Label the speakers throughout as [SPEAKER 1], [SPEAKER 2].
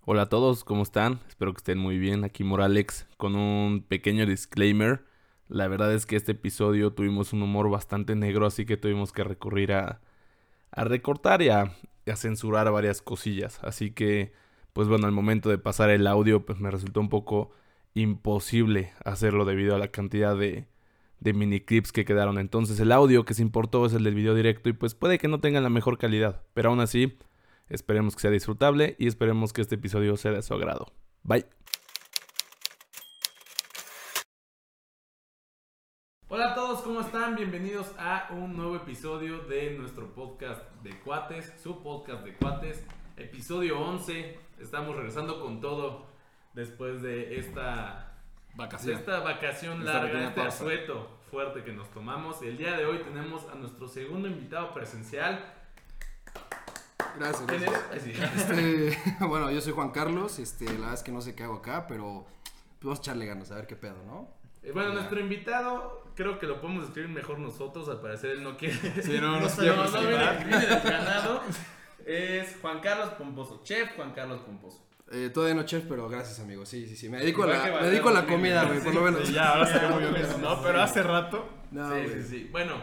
[SPEAKER 1] Hola a todos, ¿cómo están? Espero que estén muy bien. Aquí Moralex con un pequeño disclaimer. La verdad es que este episodio tuvimos un humor bastante negro, así que tuvimos que recurrir a, a recortar y a, y a censurar varias cosillas. Así que, pues bueno, al momento de pasar el audio, pues me resultó un poco imposible hacerlo debido a la cantidad de, de miniclips que quedaron. Entonces el audio que se importó es el del video directo y pues puede que no tenga la mejor calidad. Pero aún así, esperemos que sea disfrutable y esperemos que este episodio sea de su agrado. Bye. Hola a todos, ¿cómo están? Bienvenidos a un nuevo episodio de nuestro podcast de cuates, su podcast de cuates, episodio 11. Estamos regresando con todo después de esta pues,
[SPEAKER 2] Vacación.
[SPEAKER 1] esta vacación
[SPEAKER 2] Esta
[SPEAKER 1] larga,
[SPEAKER 2] pequeña
[SPEAKER 1] este
[SPEAKER 2] pausa.
[SPEAKER 1] asueto fuerte que nos tomamos. El día de hoy tenemos a nuestro segundo invitado presencial.
[SPEAKER 2] Gracias.
[SPEAKER 1] ¿Quién es?
[SPEAKER 2] gracias.
[SPEAKER 1] Ay, sí.
[SPEAKER 2] Este, bueno, yo soy Juan Carlos. Este, la verdad es que no sé qué hago acá, pero pues, vamos a echarle ganas a ver qué pedo, ¿no?
[SPEAKER 1] Eh, Bueno, nuestro invitado creo que lo podemos escribir mejor nosotros. Al parecer él no quiere.
[SPEAKER 2] Sí, no, no
[SPEAKER 1] no,
[SPEAKER 2] se quiere
[SPEAKER 1] no, viene-
[SPEAKER 2] presentar.
[SPEAKER 1] viene desganado. Es Juan Carlos Pomposo, chef Juan Carlos Pomposo.
[SPEAKER 2] Eh, todavía no chef, pero gracias, amigo. Sí, sí, sí. Me dedico a
[SPEAKER 1] Igual que
[SPEAKER 2] la, me
[SPEAKER 1] Valero,
[SPEAKER 2] dedico a la
[SPEAKER 1] sí,
[SPEAKER 2] comida, güey,
[SPEAKER 1] sí,
[SPEAKER 2] por lo menos.
[SPEAKER 3] Ya, ahora sería muy obvio eso, ¿no? Pero hace rato.
[SPEAKER 2] No,
[SPEAKER 1] sí, sí,
[SPEAKER 2] güey.
[SPEAKER 1] sí. Bueno,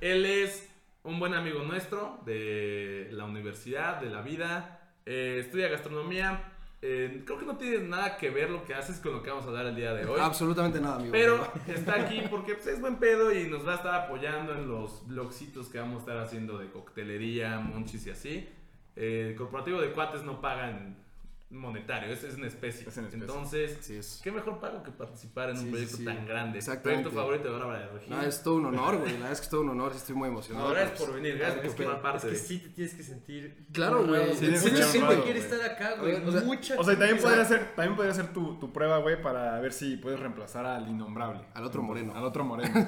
[SPEAKER 1] él es un buen amigo nuestro de la universidad, de la vida. Eh, estudia gastronomía. Eh, creo que no tiene nada que ver lo que haces con lo que vamos a hablar el día de hoy.
[SPEAKER 2] Ah, Absolutamente nada, amigo.
[SPEAKER 1] Pero está aquí porque pues, es buen pedo y nos va a estar apoyando en los blogcitos que vamos a estar haciendo de coctelería, monchis y así. Eh, el corporativo de cuates no pagan monetario, es, es en especie.
[SPEAKER 3] Es en especie.
[SPEAKER 1] Entonces,
[SPEAKER 2] Así es.
[SPEAKER 1] qué mejor pago que participar en un
[SPEAKER 2] Sí, sí,
[SPEAKER 1] proyecto
[SPEAKER 2] sí.
[SPEAKER 1] tan grande.
[SPEAKER 2] Exactamente.
[SPEAKER 1] Proyecto favorito de Bárbara de Regil.
[SPEAKER 2] No, es todo un honor, güey. La verdad es que es todo un honor. sí, Estoy muy emocionado.
[SPEAKER 1] No, gracias
[SPEAKER 2] pero,
[SPEAKER 1] por venir,
[SPEAKER 2] pues,
[SPEAKER 1] gracias por
[SPEAKER 2] qué pedo.
[SPEAKER 1] formar parte.
[SPEAKER 4] Es que
[SPEAKER 1] de-
[SPEAKER 4] sí te tienes que sentir.
[SPEAKER 2] Claro,
[SPEAKER 4] honrado,
[SPEAKER 2] güey.
[SPEAKER 3] Sí,
[SPEAKER 4] Sí,
[SPEAKER 3] mucha
[SPEAKER 4] sí,
[SPEAKER 3] honrado,
[SPEAKER 4] güey, quiere
[SPEAKER 2] güey.
[SPEAKER 4] estar acá, güey.
[SPEAKER 2] O sea,
[SPEAKER 4] Mucha.
[SPEAKER 3] O sea, y también
[SPEAKER 2] O sea-
[SPEAKER 3] podría ser, también podría ser tu, tu prueba, güey, para ver si puedes reemplazar al innombrable.
[SPEAKER 2] Al otro moreno.
[SPEAKER 3] Al otro moreno.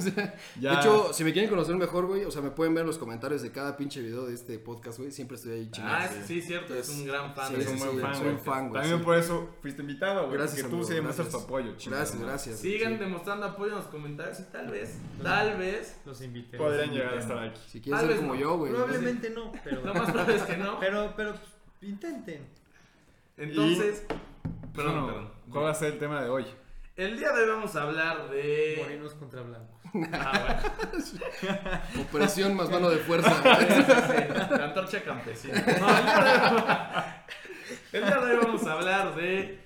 [SPEAKER 3] Ya-
[SPEAKER 2] De hecho, si me quieren conocer mejor, güey, o sea, me pueden ver en los comentarios de cada pinche video de este podcast, güey. Siempre estoy ahí chingando.
[SPEAKER 1] Ah, sí, cierto, es un gran fan.
[SPEAKER 2] Sí,
[SPEAKER 1] de
[SPEAKER 3] eres un
[SPEAKER 1] su-
[SPEAKER 3] buen
[SPEAKER 2] sí,
[SPEAKER 3] fan,
[SPEAKER 2] soy
[SPEAKER 3] güey.
[SPEAKER 2] un fan, güey,
[SPEAKER 3] También
[SPEAKER 2] sí.
[SPEAKER 3] por eso fuiste invitado, güey.
[SPEAKER 2] Gracias,
[SPEAKER 3] Porque tú
[SPEAKER 2] amigo,
[SPEAKER 3] sí demuestras tu
[SPEAKER 2] gracias.
[SPEAKER 3] apoyo, chingada
[SPEAKER 2] Gracias,
[SPEAKER 3] madre.
[SPEAKER 2] gracias. güey,
[SPEAKER 1] Sigan
[SPEAKER 2] sí.
[SPEAKER 1] demostrando apoyo en los comentarios y tal vez, tal vez,
[SPEAKER 4] Los invité.
[SPEAKER 3] Podrían llegar a estar aquí.
[SPEAKER 2] Si
[SPEAKER 1] Tal
[SPEAKER 2] quieres ser
[SPEAKER 1] vez
[SPEAKER 2] como
[SPEAKER 1] no.
[SPEAKER 2] yo, güey.
[SPEAKER 4] Probablemente no, pero.
[SPEAKER 1] lo más probable es que no.
[SPEAKER 4] Pero, pero pues, intenten.
[SPEAKER 1] Entonces, perdón,
[SPEAKER 3] Bueno,
[SPEAKER 1] perdón.
[SPEAKER 3] ¿Cuál va a ser el tema de hoy?
[SPEAKER 1] El día de hoy vamos a hablar
[SPEAKER 2] Eh,
[SPEAKER 1] de.
[SPEAKER 4] Morenos contra blancos.
[SPEAKER 1] Ah, bueno,
[SPEAKER 2] Operación pues, más mano de fuerza. güey.
[SPEAKER 1] sí, la antorcha campesina. No, el, día de hoy... el día de hoy vamos a hablar de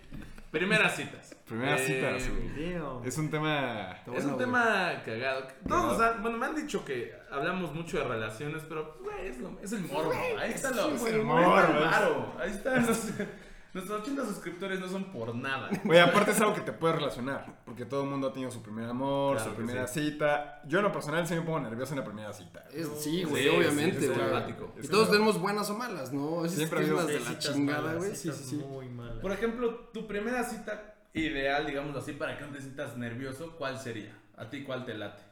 [SPEAKER 1] primeras citas.
[SPEAKER 3] Primeras
[SPEAKER 1] Eh,
[SPEAKER 3] citas, güey.
[SPEAKER 4] Tío.
[SPEAKER 3] Es un tema...
[SPEAKER 2] Está
[SPEAKER 1] Es un
[SPEAKER 2] bueno, güey.
[SPEAKER 1] tema cagado. Todos nos han- bueno, me han dicho que hablamos mucho de relaciones, pero güey, es, lo- es el morbo. Ahí está lo,
[SPEAKER 3] es el
[SPEAKER 1] ahí está el
[SPEAKER 3] morbo.
[SPEAKER 1] varo, Ahí están los- nuestros 80 suscriptores no son por nada.
[SPEAKER 3] Güey, aparte es algo que te puedes relacionar, porque todo el mundo ha tenido su primer amor,
[SPEAKER 1] Claro
[SPEAKER 3] su
[SPEAKER 1] que
[SPEAKER 3] primera cita. Yo en lo personal sí me pongo nervioso en la primera cita. güey.
[SPEAKER 2] Es- sí, güey,
[SPEAKER 1] Sí,
[SPEAKER 2] obviamente,
[SPEAKER 1] sí, es
[SPEAKER 2] güey.
[SPEAKER 1] dramático.
[SPEAKER 2] y
[SPEAKER 3] Es
[SPEAKER 2] todos
[SPEAKER 3] como-
[SPEAKER 2] tenemos buenas o malas, ¿no? Es
[SPEAKER 3] Siempre ha
[SPEAKER 2] que es
[SPEAKER 3] habido
[SPEAKER 2] las de la
[SPEAKER 4] Citas
[SPEAKER 2] chingada,
[SPEAKER 4] malas,
[SPEAKER 2] güey. Sí,
[SPEAKER 4] citas
[SPEAKER 2] sí, sí.
[SPEAKER 4] Muy malas.
[SPEAKER 1] Por ejemplo, tu primera cita ideal, digamos así, para que no te sientas nervioso, ¿cuál sería? ¿A ti cuál te late?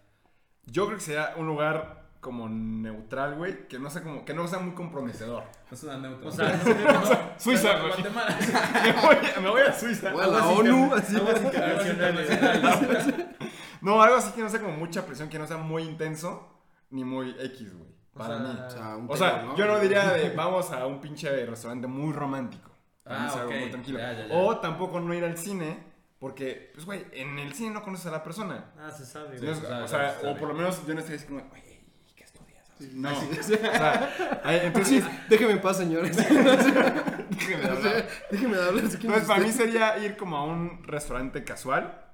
[SPEAKER 3] Yo creo que sería un lugar como neutral, güey, que no sea como, que no sea muy comprometedor.
[SPEAKER 1] Es una neutra.
[SPEAKER 4] O sea, no,
[SPEAKER 3] Suiza, güey.
[SPEAKER 1] Guatemala.
[SPEAKER 3] Me voy, a- me voy a Suiza.
[SPEAKER 2] Güey,
[SPEAKER 3] Algo
[SPEAKER 2] la
[SPEAKER 3] así que-
[SPEAKER 2] ONU, así.
[SPEAKER 4] aguas
[SPEAKER 1] Algo así
[SPEAKER 4] internacionales.
[SPEAKER 1] internacional.
[SPEAKER 3] no, algo así que no sea como mucha presión, que no sea muy intenso, ni muy X, güey. Para
[SPEAKER 4] sea,
[SPEAKER 3] mí.
[SPEAKER 2] O sea, un
[SPEAKER 3] O sea,
[SPEAKER 2] tema,
[SPEAKER 3] yo no diría de vamos a un pinche restaurante muy romántico. Para mí
[SPEAKER 1] Ah,
[SPEAKER 3] es algo
[SPEAKER 1] ok.
[SPEAKER 3] muy tranquilo.
[SPEAKER 1] Ya, ya, ya.
[SPEAKER 3] O tampoco no ir al cine, porque, pues, güey, en el cine no conoces a la persona.
[SPEAKER 4] Ah, se sabe, güey.
[SPEAKER 3] Entonces,
[SPEAKER 1] sabe,
[SPEAKER 3] o sea,
[SPEAKER 1] se sabe.
[SPEAKER 3] o por lo menos yo no estoy así como, güey, ¿qué estudias? No,
[SPEAKER 2] Así
[SPEAKER 3] o
[SPEAKER 2] es.
[SPEAKER 3] sea, ay, entonces,
[SPEAKER 2] Déjeme en paz, señores.
[SPEAKER 3] déjeme de hablar.
[SPEAKER 2] Déjeme de hablar. si quiere
[SPEAKER 3] entonces para mí
[SPEAKER 2] usted.
[SPEAKER 3] sería ir como a un restaurante casual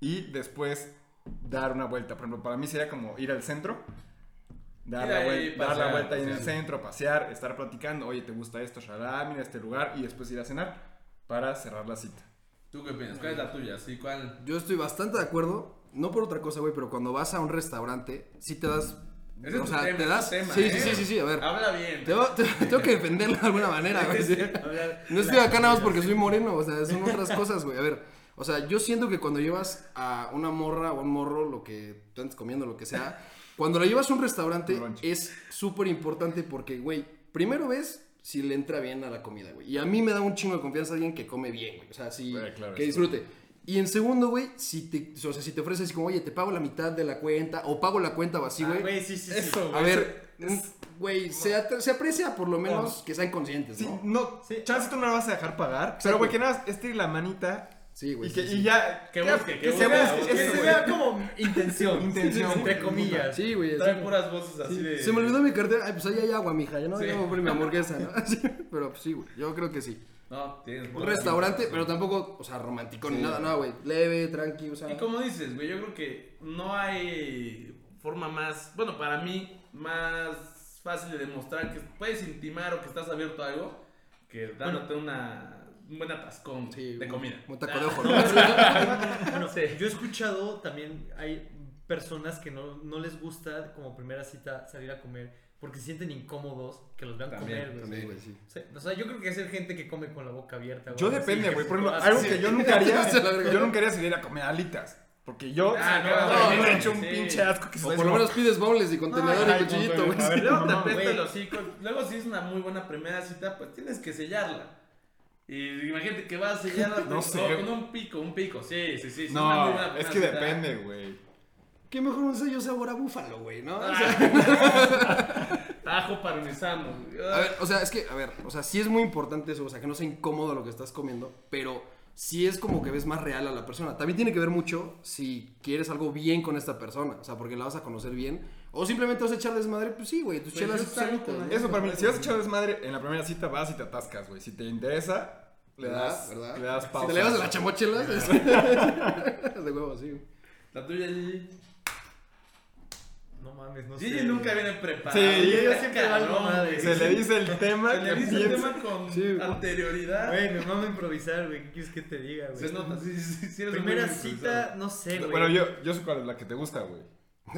[SPEAKER 3] y después dar una vuelta. Por ejemplo, para mí sería como ir al centro, dar,
[SPEAKER 1] Ir
[SPEAKER 3] la,
[SPEAKER 1] ahí,
[SPEAKER 3] vuel- dar la
[SPEAKER 1] pasear,
[SPEAKER 3] vuelta ahí en
[SPEAKER 1] sí,
[SPEAKER 3] el
[SPEAKER 1] sí.
[SPEAKER 3] centro, pasear, estar platicando, oye, ¿te gusta esto? Shalá, mira este lugar y después ir a cenar para cerrar la cita.
[SPEAKER 1] ¿Tú qué opinas? ¿Cuál es la tuya? ¿Sí? ¿Cuál?
[SPEAKER 2] Yo estoy bastante de acuerdo. No por otra cosa, güey, pero cuando vas a un restaurante, sí te das.
[SPEAKER 1] Ese es
[SPEAKER 2] o
[SPEAKER 1] tu
[SPEAKER 2] sea,
[SPEAKER 1] tema,
[SPEAKER 2] te
[SPEAKER 1] es
[SPEAKER 2] das.
[SPEAKER 1] tu tema,
[SPEAKER 2] sí,
[SPEAKER 1] ¿eh?
[SPEAKER 2] sí, sí, sí, sí, a ver.
[SPEAKER 1] Habla bien.
[SPEAKER 2] Te va- te- tengo que defenderlo de alguna manera, güey. sí.
[SPEAKER 4] Hablar-
[SPEAKER 2] No estoy acá nada más porque soy moreno, o sea, son otras cosas, güey. A ver, o sea, yo siento que cuando llevas a una morra o un morro, lo que tú andes comiendo, lo que sea, cuando la llevas a un restaurante
[SPEAKER 3] Un lunch.
[SPEAKER 2] es súper importante porque, güey, primero ves si le entra bien a la comida, güey. Y a mí me da un chingo de confianza alguien que come bien, güey. O sea, sí,
[SPEAKER 3] Güey, Eh, claro,
[SPEAKER 2] que
[SPEAKER 3] eso.
[SPEAKER 2] disfrute. Y en segundo, güey, si te, o sea, si te ofreces así como, oye, te pago la mitad de la cuenta, o pago la cuenta o así,
[SPEAKER 4] Ah,
[SPEAKER 2] güey.
[SPEAKER 4] Güey, sí, sí, sí.
[SPEAKER 3] Eso,
[SPEAKER 2] a ver, Güey, se, at- se aprecia por lo menos
[SPEAKER 3] Ah.
[SPEAKER 2] que sean conscientes,
[SPEAKER 3] Sí,
[SPEAKER 2] ¿no?
[SPEAKER 3] no,
[SPEAKER 4] Sí.
[SPEAKER 3] chance tú no la vas a dejar pagar. Pero, güey, que nada más estire la manita
[SPEAKER 2] Sí, güey.
[SPEAKER 3] y, que,
[SPEAKER 2] sí, sí.
[SPEAKER 3] y ya.
[SPEAKER 1] Que busque, que busque,
[SPEAKER 3] se busque.
[SPEAKER 1] busque,
[SPEAKER 3] ese
[SPEAKER 4] Que se
[SPEAKER 3] güey.
[SPEAKER 4] vea como intención.
[SPEAKER 3] Intención,
[SPEAKER 4] Entre
[SPEAKER 3] güey.
[SPEAKER 4] comillas.
[SPEAKER 2] Sí, güey.
[SPEAKER 1] Trae
[SPEAKER 2] sí.
[SPEAKER 1] puras voces así de.
[SPEAKER 2] Se me olvidó mi cartera. Ay, pues ahí hay agua, mija. Yo no
[SPEAKER 1] Sí.
[SPEAKER 2] voy a comprar mi hamburguesa, ¿no? Sí, pero pues sí, güey. Yo creo que sí.
[SPEAKER 1] No, tienes.
[SPEAKER 2] Un restaurante, pero tampoco, o sea, romántico ni nada, no, güey. Leve, tranqui, o sea.
[SPEAKER 1] Y como dices, güey, yo creo que no hay forma más, bueno, para mí, más fácil de demostrar que puedes intimar o que estás abierto a algo que dándote una, un buen atascón
[SPEAKER 2] Sí,
[SPEAKER 1] de
[SPEAKER 2] un-
[SPEAKER 1] comida.
[SPEAKER 2] Un taco de ojo, ¿no?
[SPEAKER 4] Bueno,
[SPEAKER 1] Sí.
[SPEAKER 4] yo he escuchado también hay personas que no, no les gusta como primera cita salir a comer porque se sienten incómodos que los vean
[SPEAKER 1] También,
[SPEAKER 4] comer, güey.
[SPEAKER 2] También, güey, sí.
[SPEAKER 4] Sí, O sea, yo creo que es el gente que come con la boca abierta.
[SPEAKER 3] Yo
[SPEAKER 4] algo
[SPEAKER 3] depende,
[SPEAKER 4] así.
[SPEAKER 3] güey. Por ejemplo,
[SPEAKER 4] Ah,
[SPEAKER 3] algo
[SPEAKER 4] sí.
[SPEAKER 3] que yo nunca haría.
[SPEAKER 2] Sí, la verga.
[SPEAKER 3] yo nunca haría sería ir a comer alitas. Porque yo.
[SPEAKER 1] Ah, no,
[SPEAKER 3] güey,
[SPEAKER 2] no,
[SPEAKER 3] me
[SPEAKER 1] güey,
[SPEAKER 3] he hecho un
[SPEAKER 1] sí.
[SPEAKER 3] pinche asco que se
[SPEAKER 2] O
[SPEAKER 3] ve
[SPEAKER 2] por lo
[SPEAKER 3] como-
[SPEAKER 2] menos pides bowls y contenedor
[SPEAKER 3] Ay,
[SPEAKER 2] y cuchillito,
[SPEAKER 3] con-
[SPEAKER 2] güey.
[SPEAKER 3] a ver,
[SPEAKER 1] Luego te
[SPEAKER 3] no,
[SPEAKER 1] apesta
[SPEAKER 4] güey.
[SPEAKER 1] el hocico. Luego, si es una muy buena primera cita, pues tienes que sellarla. Y imagínate que vas a sellarla
[SPEAKER 3] No
[SPEAKER 1] con-
[SPEAKER 3] sé.
[SPEAKER 1] con un pico, un pico. Sí, sí, sí. sí, una muy buena
[SPEAKER 3] No, es
[SPEAKER 1] primera
[SPEAKER 3] que
[SPEAKER 1] cita.
[SPEAKER 3] depende, güey.
[SPEAKER 2] Qué mejor un sello sabor a búfalo, güey, ¿no? O sea,
[SPEAKER 1] Ah. Tajo parmesano.
[SPEAKER 2] A ver, o sea, es que, a ver, o sea, sí es muy importante eso, o sea, que no sea incómodo lo que estás comiendo, pero sí es como que ves más real a la persona. También tiene que ver mucho si quieres algo bien con esta persona, o sea, porque la vas a conocer bien, o simplemente vas a echar desmadre, pues sí, güey, tus
[SPEAKER 4] Pues
[SPEAKER 2] chelas
[SPEAKER 4] yo salgo
[SPEAKER 2] solitas,
[SPEAKER 4] con
[SPEAKER 2] ¿no?
[SPEAKER 3] Eso para mí, si vas a echar desmadre, en la primera cita vas y te atascas, güey. Si te interesa, le das,
[SPEAKER 2] ¿verdad?
[SPEAKER 3] Le das pausa.
[SPEAKER 2] Si te le vas a la chamochela, es- de huevo, sí. güey.
[SPEAKER 1] La tuya, Gigi.
[SPEAKER 4] No mames, no
[SPEAKER 1] Gigi
[SPEAKER 4] sé.
[SPEAKER 1] nunca viene preparada.
[SPEAKER 3] Sí, Gigi
[SPEAKER 4] siempre valgo madre.
[SPEAKER 3] Se le dice el tema
[SPEAKER 1] Se
[SPEAKER 3] que
[SPEAKER 1] le dice el
[SPEAKER 3] piensa.
[SPEAKER 1] tema con
[SPEAKER 2] Sí.
[SPEAKER 1] anterioridad.
[SPEAKER 4] Güey, me mama improvisar, güey. ¿Qué quieres que te diga, güey?
[SPEAKER 1] Se nota. Sí, sí, sí, eres
[SPEAKER 4] Primera
[SPEAKER 1] muy
[SPEAKER 4] cita, no sé, güey.
[SPEAKER 3] Bueno, yo, yo sé cuál es la que te gusta, güey.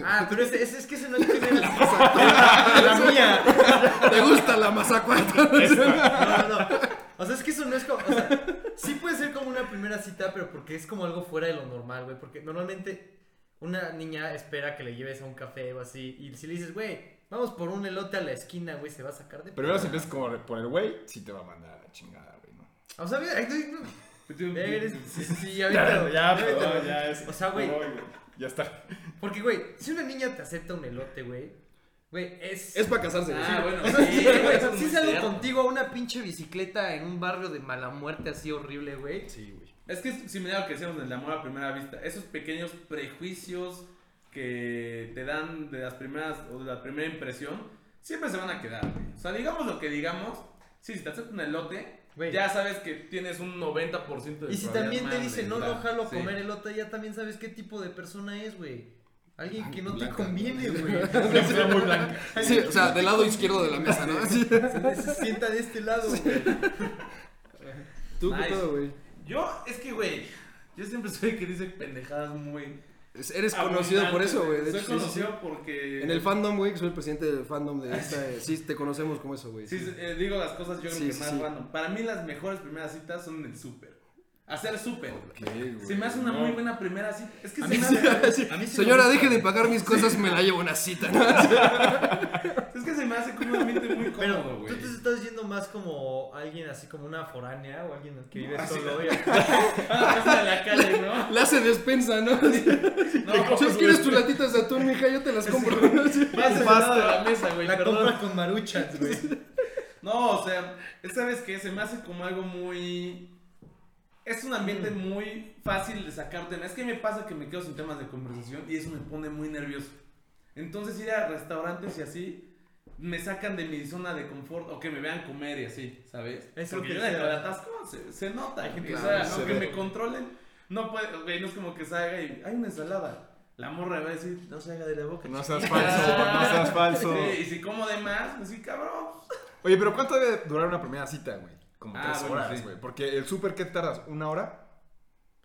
[SPEAKER 4] Ah, pero ese- ese- es que ese no es primera cita. La mía.
[SPEAKER 2] ¿Te gusta la masacua?
[SPEAKER 4] No, no, no. O sea, es que eso no es como. O sea, sí puede ser como una primera cita, pero porque es como algo fuera de lo normal, güey. Porque normalmente una niña espera que le lleves a un café o así. Y si le dices, güey, vamos por un elote a la esquina, güey, se va a sacar de.
[SPEAKER 3] Primero si empiezas como re- por el güey, sí te va a mandar a la chingada, güey. ¿no?
[SPEAKER 4] O sea, mira, ay, no, no.
[SPEAKER 1] improvisado.
[SPEAKER 4] Eres- Sí, sí, sí, ahorita. ahorita,
[SPEAKER 3] perdón,
[SPEAKER 4] güey.
[SPEAKER 3] es-
[SPEAKER 4] O sea, güey.
[SPEAKER 3] me voy, Ya está.
[SPEAKER 4] Porque, güey, si una niña te acepta un elote, güey. Güey, es.
[SPEAKER 2] Es para casarse, güey.
[SPEAKER 1] Ah,
[SPEAKER 2] sí.
[SPEAKER 1] bueno.
[SPEAKER 4] O sea, sí, güey,
[SPEAKER 1] eso es
[SPEAKER 4] sí
[SPEAKER 1] muy
[SPEAKER 4] salgo
[SPEAKER 1] cierto.
[SPEAKER 4] contigo a una pinche bicicleta en un barrio de mala muerte así horrible, güey.
[SPEAKER 2] Sí, güey.
[SPEAKER 1] Es que es similar a lo que decíamos del amor a primera vista. Esos pequeños prejuicios que te dan de las primeras o de la primera impresión, siempre se van a quedar. güey. O sea, digamos lo que digamos, sí, si te aceptan un elote,
[SPEAKER 4] Güey.
[SPEAKER 1] ya sabes que tienes un 90% de
[SPEAKER 4] Y si también te
[SPEAKER 1] probabilidad
[SPEAKER 4] dice,
[SPEAKER 1] de
[SPEAKER 4] no, no
[SPEAKER 1] estar".
[SPEAKER 4] jalo a
[SPEAKER 1] Sí.
[SPEAKER 4] comer elote, ya también sabes qué tipo de persona es, güey. Alguien que no te
[SPEAKER 2] Blanca.
[SPEAKER 4] conviene, güey.
[SPEAKER 3] muy blanca.
[SPEAKER 2] Sí, o sea, del lado izquierdo de la mesa, ¿no? Sí.
[SPEAKER 4] Se, se sienta de este lado, güey.
[SPEAKER 2] ¿Tú
[SPEAKER 1] Nice.
[SPEAKER 2] qué todo, güey?
[SPEAKER 1] Yo, es que, güey, yo siempre soy el que dice pendejadas muy...
[SPEAKER 2] Es- Eres conocido por eso, güey. de
[SPEAKER 1] Soy
[SPEAKER 2] hecho, sí, sí, sí.
[SPEAKER 1] conocido porque...
[SPEAKER 2] En el fandom, güey, que soy el presidente del fandom de esta. eh, sí, te conocemos como eso, güey.
[SPEAKER 1] Sí, eh, digo las cosas yo creo
[SPEAKER 2] Sí,
[SPEAKER 1] que
[SPEAKER 2] sí,
[SPEAKER 1] más
[SPEAKER 2] sí.
[SPEAKER 1] random. Para mí las mejores primeras citas son en el súper. Hacer súper.
[SPEAKER 4] Oh,
[SPEAKER 3] güey,
[SPEAKER 1] Se me hace una
[SPEAKER 3] no.
[SPEAKER 1] muy buena primera cita. Es que
[SPEAKER 4] A
[SPEAKER 1] se
[SPEAKER 4] mí
[SPEAKER 1] me
[SPEAKER 4] sí,
[SPEAKER 1] hace,
[SPEAKER 4] a mí sí me
[SPEAKER 2] Señora,
[SPEAKER 4] gusta,
[SPEAKER 2] deje de
[SPEAKER 4] güey.
[SPEAKER 2] pagar mis cosas, me la llevo una cita, ¿no?
[SPEAKER 1] es que se me hace como un ambiente muy cómodo,
[SPEAKER 4] Pero
[SPEAKER 1] güey.
[SPEAKER 4] tú te estás yendo más como alguien así como una foránea o alguien que vive
[SPEAKER 1] sí.
[SPEAKER 4] solo, güey.
[SPEAKER 1] Ah, casa de la calle, ¿no?
[SPEAKER 2] La hace despensa, ¿no?
[SPEAKER 1] No, pues,
[SPEAKER 2] Si quieres tus latitas de atún, mija, yo te las compro.
[SPEAKER 1] vas
[SPEAKER 3] el
[SPEAKER 1] al
[SPEAKER 3] pasto.
[SPEAKER 1] lado de la mesa, güey,
[SPEAKER 4] La
[SPEAKER 1] perdón.
[SPEAKER 4] compra con maruchas, güey.
[SPEAKER 1] No, o sea, ¿sabes qué? Se me hace como algo muy... Es un ambiente muy fácil de sacar temas. Es que me pasa que me quedo sin temas de conversación y eso me pone muy nervioso. Entonces ir a restaurantes y así me sacan de mi zona de confort o que me vean comer y así, ¿sabes?
[SPEAKER 4] Es
[SPEAKER 1] Porque
[SPEAKER 4] lo que
[SPEAKER 1] yo de
[SPEAKER 4] sea.
[SPEAKER 1] verdad atasco, se, se nota.
[SPEAKER 4] Hay gente
[SPEAKER 1] güey.
[SPEAKER 2] que
[SPEAKER 1] o sea,
[SPEAKER 2] se
[SPEAKER 1] aunque
[SPEAKER 3] ve.
[SPEAKER 1] me controlen, no puede, güey, no es como que salga y hay una ensalada. La morra va a decir, no se haga de la boca.
[SPEAKER 3] No seas
[SPEAKER 1] chiquita".
[SPEAKER 3] falso, no seas falso.
[SPEAKER 1] Sí, y si como de más, pues sí, cabrón.
[SPEAKER 3] Oye, pero ¿cuánto debe durar una primera cita, güey? Como
[SPEAKER 1] Ah,
[SPEAKER 3] tres
[SPEAKER 1] bueno,
[SPEAKER 3] horas,
[SPEAKER 1] sí.
[SPEAKER 3] güey. Porque el súper, ¿qué tardas? ¿Una hora?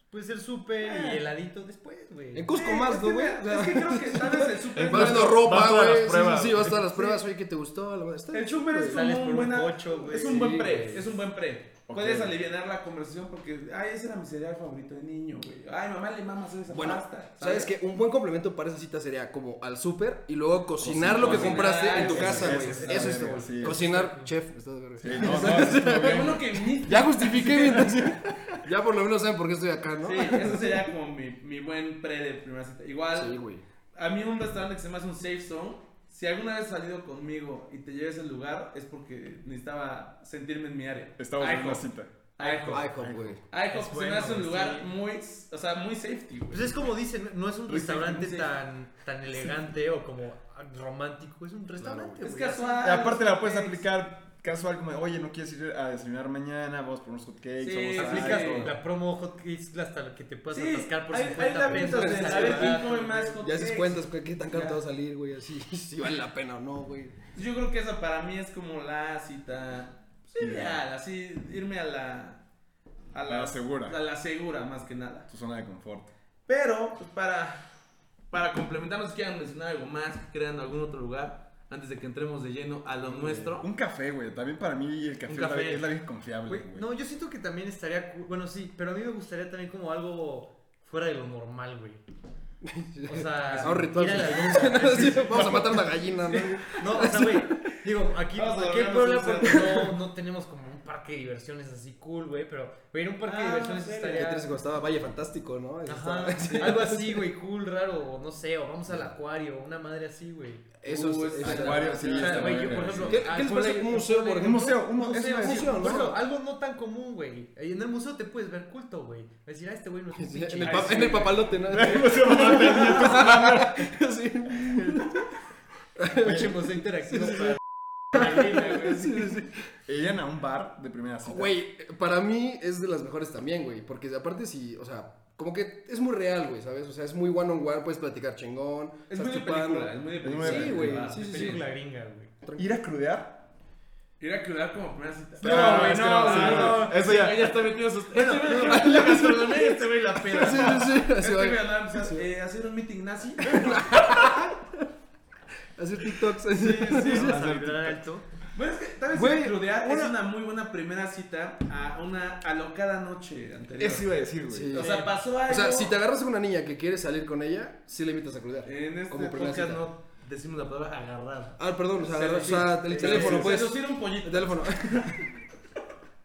[SPEAKER 4] Puede ser
[SPEAKER 1] Ah.
[SPEAKER 4] súper y heladito después, güey.
[SPEAKER 2] En Cusco más, ¿no, güey? O
[SPEAKER 1] Eh, Es que
[SPEAKER 2] sea,
[SPEAKER 1] creo que tal vez el súper.
[SPEAKER 2] Vas viendo
[SPEAKER 3] Vas
[SPEAKER 2] ropa,
[SPEAKER 3] todas las
[SPEAKER 2] güey. Sí,
[SPEAKER 3] pruebas.
[SPEAKER 2] sí, sí, vas a todas las pruebas, oye, que te gustó. la verdad, está
[SPEAKER 1] El
[SPEAKER 2] chido,
[SPEAKER 1] súper
[SPEAKER 2] güey.
[SPEAKER 1] es
[SPEAKER 4] Sales
[SPEAKER 1] como
[SPEAKER 4] por
[SPEAKER 1] un
[SPEAKER 4] un
[SPEAKER 1] buen.
[SPEAKER 4] pocho, güey.
[SPEAKER 1] Es un
[SPEAKER 2] Sí,
[SPEAKER 1] buen pre,
[SPEAKER 2] güey.
[SPEAKER 1] es un buen pre.
[SPEAKER 3] Ok.
[SPEAKER 1] Puedes aliviar la conversación porque, ay, ese era mi cereal favorito de niño, güey. Ay, mamá le mamas esa
[SPEAKER 2] Bueno,
[SPEAKER 1] pasta.
[SPEAKER 2] ¿sabes que Un buen complemento para esa cita sería como al súper y luego cocinar
[SPEAKER 1] Cocinar,
[SPEAKER 2] lo que
[SPEAKER 1] cocinar,
[SPEAKER 2] compraste en tu
[SPEAKER 1] eso,
[SPEAKER 2] casa,
[SPEAKER 1] eso,
[SPEAKER 2] güey.
[SPEAKER 1] eso,
[SPEAKER 2] Eso
[SPEAKER 3] eso,
[SPEAKER 2] es
[SPEAKER 3] sí.
[SPEAKER 2] Cocinar, chef. está de verga.
[SPEAKER 3] no, no, es
[SPEAKER 1] Qué bueno que viniste.
[SPEAKER 2] Ya justifiqué mi intención. Ya por lo menos saben por qué estoy acá, ¿no?
[SPEAKER 1] Sí, eso sería como mi, mi buen pre de primera cita. Igual,
[SPEAKER 2] Sí, güey.
[SPEAKER 1] a mí un restaurante que se me hace un safe zone Si alguna vez has salido conmigo y te lleves al lugar, es porque necesitaba sentirme en mi área.
[SPEAKER 3] Estamos en
[SPEAKER 1] IHOP,
[SPEAKER 3] una cita.
[SPEAKER 1] IHOP.
[SPEAKER 2] Ay, cómo, güey.
[SPEAKER 1] IHOP
[SPEAKER 4] Es
[SPEAKER 1] se
[SPEAKER 4] bueno,
[SPEAKER 1] me hace un lugar
[SPEAKER 4] sí.
[SPEAKER 1] muy, o sea, muy safety, güey.
[SPEAKER 4] Pues es como dicen, no es un
[SPEAKER 1] Pues sí,
[SPEAKER 4] restaurante
[SPEAKER 1] sí.
[SPEAKER 4] tan, tan elegante o como romántico, es un restaurante.
[SPEAKER 1] Es
[SPEAKER 4] güey.
[SPEAKER 1] casual.
[SPEAKER 3] Y Ah, aparte la puedes
[SPEAKER 1] es-
[SPEAKER 3] aplicar casual, como de, oye, no quieres ir a desayunar mañana, vamos por unos hotcakes,
[SPEAKER 1] Sí,
[SPEAKER 3] vamos a
[SPEAKER 4] Aplicas
[SPEAKER 1] Sí.
[SPEAKER 4] la promo hotcakes hasta la que te puedas
[SPEAKER 1] Sí,
[SPEAKER 4] atascar por
[SPEAKER 1] hay- hay pues,
[SPEAKER 4] 50
[SPEAKER 1] laberintos
[SPEAKER 4] pesos.
[SPEAKER 1] de
[SPEAKER 4] esa
[SPEAKER 1] saber quién
[SPEAKER 4] ciudad.
[SPEAKER 1] come más hot
[SPEAKER 2] Ya haces
[SPEAKER 1] cakes.
[SPEAKER 2] cuentas, güey, qué tan
[SPEAKER 1] Ya.
[SPEAKER 2] caro te va a salir, güey, así, si vale la pena o no, güey.
[SPEAKER 1] Yo creo que esa para mí es como la cita pues, ideal, así irme a la a
[SPEAKER 3] La segura.
[SPEAKER 1] A la segura más que nada.
[SPEAKER 3] Tu zona de confort.
[SPEAKER 1] Pero pues, para para complementarnos quieran mencionar algo más, que crean algún otro lugar antes de que entremos de lleno a lo nuestro.
[SPEAKER 3] Un café, güey. También para mí el
[SPEAKER 1] Un
[SPEAKER 3] café, es la-
[SPEAKER 1] café.
[SPEAKER 3] es la vieja confiable,
[SPEAKER 4] Güey,
[SPEAKER 3] güey.
[SPEAKER 4] no, yo siento que también estaría, cu- bueno, sí, pero a mí me gustaría también como algo fuera de lo normal, güey. O sea,
[SPEAKER 2] Es un ritual.
[SPEAKER 4] ir a Ah, la luna.
[SPEAKER 2] Sí, Vamos a matar una gallina, ¿no?
[SPEAKER 4] No, o sea, güey, digo, aquí,
[SPEAKER 1] Vamos a
[SPEAKER 4] aquí en
[SPEAKER 1] dormirnos
[SPEAKER 4] Puebla
[SPEAKER 1] un
[SPEAKER 4] porque no, no tenemos como un parque de diversiones así cool, güey, pero güey, ir a un parque de
[SPEAKER 1] Ah,
[SPEAKER 4] diversiones
[SPEAKER 1] sí,
[SPEAKER 2] ¿Qué
[SPEAKER 4] estaría...
[SPEAKER 2] tienes que costaba? Valle Fantástico, ¿no? Eso
[SPEAKER 4] Ajá,
[SPEAKER 2] está- sí.
[SPEAKER 4] algo así, güey, cool, raro, o no sé, o vamos al acuario, una madre así, güey.
[SPEAKER 2] Eso es-
[SPEAKER 1] Uh,
[SPEAKER 2] eso
[SPEAKER 1] es
[SPEAKER 2] está-
[SPEAKER 3] acuario, sí,
[SPEAKER 4] O sea,
[SPEAKER 3] está
[SPEAKER 4] güey,
[SPEAKER 3] muy
[SPEAKER 4] yo, por
[SPEAKER 3] bien,
[SPEAKER 4] ejemplo,
[SPEAKER 3] sí.
[SPEAKER 2] ¿Qué- qué les
[SPEAKER 4] ah,
[SPEAKER 2] parece
[SPEAKER 4] ponle-
[SPEAKER 2] un museo,
[SPEAKER 4] ponle-
[SPEAKER 2] por ejemplo?
[SPEAKER 3] Un museo, un- es una
[SPEAKER 4] sí,
[SPEAKER 2] museo, ¿no?
[SPEAKER 4] por ejemplo, algo no tan común, güey. Ahí En el museo te puedes ver culto, güey. Decir, ah, este güey no es un
[SPEAKER 2] Sí,
[SPEAKER 4] pinche
[SPEAKER 2] En el,
[SPEAKER 4] nazi".
[SPEAKER 2] pa- en el papalote, ¿no? Sí.
[SPEAKER 4] Pinche museo interactivo para- para niños, güey.
[SPEAKER 3] Irían a un bar de primera cita.
[SPEAKER 2] Güey, para mí es de las mejores también, güey. Porque aparte sí, o sea, como que es muy real, güey, ¿sabes? O sea, es muy one on one, puedes platicar chingón.
[SPEAKER 1] Es
[SPEAKER 2] estás
[SPEAKER 1] muy de
[SPEAKER 2] chupando.
[SPEAKER 1] película, es muy de
[SPEAKER 3] Es muy
[SPEAKER 1] película.
[SPEAKER 3] de Sí,
[SPEAKER 2] güey, película. sí, sí, sí.
[SPEAKER 4] Película gringa, güey.
[SPEAKER 3] ¿Ir a crudear?
[SPEAKER 1] Ir a curar como primera cita.
[SPEAKER 3] No, Ah, güey, es que no, no, sí, no. güey. Eso ya-
[SPEAKER 1] Ella está metido sus. Este güey la gastronomía y este güey la peda.
[SPEAKER 2] eh. Sí, sí, sí. así
[SPEAKER 1] Este
[SPEAKER 2] va.
[SPEAKER 1] güey andaba a empezar, eh, hacer un meeting nazi.
[SPEAKER 2] Hacer TikToks.
[SPEAKER 4] Vamos a vibrar alto.
[SPEAKER 1] Bueno, es que tal vez
[SPEAKER 2] Güey,
[SPEAKER 1] ir a crudear es
[SPEAKER 2] una-
[SPEAKER 1] una muy buena primera cita a una alocada noche anterior.
[SPEAKER 3] Eso iba a decir, güey.
[SPEAKER 2] Sí.
[SPEAKER 1] O sea, pasó algo.
[SPEAKER 2] O sea, si te agarras con una niña que quiere salir con ella, sí la invitas a crudear.
[SPEAKER 1] En este
[SPEAKER 2] como primera
[SPEAKER 1] podcast
[SPEAKER 2] cita.
[SPEAKER 1] no decimos la palabra agarrar.
[SPEAKER 2] Ah, perdón, o sea, agarrar- o
[SPEAKER 1] Seducir.
[SPEAKER 2] sea, el
[SPEAKER 1] Eh,
[SPEAKER 2] teléfono, pues.
[SPEAKER 1] Seducir un pollito.
[SPEAKER 2] El teléfono.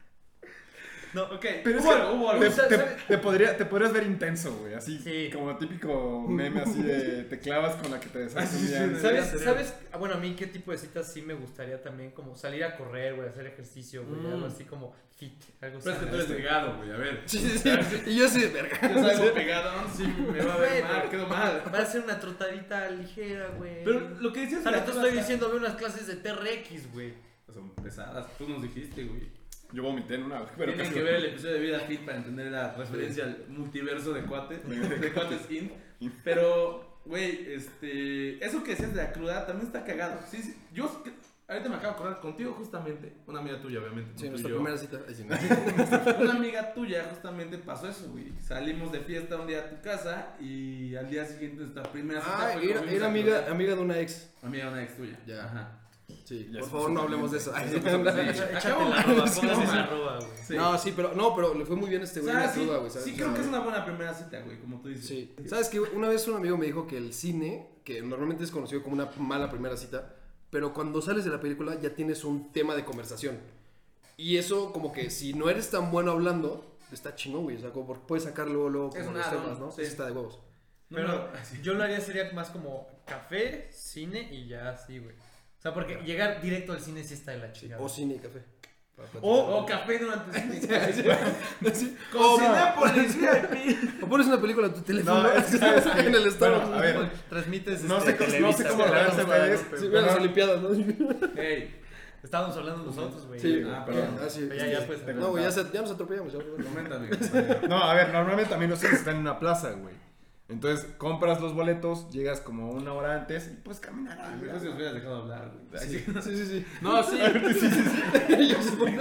[SPEAKER 1] No, ok.
[SPEAKER 3] Pero es
[SPEAKER 1] hubo
[SPEAKER 3] que
[SPEAKER 1] algo, hubo algo.
[SPEAKER 3] te,
[SPEAKER 4] sea,
[SPEAKER 3] te-
[SPEAKER 4] ¿sabes?
[SPEAKER 3] te podría- te podrías ver intenso, güey. Así
[SPEAKER 4] Sí.
[SPEAKER 3] como típico meme así de te clavas con la que te deshaces un día.
[SPEAKER 1] Ah, sí.
[SPEAKER 4] ¿Sabes?
[SPEAKER 1] Debería
[SPEAKER 4] ¿Sabes? Ah, Bueno, a mí qué tipo de citas sí me gustaría también, como salir a correr, güey, hacer ejercicio, güey,
[SPEAKER 1] Mm.
[SPEAKER 4] algo así como fit, algo así.
[SPEAKER 1] Pero
[SPEAKER 4] Este,
[SPEAKER 1] es que tú eres delgado, güey. A ver.
[SPEAKER 2] Sí, sí, sí.
[SPEAKER 1] Ah,
[SPEAKER 2] Y yo sí, verga.
[SPEAKER 1] Yo salgo pegado, sí, me va a ver mal, quedo mal.
[SPEAKER 4] Va a ser una trotadita ligera, güey.
[SPEAKER 1] Pero lo que dices.
[SPEAKER 4] O sea, no te
[SPEAKER 1] las
[SPEAKER 4] estoy
[SPEAKER 1] cosas-
[SPEAKER 4] diciendo, ve unas clases de TRX, güey.
[SPEAKER 1] Son pesadas, tú nos dijiste, güey.
[SPEAKER 3] Yo vomité en una, güey, pero
[SPEAKER 1] Tienen
[SPEAKER 3] casi-
[SPEAKER 1] que ver el episodio de Vida Fit para entender la referencia al multiverso de cuates, de cuates in. Pero, güey, este, eso que decías de la cruda también está cagado. Sí, sí, yo es que- ahorita me acabo de acordar contigo justamente, una amiga tuya, obviamente.
[SPEAKER 2] Sí,
[SPEAKER 1] no tú
[SPEAKER 2] nuestra
[SPEAKER 1] y yo.
[SPEAKER 2] primera cita. Ay, sí, no. Ah,
[SPEAKER 1] Una amiga tuya justamente pasó eso, güey. Salimos de fiesta un día a tu casa y al día siguiente nuestra primera cita
[SPEAKER 2] Ah,
[SPEAKER 1] fue
[SPEAKER 2] era,
[SPEAKER 1] conmigo,
[SPEAKER 2] era
[SPEAKER 1] esa
[SPEAKER 2] amiga,
[SPEAKER 1] cruda.
[SPEAKER 2] amiga de una ex.
[SPEAKER 1] Amiga de una ex tuya.
[SPEAKER 2] Ya.
[SPEAKER 1] Ajá.
[SPEAKER 2] Sí,
[SPEAKER 3] Ya
[SPEAKER 2] por
[SPEAKER 3] se
[SPEAKER 2] favor
[SPEAKER 3] puso
[SPEAKER 2] no hablemos de eso. Ay,
[SPEAKER 3] caliente.
[SPEAKER 2] no,
[SPEAKER 1] Sí,
[SPEAKER 2] no,
[SPEAKER 4] Échate
[SPEAKER 1] acabo-
[SPEAKER 4] la roba,
[SPEAKER 1] Sí,
[SPEAKER 4] póngase
[SPEAKER 1] no,
[SPEAKER 4] la
[SPEAKER 1] man.
[SPEAKER 4] roba, güey.
[SPEAKER 1] Sí.
[SPEAKER 2] No, sí, pero no, pero le fue muy bien a este
[SPEAKER 1] O
[SPEAKER 2] güey
[SPEAKER 1] sea,
[SPEAKER 2] en la
[SPEAKER 1] sí,
[SPEAKER 2] cruda, güey, ¿sabes?
[SPEAKER 1] sí
[SPEAKER 2] O sea,
[SPEAKER 1] creo que es una buena primera cita, güey, como tú dices.
[SPEAKER 2] Sí. ¿Sabes que Una vez un amigo me dijo que el cine, que normalmente es conocido como una mala primera cita, pero cuando sales de la película ya tienes un tema de conversación. Y eso como que si no eres tan bueno hablando, está chingón, güey, o sea, como por- puedes sacar luego luego
[SPEAKER 1] Es
[SPEAKER 2] como
[SPEAKER 1] un
[SPEAKER 2] los
[SPEAKER 1] add-on,
[SPEAKER 2] temas, ¿no?
[SPEAKER 1] sí.
[SPEAKER 2] Eso está de huevos.
[SPEAKER 4] Pero
[SPEAKER 1] Ah,
[SPEAKER 4] yo lo haría sería más como café, cine y ya así, güey. O sea, porque llegar directo al cine sí está de la chica.
[SPEAKER 2] O cine y café.
[SPEAKER 1] O, o café durante su
[SPEAKER 2] Sí.
[SPEAKER 1] Con
[SPEAKER 2] O-
[SPEAKER 1] Cinépolis VIP.
[SPEAKER 2] O pones una película en tu teléfono
[SPEAKER 3] No, es que sabes que-
[SPEAKER 2] en el estado.
[SPEAKER 3] Bueno, a ver,
[SPEAKER 4] Transmites
[SPEAKER 3] no
[SPEAKER 4] este,
[SPEAKER 3] sé, cómo- no
[SPEAKER 4] Televisa,
[SPEAKER 3] sé cómo
[SPEAKER 4] güey,
[SPEAKER 3] lo vean
[SPEAKER 4] no,
[SPEAKER 3] ustedes.
[SPEAKER 4] no,
[SPEAKER 2] Sí, vean las
[SPEAKER 3] pero-
[SPEAKER 2] Olimpiadas, ¿no?
[SPEAKER 1] Ey,
[SPEAKER 4] Estábamos hablando nosotros, güey.
[SPEAKER 2] Sí,
[SPEAKER 1] Ah,
[SPEAKER 3] perdón.
[SPEAKER 2] Ah, sí.
[SPEAKER 4] Pero ya, ya, pues.
[SPEAKER 2] No, güey, ya, se- ya nos atropellamos. ya, güey.
[SPEAKER 1] coméntame.
[SPEAKER 3] No, a ver, normalmente también los cines están en una plaza, güey. Entonces compras los boletos, llegas como una hora antes y puedes caminar.
[SPEAKER 1] Ah,
[SPEAKER 3] güey.
[SPEAKER 1] Mejor si os hubieras dejado hablar. güey. Ay, sí.
[SPEAKER 2] Sí, sí, sí.
[SPEAKER 1] No, sí.
[SPEAKER 2] Yo supongo.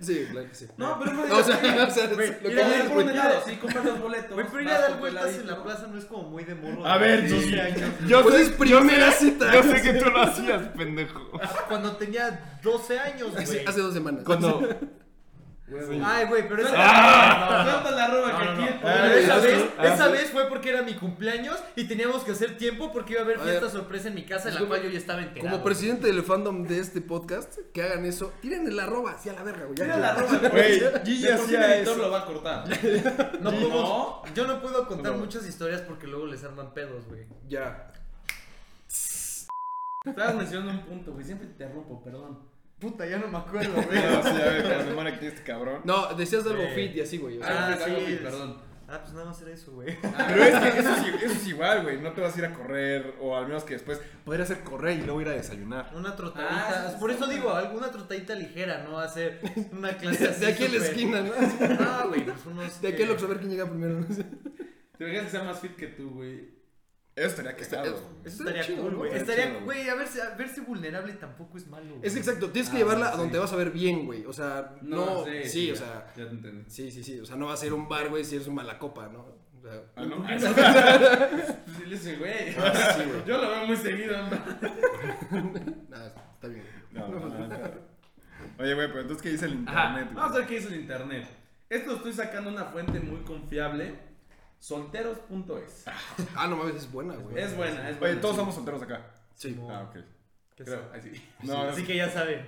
[SPEAKER 2] Sí, claro que sí.
[SPEAKER 1] No, pero
[SPEAKER 2] O sea, o sea,
[SPEAKER 4] Güey,
[SPEAKER 2] lo que
[SPEAKER 1] ir a
[SPEAKER 2] dices,
[SPEAKER 1] dar por
[SPEAKER 2] güey.
[SPEAKER 1] un helado, sí, compras los boletos.
[SPEAKER 4] Güey, pero ir a
[SPEAKER 1] vas
[SPEAKER 4] dar
[SPEAKER 1] por tu
[SPEAKER 4] vueltas en
[SPEAKER 1] heladito.
[SPEAKER 4] la plaza no es como muy de morro.
[SPEAKER 3] A ver,
[SPEAKER 4] de
[SPEAKER 3] yo-
[SPEAKER 4] 12 años.
[SPEAKER 3] yo
[SPEAKER 2] Pues
[SPEAKER 3] sé,
[SPEAKER 2] es primera cita.
[SPEAKER 3] yo sé que tú lo hacías, pendejo.
[SPEAKER 4] Cuando tenía 12 años,
[SPEAKER 2] Hace,
[SPEAKER 4] güey.
[SPEAKER 2] hace dos semanas.
[SPEAKER 3] Cuando. Sí.
[SPEAKER 4] Ay, güey, pero esa,
[SPEAKER 1] Ah. No, Cuenta la roba
[SPEAKER 4] No,
[SPEAKER 1] que
[SPEAKER 4] no,
[SPEAKER 1] aquí
[SPEAKER 4] no.
[SPEAKER 1] el
[SPEAKER 3] Ah,
[SPEAKER 4] Pero
[SPEAKER 1] pobre-
[SPEAKER 4] esa
[SPEAKER 3] sí,
[SPEAKER 4] vez,
[SPEAKER 3] ah,
[SPEAKER 4] esa
[SPEAKER 3] sí.
[SPEAKER 4] vez fue porque era mi cumpleaños y teníamos que hacer tiempo porque iba a haber
[SPEAKER 2] A
[SPEAKER 4] fiesta
[SPEAKER 2] ver.
[SPEAKER 4] sorpresa en mi casa, en la cual yo ya estaba enterado.
[SPEAKER 2] Como presidente del fandom de este podcast, que hagan eso. Tiren el arroba, sí, a la verga, güey. ya.
[SPEAKER 1] Mira la roba.
[SPEAKER 3] Güey,
[SPEAKER 1] Y
[SPEAKER 3] Gigi
[SPEAKER 1] ya sí, el
[SPEAKER 3] hacía
[SPEAKER 1] editor lo
[SPEAKER 3] eso.
[SPEAKER 1] va a cortar.
[SPEAKER 4] No
[SPEAKER 1] Sí.
[SPEAKER 4] puedo- yo no puedo contar
[SPEAKER 3] No.
[SPEAKER 4] muchas historias porque luego les arman pedos, güey.
[SPEAKER 2] Ya.
[SPEAKER 1] Estabas mencionando un punto, güey. Siempre te interrumpo, perdón.
[SPEAKER 4] Puta, ya no me acuerdo, güey.
[SPEAKER 3] Pero sí, a ver, con la memoria que tienes, este cabrón.
[SPEAKER 2] No, decías de algo
[SPEAKER 4] Sí.
[SPEAKER 2] fit y así, güey. o sea.
[SPEAKER 4] Ah,
[SPEAKER 1] Ah,
[SPEAKER 4] sí,
[SPEAKER 1] sí,
[SPEAKER 4] es-
[SPEAKER 1] perdón.
[SPEAKER 4] Ah, pues nada más era eso, güey.
[SPEAKER 3] Pero es que eso es, i- eso es igual, güey. No te vas a ir a correr, o al menos que después podría hacer correr y luego ir a desayunar.
[SPEAKER 4] Una
[SPEAKER 1] Ah,
[SPEAKER 4] trotadita.
[SPEAKER 1] sí, sí,
[SPEAKER 4] Por
[SPEAKER 1] sí.
[SPEAKER 4] eso digo, alguna trotadita ligera, no hacer una clase así.
[SPEAKER 2] de aquí a la
[SPEAKER 4] Ah, súper-
[SPEAKER 2] esquina, ¿no?
[SPEAKER 4] Ah, güey, pues unos.
[SPEAKER 2] De aquí
[SPEAKER 4] eh,
[SPEAKER 2] al Oxxo, a ver quién llega primero.
[SPEAKER 1] Te veías que sea más fit que tú, güey.
[SPEAKER 3] Eso estaría
[SPEAKER 1] Este,
[SPEAKER 3] que estar.
[SPEAKER 4] Eso estaría
[SPEAKER 2] chido,
[SPEAKER 4] cool,
[SPEAKER 2] ¿no?
[SPEAKER 4] güey.
[SPEAKER 3] Estaría
[SPEAKER 4] Estaría,
[SPEAKER 3] chido, güey.
[SPEAKER 4] güey, a verse, a verse vulnerable tampoco es malo. güey.
[SPEAKER 2] Es que exacto, tienes que
[SPEAKER 1] Ah,
[SPEAKER 2] llevarla a
[SPEAKER 1] sí.
[SPEAKER 2] donde te vas a ver bien, güey. O sea, no. sí, o
[SPEAKER 1] ya,
[SPEAKER 2] sea.
[SPEAKER 1] Ya te entendí.
[SPEAKER 2] Sí, sí, sí. O sea, no va a ser un bar, güey, si eres un mala copa, ¿no? O sea,
[SPEAKER 3] Ah, ¿no?
[SPEAKER 1] Sí, le dije, güey.
[SPEAKER 2] Ah, sí, güey.
[SPEAKER 1] Yo lo veo muy seguido.
[SPEAKER 2] nada, Ah, está bien. güey.
[SPEAKER 3] No, no, no, no. Oye, güey, pero entonces, ¿qué dice el
[SPEAKER 1] Ajá.
[SPEAKER 3] internet?
[SPEAKER 1] Vamos a
[SPEAKER 3] güey?
[SPEAKER 1] ver qué dice el internet. Esto estoy sacando una fuente muy confiable. Solteros.es.
[SPEAKER 2] Ah, no mames, es buena, güey.
[SPEAKER 1] Es buena, es buena.
[SPEAKER 3] Oye, todos somos solteros acá.
[SPEAKER 2] Sí.
[SPEAKER 3] Ah, ok.
[SPEAKER 4] Que
[SPEAKER 1] Creo,
[SPEAKER 4] sea.
[SPEAKER 1] ahí sí.
[SPEAKER 3] No,
[SPEAKER 4] Así que ya saben.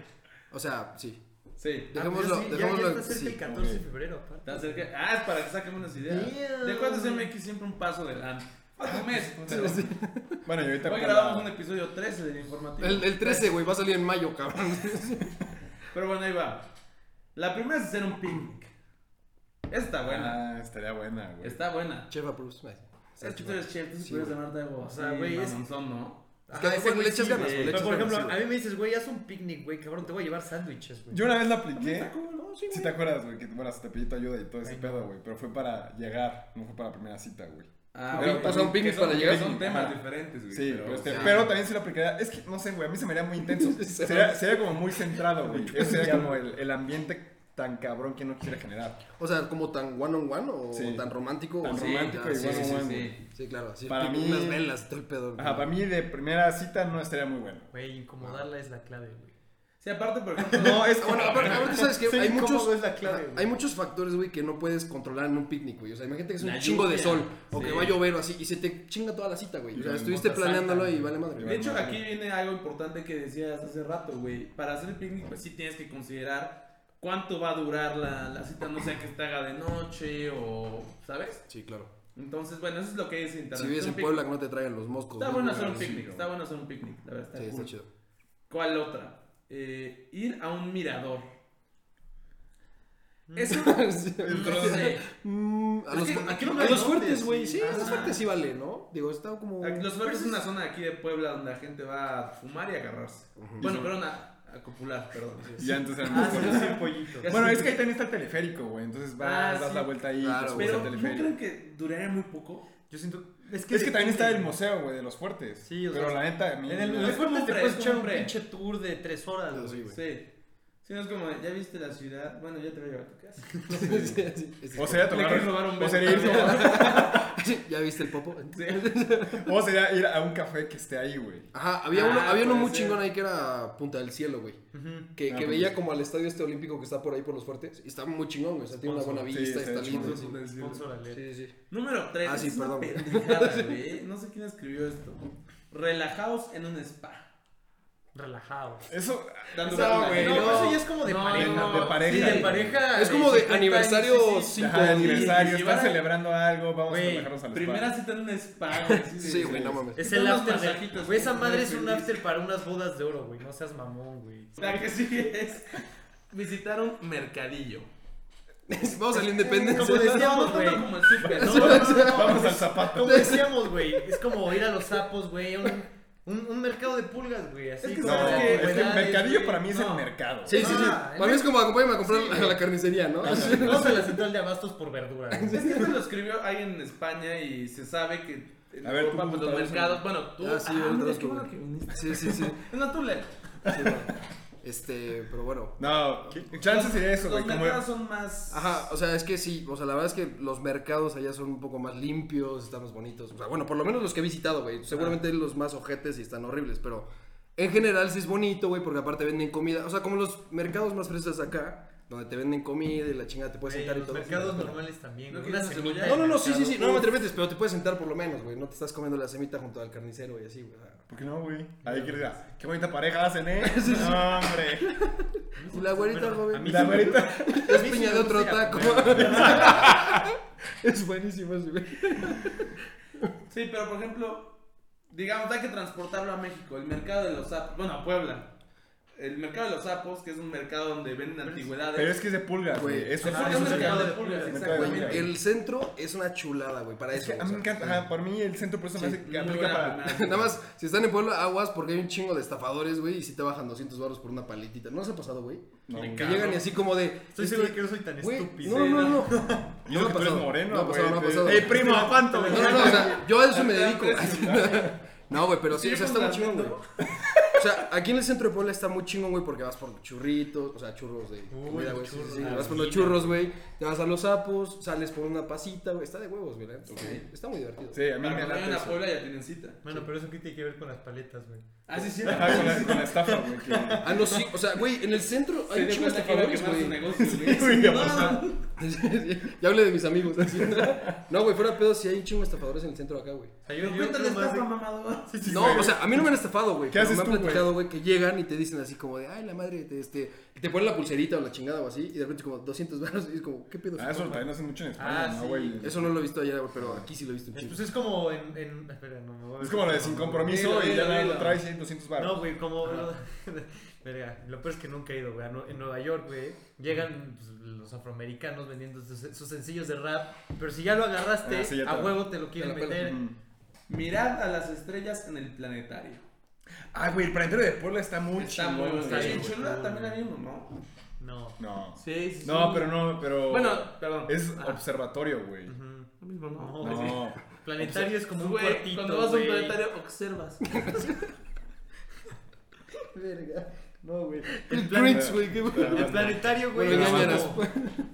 [SPEAKER 2] O sea, sí.
[SPEAKER 1] Sí.
[SPEAKER 4] Ah,
[SPEAKER 2] Dejémoslo,
[SPEAKER 4] pues sí, ya-
[SPEAKER 2] dejémoslo.
[SPEAKER 4] Ya, está cerca
[SPEAKER 2] sí.
[SPEAKER 4] el 14 de
[SPEAKER 3] ok.
[SPEAKER 4] febrero, aparte.
[SPEAKER 1] Está cerca. Ah, es para que saquen unas ideas.
[SPEAKER 4] Damn.
[SPEAKER 1] De cuántos MX siempre un paso delante. Falta un mes. pero-
[SPEAKER 3] Bueno, y ahorita.
[SPEAKER 1] Hoy
[SPEAKER 3] con
[SPEAKER 1] grabamos
[SPEAKER 3] la-
[SPEAKER 1] un episodio 13 del informativo.
[SPEAKER 2] El, el 13, güey, va a salir en mayo, cabrón.
[SPEAKER 1] Pero bueno, ahí va. La primera es hacer un picnic. Está buena. Este-
[SPEAKER 3] Ah, estaría buena, güey.
[SPEAKER 1] Está buena.
[SPEAKER 2] Chef approves. Ay,
[SPEAKER 1] Es que tú eres chef, tú sí
[SPEAKER 2] Sí,
[SPEAKER 1] puedes
[SPEAKER 2] güey.
[SPEAKER 1] llamarte algo. O
[SPEAKER 4] Sí,
[SPEAKER 1] sea, güey, es un
[SPEAKER 4] mamonzón,
[SPEAKER 1] son, ¿no?
[SPEAKER 2] Es que
[SPEAKER 4] Ajá,
[SPEAKER 2] Ah, ese güey le echas
[SPEAKER 4] sí,
[SPEAKER 2] ganas,
[SPEAKER 4] güey.
[SPEAKER 2] güey. le
[SPEAKER 4] Pero,
[SPEAKER 2] echas
[SPEAKER 4] por
[SPEAKER 2] ganas,
[SPEAKER 4] ejemplo,
[SPEAKER 2] sí,
[SPEAKER 4] a
[SPEAKER 2] güey.
[SPEAKER 4] mí me dices, güey, haz un picnic, güey, cabrón, te voy a llevar sándwiches, güey.
[SPEAKER 3] Yo una vez la apliqué.
[SPEAKER 1] ¿Cómo no? Sí,
[SPEAKER 3] Si
[SPEAKER 1] güey.
[SPEAKER 3] te acuerdas, güey, que bueno, hasta te pedí tu ayuda y todo ese
[SPEAKER 4] Ay, no.
[SPEAKER 3] pedo, güey. Pero fue para llegar, no fue para la primera cita, güey.
[SPEAKER 1] Ah,
[SPEAKER 2] Güey,
[SPEAKER 1] güey,
[SPEAKER 2] o sea, un picnic
[SPEAKER 1] que son-
[SPEAKER 2] para
[SPEAKER 1] que
[SPEAKER 2] llegar.
[SPEAKER 1] Son temas
[SPEAKER 3] Ajá.
[SPEAKER 1] diferentes, güey.
[SPEAKER 3] Sí,
[SPEAKER 2] pues,
[SPEAKER 3] pero, este-
[SPEAKER 1] sí.
[SPEAKER 3] pero también si lo aplicaría. Es que, no sé, güey, a mí se me haría muy intenso. sería, sería como muy centrado, güey. Eso sería como el, el ambiente tan cabrón que no quisiera generar.
[SPEAKER 2] O sea, como tan one on one o
[SPEAKER 3] Sí.
[SPEAKER 2] tan romántico.
[SPEAKER 3] Tan
[SPEAKER 2] o-
[SPEAKER 3] romántico
[SPEAKER 2] ah,
[SPEAKER 3] y
[SPEAKER 2] sí,
[SPEAKER 3] one
[SPEAKER 2] sí,
[SPEAKER 3] on
[SPEAKER 2] sí.
[SPEAKER 3] one,
[SPEAKER 1] sí.
[SPEAKER 2] Sí, claro. Sí,
[SPEAKER 3] Para
[SPEAKER 2] para
[SPEAKER 3] mí-
[SPEAKER 2] Unas velas, todo el pedo.
[SPEAKER 3] Ajá, para mí de primera cita no estaría muy bueno.
[SPEAKER 4] Güey, incomodarla es la clave, güey.
[SPEAKER 1] Sí, aparte, por ejemplo.
[SPEAKER 3] No, es
[SPEAKER 2] Ah, Bueno, aparte, aparte, sabes que
[SPEAKER 3] Sí,
[SPEAKER 2] hay
[SPEAKER 3] ¿cómo
[SPEAKER 2] muchos,
[SPEAKER 3] ves la clave,
[SPEAKER 2] ajá,
[SPEAKER 3] güey?
[SPEAKER 2] hay muchos factores, güey, que no puedes controlar en un picnic, güey. O sea, imagínate que es un
[SPEAKER 1] La
[SPEAKER 2] chingo de
[SPEAKER 1] lluvia.
[SPEAKER 2] sol o que
[SPEAKER 1] Sí.
[SPEAKER 2] va a llover o así y se te chinga toda la cita, güey.
[SPEAKER 3] Y
[SPEAKER 2] O sea,
[SPEAKER 3] la
[SPEAKER 2] estuviste
[SPEAKER 1] mota
[SPEAKER 2] planeándolo
[SPEAKER 1] santa,
[SPEAKER 2] y vale madre.
[SPEAKER 1] De
[SPEAKER 2] güey.
[SPEAKER 1] hecho, aquí viene algo importante que decías hace rato, güey. Para hacer el picnic, pues sí tienes que considerar cuánto va a durar la, la cita, no sea que te haga de noche o. ¿Sabes?
[SPEAKER 2] Sí, claro.
[SPEAKER 1] Entonces, bueno, eso es lo que dice internet.
[SPEAKER 2] Si vives
[SPEAKER 1] Un
[SPEAKER 2] en
[SPEAKER 1] picnic.
[SPEAKER 2] Puebla que no te traigan los moscos.
[SPEAKER 1] Está
[SPEAKER 2] güey,
[SPEAKER 1] bueno
[SPEAKER 2] güey.
[SPEAKER 1] hacer un
[SPEAKER 3] sí,
[SPEAKER 1] picnic,
[SPEAKER 3] güey.
[SPEAKER 1] está bueno hacer un picnic, la verdad está,
[SPEAKER 2] Sí, está
[SPEAKER 1] cool.
[SPEAKER 2] chido.
[SPEAKER 1] ¿Cuál otra? Eh, ir a un mirador. Eso no
[SPEAKER 2] Sí.
[SPEAKER 1] sé.
[SPEAKER 2] Mm, A
[SPEAKER 1] Es
[SPEAKER 2] los,
[SPEAKER 1] que aquí no
[SPEAKER 2] a
[SPEAKER 1] hay
[SPEAKER 2] los
[SPEAKER 1] norte,
[SPEAKER 2] fuertes, güey.
[SPEAKER 1] sí.
[SPEAKER 2] Sí, a los
[SPEAKER 1] Ajá.
[SPEAKER 2] fuertes sí vale, ¿no? Digo, está como.
[SPEAKER 1] Los Fuertes es una zona de aquí de Puebla donde la gente va a fumar y agarrarse. Bueno, perdón, a, a copular, perdón.
[SPEAKER 3] Y ya antes eran
[SPEAKER 4] Ah,
[SPEAKER 3] más
[SPEAKER 4] sí, yo
[SPEAKER 3] cortos.
[SPEAKER 4] soy pollito.
[SPEAKER 1] Ya
[SPEAKER 3] Bueno,
[SPEAKER 1] sé.
[SPEAKER 3] es que ahí también está el teleférico, güey. Entonces vas,
[SPEAKER 1] Ah,
[SPEAKER 3] das
[SPEAKER 1] sí.
[SPEAKER 3] la vuelta ahí,
[SPEAKER 2] Claro,
[SPEAKER 3] te subes
[SPEAKER 1] Pero,
[SPEAKER 3] al
[SPEAKER 1] ¿no
[SPEAKER 3] teleférico.
[SPEAKER 1] creen que duraría muy poco?
[SPEAKER 4] Yo siento. Es
[SPEAKER 3] Es que también está el
[SPEAKER 4] museo.
[SPEAKER 3] museo, güey, de los fuertes.
[SPEAKER 4] Sí, o
[SPEAKER 3] Pero
[SPEAKER 4] sea,
[SPEAKER 3] la neta, a mí.
[SPEAKER 4] En el
[SPEAKER 1] Es
[SPEAKER 4] museo
[SPEAKER 1] como
[SPEAKER 4] te
[SPEAKER 1] un
[SPEAKER 4] puedes
[SPEAKER 1] pre-
[SPEAKER 4] echar un
[SPEAKER 1] hombre.
[SPEAKER 4] pinche tour de tres horas,
[SPEAKER 2] Ah,
[SPEAKER 4] güey.
[SPEAKER 2] sí, güey.
[SPEAKER 1] Sí. Si no es como, ya viste la ciudad, bueno, ya te voy a llevar a tu casa.
[SPEAKER 2] Sí, Pues, sí, sí.
[SPEAKER 3] O sería
[SPEAKER 1] Le
[SPEAKER 3] tomar.
[SPEAKER 1] quieres robar un
[SPEAKER 3] o,
[SPEAKER 1] beso.
[SPEAKER 3] sería ir como-
[SPEAKER 2] Sí, ¿Ya viste el popo?
[SPEAKER 3] o sería ir a un café que esté ahí, güey.
[SPEAKER 2] Ajá, había
[SPEAKER 1] Ah,
[SPEAKER 2] uno, había uno
[SPEAKER 1] puede
[SPEAKER 2] muy
[SPEAKER 1] ser.
[SPEAKER 2] chingón ahí que era Punta del Cielo, güey.
[SPEAKER 4] Ujú.
[SPEAKER 2] Que, que
[SPEAKER 3] Ah, pues
[SPEAKER 2] veía
[SPEAKER 3] sí.
[SPEAKER 2] como al estadio este olímpico que está por ahí por los fuertes. Y está muy chingón, güey. O sea, tiene una buena
[SPEAKER 3] Sí,
[SPEAKER 2] vista,
[SPEAKER 3] está
[SPEAKER 2] está
[SPEAKER 3] chingón.
[SPEAKER 2] lindo. Sí,
[SPEAKER 4] Sponsor alert.
[SPEAKER 2] sí, sí.
[SPEAKER 1] Número 3.
[SPEAKER 2] Ah, sí,
[SPEAKER 1] es una
[SPEAKER 2] perdón.
[SPEAKER 1] pendejada, güey. No sé quién escribió esto. Relajaos en un spa.
[SPEAKER 4] Relajado.
[SPEAKER 3] Eso.
[SPEAKER 1] Dando
[SPEAKER 3] Eso,
[SPEAKER 1] vueltas.
[SPEAKER 3] güey,
[SPEAKER 4] No,
[SPEAKER 3] no.
[SPEAKER 4] pero eso ya es como de
[SPEAKER 1] No,
[SPEAKER 4] pareja.
[SPEAKER 1] no,
[SPEAKER 3] de pareja.
[SPEAKER 4] Sí, de pareja.
[SPEAKER 2] Es como de
[SPEAKER 4] 50 años,
[SPEAKER 2] aniversario
[SPEAKER 4] sí, sí.
[SPEAKER 2] cinco,
[SPEAKER 3] Ajá, de
[SPEAKER 2] sí,
[SPEAKER 3] aniversario,
[SPEAKER 1] sí,
[SPEAKER 3] están
[SPEAKER 1] sí.
[SPEAKER 3] celebrando algo, vamos
[SPEAKER 4] Güey,
[SPEAKER 3] a bajarnos al
[SPEAKER 1] Primera
[SPEAKER 3] spa.
[SPEAKER 1] cita en un spa, güey. sí,
[SPEAKER 2] Sí, güey,
[SPEAKER 1] sí.
[SPEAKER 2] no mames.
[SPEAKER 4] Es
[SPEAKER 1] Son
[SPEAKER 4] el
[SPEAKER 1] unos
[SPEAKER 4] after de...
[SPEAKER 1] masajitos,
[SPEAKER 4] Güey, esa
[SPEAKER 1] güey,
[SPEAKER 4] madre
[SPEAKER 1] muy
[SPEAKER 4] es un
[SPEAKER 1] feliz.
[SPEAKER 4] after para unas bodas de oro, güey. No seas mamón, güey.
[SPEAKER 1] La que sigue es visitar un mercadillo.
[SPEAKER 2] Vamos al Independencia.
[SPEAKER 4] Como decía-
[SPEAKER 1] No,
[SPEAKER 4] Decíamos,
[SPEAKER 1] no
[SPEAKER 4] güey.
[SPEAKER 1] tanto como el súper, ¿no?
[SPEAKER 3] Vamos al zapato.
[SPEAKER 4] Como decíamos, güey, es como ir a los sapos, güey, a un, un, un mercado de pulgas, güey, así
[SPEAKER 1] Es que
[SPEAKER 4] como
[SPEAKER 3] No,
[SPEAKER 1] ¿sabes
[SPEAKER 4] de
[SPEAKER 1] qué?
[SPEAKER 3] es que el
[SPEAKER 4] antigüedades,
[SPEAKER 3] mercadillo
[SPEAKER 4] güey.
[SPEAKER 3] para mí es el
[SPEAKER 1] No.
[SPEAKER 3] mercado.
[SPEAKER 2] Sí, sí, sí.
[SPEAKER 4] Ah,
[SPEAKER 2] Para mí es como acompáñame a comprar
[SPEAKER 4] sí,
[SPEAKER 2] a la
[SPEAKER 4] güey.
[SPEAKER 2] carnicería, ¿no? Sí.
[SPEAKER 4] Vamos a la central de abastos por verdura. güey.
[SPEAKER 1] Es que esto lo escribió alguien en España y se sabe que en
[SPEAKER 3] A ver,
[SPEAKER 1] Europa,
[SPEAKER 3] tú,
[SPEAKER 1] pues, los
[SPEAKER 3] Gustavo,
[SPEAKER 1] mercados, bueno, tú,
[SPEAKER 2] Ah, sí,
[SPEAKER 1] ah,
[SPEAKER 2] yo
[SPEAKER 1] mira,
[SPEAKER 2] traduzco,
[SPEAKER 1] qué bueno
[SPEAKER 2] güey.
[SPEAKER 1] que viniste.
[SPEAKER 2] Sí, sí, sí.
[SPEAKER 1] No, tú le.
[SPEAKER 2] Sí, güey. Este, pero bueno.
[SPEAKER 3] No, chance sería eso, güey.
[SPEAKER 1] Los
[SPEAKER 3] Como
[SPEAKER 1] mercados son más.
[SPEAKER 2] Ajá, o sea, es que sí, o sea, la verdad es que los mercados allá son un poco más limpios, están más bonitos. O sea, bueno, por lo menos los que he visitado, güey. Seguramente los más ojetes y están horribles, pero en general sí es bonito, güey, porque aparte venden comida. O sea, como los mercados más fresas acá, donde te venden comida y la chingada te puedes
[SPEAKER 4] Güey,
[SPEAKER 2] sentar y
[SPEAKER 4] los
[SPEAKER 2] todo.
[SPEAKER 4] mercados normales también,
[SPEAKER 1] No
[SPEAKER 4] güey.
[SPEAKER 1] quieres
[SPEAKER 4] Una
[SPEAKER 1] una
[SPEAKER 4] semilla.
[SPEAKER 1] cebolla.
[SPEAKER 2] No, no, no, sí, sí, sí, no
[SPEAKER 1] Uf.
[SPEAKER 2] me atreves, pero te puedes sentar por lo menos, güey. No te estás comiendo la semita junto al carnicero, güey, así, güey.
[SPEAKER 3] ¿Por qué no, güey? Ahí que diga, qué bonita pareja hacen, ¿eh? No, hombre.
[SPEAKER 2] Y la güerita,
[SPEAKER 4] Bueno, a
[SPEAKER 2] joven.
[SPEAKER 4] mí
[SPEAKER 3] La
[SPEAKER 4] sí me-
[SPEAKER 3] güerita.
[SPEAKER 2] Es piña de otro
[SPEAKER 4] gusta ir a
[SPEAKER 2] taco. es buenísimo, sí, güey.
[SPEAKER 1] Sí, pero por ejemplo, digamos, hay que transportarlo a México, el mercado de los sapos, bueno, a Puebla. El mercado de los sapos, que es un mercado donde venden antigüedades.
[SPEAKER 3] Pero es que es de pulgas,
[SPEAKER 2] Güey,
[SPEAKER 3] güey. Eso
[SPEAKER 1] Ajá,
[SPEAKER 3] es
[SPEAKER 1] es un
[SPEAKER 3] eso es
[SPEAKER 1] mercado de
[SPEAKER 3] mercado
[SPEAKER 1] pulgas,
[SPEAKER 3] de
[SPEAKER 1] exactamente.
[SPEAKER 3] pulgas.
[SPEAKER 2] Güey, el centro es una chulada, güey, para
[SPEAKER 3] Es
[SPEAKER 2] eso.
[SPEAKER 3] que a
[SPEAKER 2] o
[SPEAKER 3] mí me
[SPEAKER 2] sea,
[SPEAKER 3] encanta. Ajá, por mí el centro por eso me
[SPEAKER 1] Sí,
[SPEAKER 3] hace que
[SPEAKER 1] muy
[SPEAKER 3] aplica
[SPEAKER 1] buena
[SPEAKER 3] para.
[SPEAKER 1] primera.
[SPEAKER 2] Nada más, si están en Puebla, aguas, porque hay un chingo de estafadores, güey, y si te bajan 200 baros por una paletita. ¿No se ha pasado, güey?
[SPEAKER 3] No,
[SPEAKER 1] Me
[SPEAKER 2] Que
[SPEAKER 1] Cabrón.
[SPEAKER 2] llegan y así como de...
[SPEAKER 4] Estoy
[SPEAKER 2] este,
[SPEAKER 4] seguro que no soy tan
[SPEAKER 2] güey,
[SPEAKER 4] estúpido.
[SPEAKER 2] No, no, no.
[SPEAKER 3] Yo
[SPEAKER 2] ha
[SPEAKER 3] que tú eres
[SPEAKER 2] pasado,
[SPEAKER 3] moreno,
[SPEAKER 2] no ha pasado,
[SPEAKER 3] güey,
[SPEAKER 2] no ha
[SPEAKER 3] te-
[SPEAKER 2] pasado.
[SPEAKER 3] ¡Ey, primo!
[SPEAKER 4] ¿cuánto?
[SPEAKER 2] No, no, no, o sea, yo a eso me dedico. No, güey, pero sí,
[SPEAKER 1] Sí,
[SPEAKER 2] o sea, está muy
[SPEAKER 1] contratando.
[SPEAKER 2] chingón, güey. O sea, aquí en el centro de Puebla está muy chingón, güey, porque vas por churritos, o sea, churros de comida, güey. sí,
[SPEAKER 4] churros,
[SPEAKER 2] sí,
[SPEAKER 4] ah,
[SPEAKER 2] vas por los
[SPEAKER 4] mira.
[SPEAKER 2] churros, güey, te vas a los sapos, sales por una pasita, güey. Está de huevos, güey. la neta. Está muy divertido.
[SPEAKER 3] Sí, a mí
[SPEAKER 1] Para
[SPEAKER 3] me
[SPEAKER 1] cuando vayan
[SPEAKER 3] late
[SPEAKER 1] a
[SPEAKER 3] eso.
[SPEAKER 1] Puebla ya tienen cita.
[SPEAKER 4] Bueno, pero eso que tiene que ver con las paletas, güey.
[SPEAKER 1] Ah, sí, sí.
[SPEAKER 3] Ajá, con la- con la estafa, güey. que-
[SPEAKER 2] Ah, no, sí, o sea, güey, en el centro hay
[SPEAKER 1] Se
[SPEAKER 2] un
[SPEAKER 1] dio
[SPEAKER 2] chingo de
[SPEAKER 1] cuenta este que iba a
[SPEAKER 2] estafadores,
[SPEAKER 1] quemar su
[SPEAKER 2] güey.
[SPEAKER 1] negocio, güey. No,
[SPEAKER 3] güey, o sea.
[SPEAKER 2] ya hablé de mis amigos. así. No, güey, fuera de pedo, sí hay un chingo de estafadores en el centro de acá, güey.
[SPEAKER 4] O sea, yo,
[SPEAKER 1] Pero
[SPEAKER 4] yo
[SPEAKER 1] cuéntale
[SPEAKER 4] creo más
[SPEAKER 1] estafa,
[SPEAKER 4] de-
[SPEAKER 1] mamador.
[SPEAKER 2] No,
[SPEAKER 3] güey.
[SPEAKER 2] o sea, a mí no me han estafado, güey.
[SPEAKER 3] ¿Qué
[SPEAKER 2] pero
[SPEAKER 3] haces
[SPEAKER 2] me han
[SPEAKER 3] tú, güey?
[SPEAKER 2] platicado, güey, que llegan y te dicen así como de, ay, la madre, te, este, te ponen la pulserita o la chingada o así, y de repente como 200 baros, y es como, ¿qué pedo?
[SPEAKER 3] Ah, eso también lo hacen mucho en España,
[SPEAKER 4] Ah,
[SPEAKER 3] ¿no,
[SPEAKER 4] sí.
[SPEAKER 3] güey?
[SPEAKER 2] Eso no lo he visto allá, güey, pero aquí sí lo he visto un
[SPEAKER 4] Es-
[SPEAKER 2] chingo.
[SPEAKER 4] Pues es como en, en- Espera, no me voy a ver.
[SPEAKER 3] Es como lo de sin compromiso
[SPEAKER 1] Dilo,
[SPEAKER 3] y ya
[SPEAKER 1] dilo,
[SPEAKER 3] nada lo
[SPEAKER 1] dilo.
[SPEAKER 3] traes y hay 200
[SPEAKER 4] No,
[SPEAKER 3] baros.
[SPEAKER 4] güey, como... lo- Verga, lo peor es que nunca he ido, güey. a Nue- En Nueva York, güey, llegan pues, los afroamericanos vendiendo sus, sus sencillos de rap. Pero si ya lo agarraste,
[SPEAKER 3] Ah, sí, ya te
[SPEAKER 4] a
[SPEAKER 3] lo-
[SPEAKER 4] huevo te lo quieren
[SPEAKER 2] la pelas.
[SPEAKER 4] vender.
[SPEAKER 3] Mm.
[SPEAKER 1] Mirad a las estrellas en el planetario.
[SPEAKER 3] Ah, güey, el planetario de Puebla está muy
[SPEAKER 1] Está
[SPEAKER 3] chingón,
[SPEAKER 1] muy bueno.
[SPEAKER 3] güey.
[SPEAKER 1] Está bien.
[SPEAKER 4] güey.
[SPEAKER 1] Cholula también hay uno, ¿no?
[SPEAKER 4] No.
[SPEAKER 3] No.
[SPEAKER 1] Sí, sí.
[SPEAKER 3] No, pero no, pero.
[SPEAKER 1] Bueno, ah. perdón.
[SPEAKER 3] Es observatorio, güey.
[SPEAKER 4] Ujú.
[SPEAKER 1] Lo mismo, ¿no?
[SPEAKER 4] No, güey.
[SPEAKER 3] No.
[SPEAKER 4] Planetario es como un
[SPEAKER 1] Güey,
[SPEAKER 4] cuartito,
[SPEAKER 1] cuando vas a un
[SPEAKER 4] güey.
[SPEAKER 1] planetario observas.
[SPEAKER 2] Verga.
[SPEAKER 4] No, güey.
[SPEAKER 2] El
[SPEAKER 4] plan-
[SPEAKER 2] Grinch, güey, qué bueno.
[SPEAKER 4] El planetario, güey,
[SPEAKER 2] Bueno,
[SPEAKER 4] es
[SPEAKER 2] mañanas.
[SPEAKER 4] como,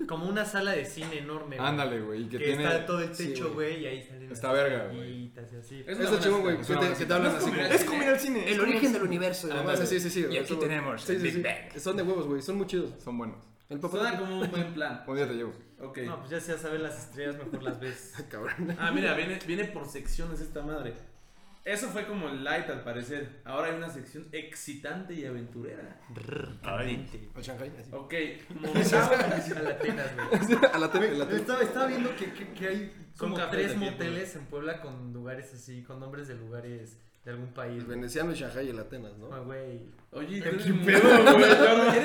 [SPEAKER 4] como una sala de cine enorme. güey.
[SPEAKER 3] Ándale, güey.
[SPEAKER 4] Que,
[SPEAKER 3] Que tiene.
[SPEAKER 4] está todo el
[SPEAKER 2] sí,
[SPEAKER 4] techo,
[SPEAKER 2] güey.
[SPEAKER 4] güey, y ahí salen
[SPEAKER 3] Está
[SPEAKER 4] las
[SPEAKER 3] verga, güey.
[SPEAKER 4] estrellitas y así.
[SPEAKER 1] Es
[SPEAKER 2] Eso es chingón, güey,
[SPEAKER 1] Es
[SPEAKER 2] que te, que te hablan así como...
[SPEAKER 1] Es como ir
[SPEAKER 3] al cine.
[SPEAKER 2] El origen del universo, y
[SPEAKER 3] Ándale.
[SPEAKER 2] además, sí, sí, sí.
[SPEAKER 3] Y
[SPEAKER 2] güey,
[SPEAKER 3] aquí
[SPEAKER 2] son-
[SPEAKER 3] tenemos
[SPEAKER 2] sí,
[SPEAKER 3] el
[SPEAKER 2] sí,
[SPEAKER 3] Big
[SPEAKER 2] sí.
[SPEAKER 3] Bang.
[SPEAKER 2] Son de huevos, güey, son muy chidos.
[SPEAKER 3] Son buenos.
[SPEAKER 2] El
[SPEAKER 1] Suena
[SPEAKER 2] papá...
[SPEAKER 1] como un buen plan.
[SPEAKER 3] Un día te llevo.
[SPEAKER 1] Ok.
[SPEAKER 4] No, pues ya sea saber las estrellas, mejor las ves.
[SPEAKER 2] Cabrón.
[SPEAKER 1] Ah, mira, viene, viene por secciones esta madre. Eso fue como el light al parecer. Ahora hay una sección excitante y aventurera.
[SPEAKER 4] Caliente.
[SPEAKER 2] Al Shanghai, así.
[SPEAKER 1] Ok, montado-
[SPEAKER 4] A la Atenas, güey.
[SPEAKER 2] A la TV, a la TV.
[SPEAKER 4] Estaba, estaba viendo que, que- que hay
[SPEAKER 1] Son
[SPEAKER 4] como
[SPEAKER 1] cafés
[SPEAKER 4] tres
[SPEAKER 1] aquí,
[SPEAKER 4] moteles en Puebla con lugares así, con nombres de lugares de algún país.
[SPEAKER 2] El
[SPEAKER 4] güey.
[SPEAKER 2] veneciano, el Shanghai y el Atenas,
[SPEAKER 4] Ah,
[SPEAKER 2] ¿no?
[SPEAKER 4] güey.
[SPEAKER 1] Oye,
[SPEAKER 4] ¿Qué
[SPEAKER 1] ¿qué
[SPEAKER 3] pedo, güey?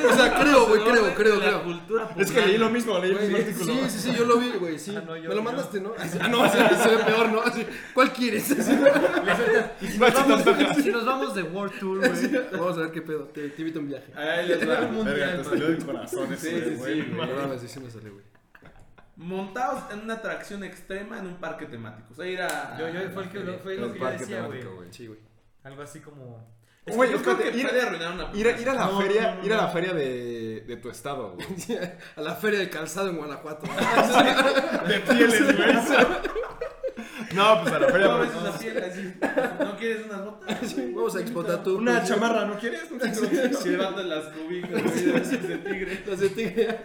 [SPEAKER 2] O sea, creo, güey, creo, creo, creo.
[SPEAKER 1] La cultura
[SPEAKER 3] Es que leí lo mismo, leí el mismo
[SPEAKER 2] Güey,
[SPEAKER 3] artículo.
[SPEAKER 2] sí, sí, sí, yo lo vi, güey, sí.
[SPEAKER 4] Ah, no, yo-
[SPEAKER 2] Me lo
[SPEAKER 4] yo.
[SPEAKER 2] mandaste, ¿no? Así- Ah, no, se, se ve peor, ¿no? Así, ¿Cuál quieres? Así,
[SPEAKER 4] Le sueltan, y Ah, pues, si nos,
[SPEAKER 3] Macho,
[SPEAKER 4] vamos,
[SPEAKER 3] tampoco.
[SPEAKER 4] si nos vamos de World Tour,
[SPEAKER 2] así.
[SPEAKER 4] güey.
[SPEAKER 2] Vamos a ver qué pedo. Te, te invito a un viaje.
[SPEAKER 1] Ahí les va.
[SPEAKER 4] Mundial,
[SPEAKER 3] Verga, te
[SPEAKER 4] güey.
[SPEAKER 3] salió del corazón
[SPEAKER 1] Sí, sí,
[SPEAKER 3] ese, güey.
[SPEAKER 1] sí,
[SPEAKER 2] No mames, sí, sí me salió, güey.
[SPEAKER 1] Montados en una atracción extrema en un parque temático. O sea, ir a.
[SPEAKER 4] Yo, yo, fue, el que, lo- fue lo
[SPEAKER 3] El
[SPEAKER 4] que yo
[SPEAKER 3] parque
[SPEAKER 4] decía, güey.
[SPEAKER 3] temático, güey.
[SPEAKER 2] Sí, güey.
[SPEAKER 4] Algo así como...
[SPEAKER 1] Es que
[SPEAKER 3] Güey,
[SPEAKER 1] yo
[SPEAKER 3] es
[SPEAKER 1] creo
[SPEAKER 3] que
[SPEAKER 1] que
[SPEAKER 3] ir-
[SPEAKER 1] puede arruinar una.
[SPEAKER 3] Ir a, ir a la
[SPEAKER 4] No,
[SPEAKER 3] feria,
[SPEAKER 4] no, no,
[SPEAKER 3] ir a la
[SPEAKER 4] no.
[SPEAKER 3] feria de, de tu estado, güey.
[SPEAKER 2] A la feria del calzado en Guanajuato.
[SPEAKER 3] De pieles, güey. No, pues a la feria.
[SPEAKER 1] No,
[SPEAKER 3] pues,
[SPEAKER 1] ves una piel así. ¿No quieres unas botas?
[SPEAKER 2] Vamos a exportar tu.
[SPEAKER 3] Una
[SPEAKER 2] tu-
[SPEAKER 3] chamarra, ¿no quieres?
[SPEAKER 1] Llevando las cubicas güey, de de tigre.
[SPEAKER 2] Las de tigre.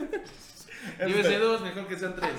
[SPEAKER 1] Llévese dos, mejor que sean tres.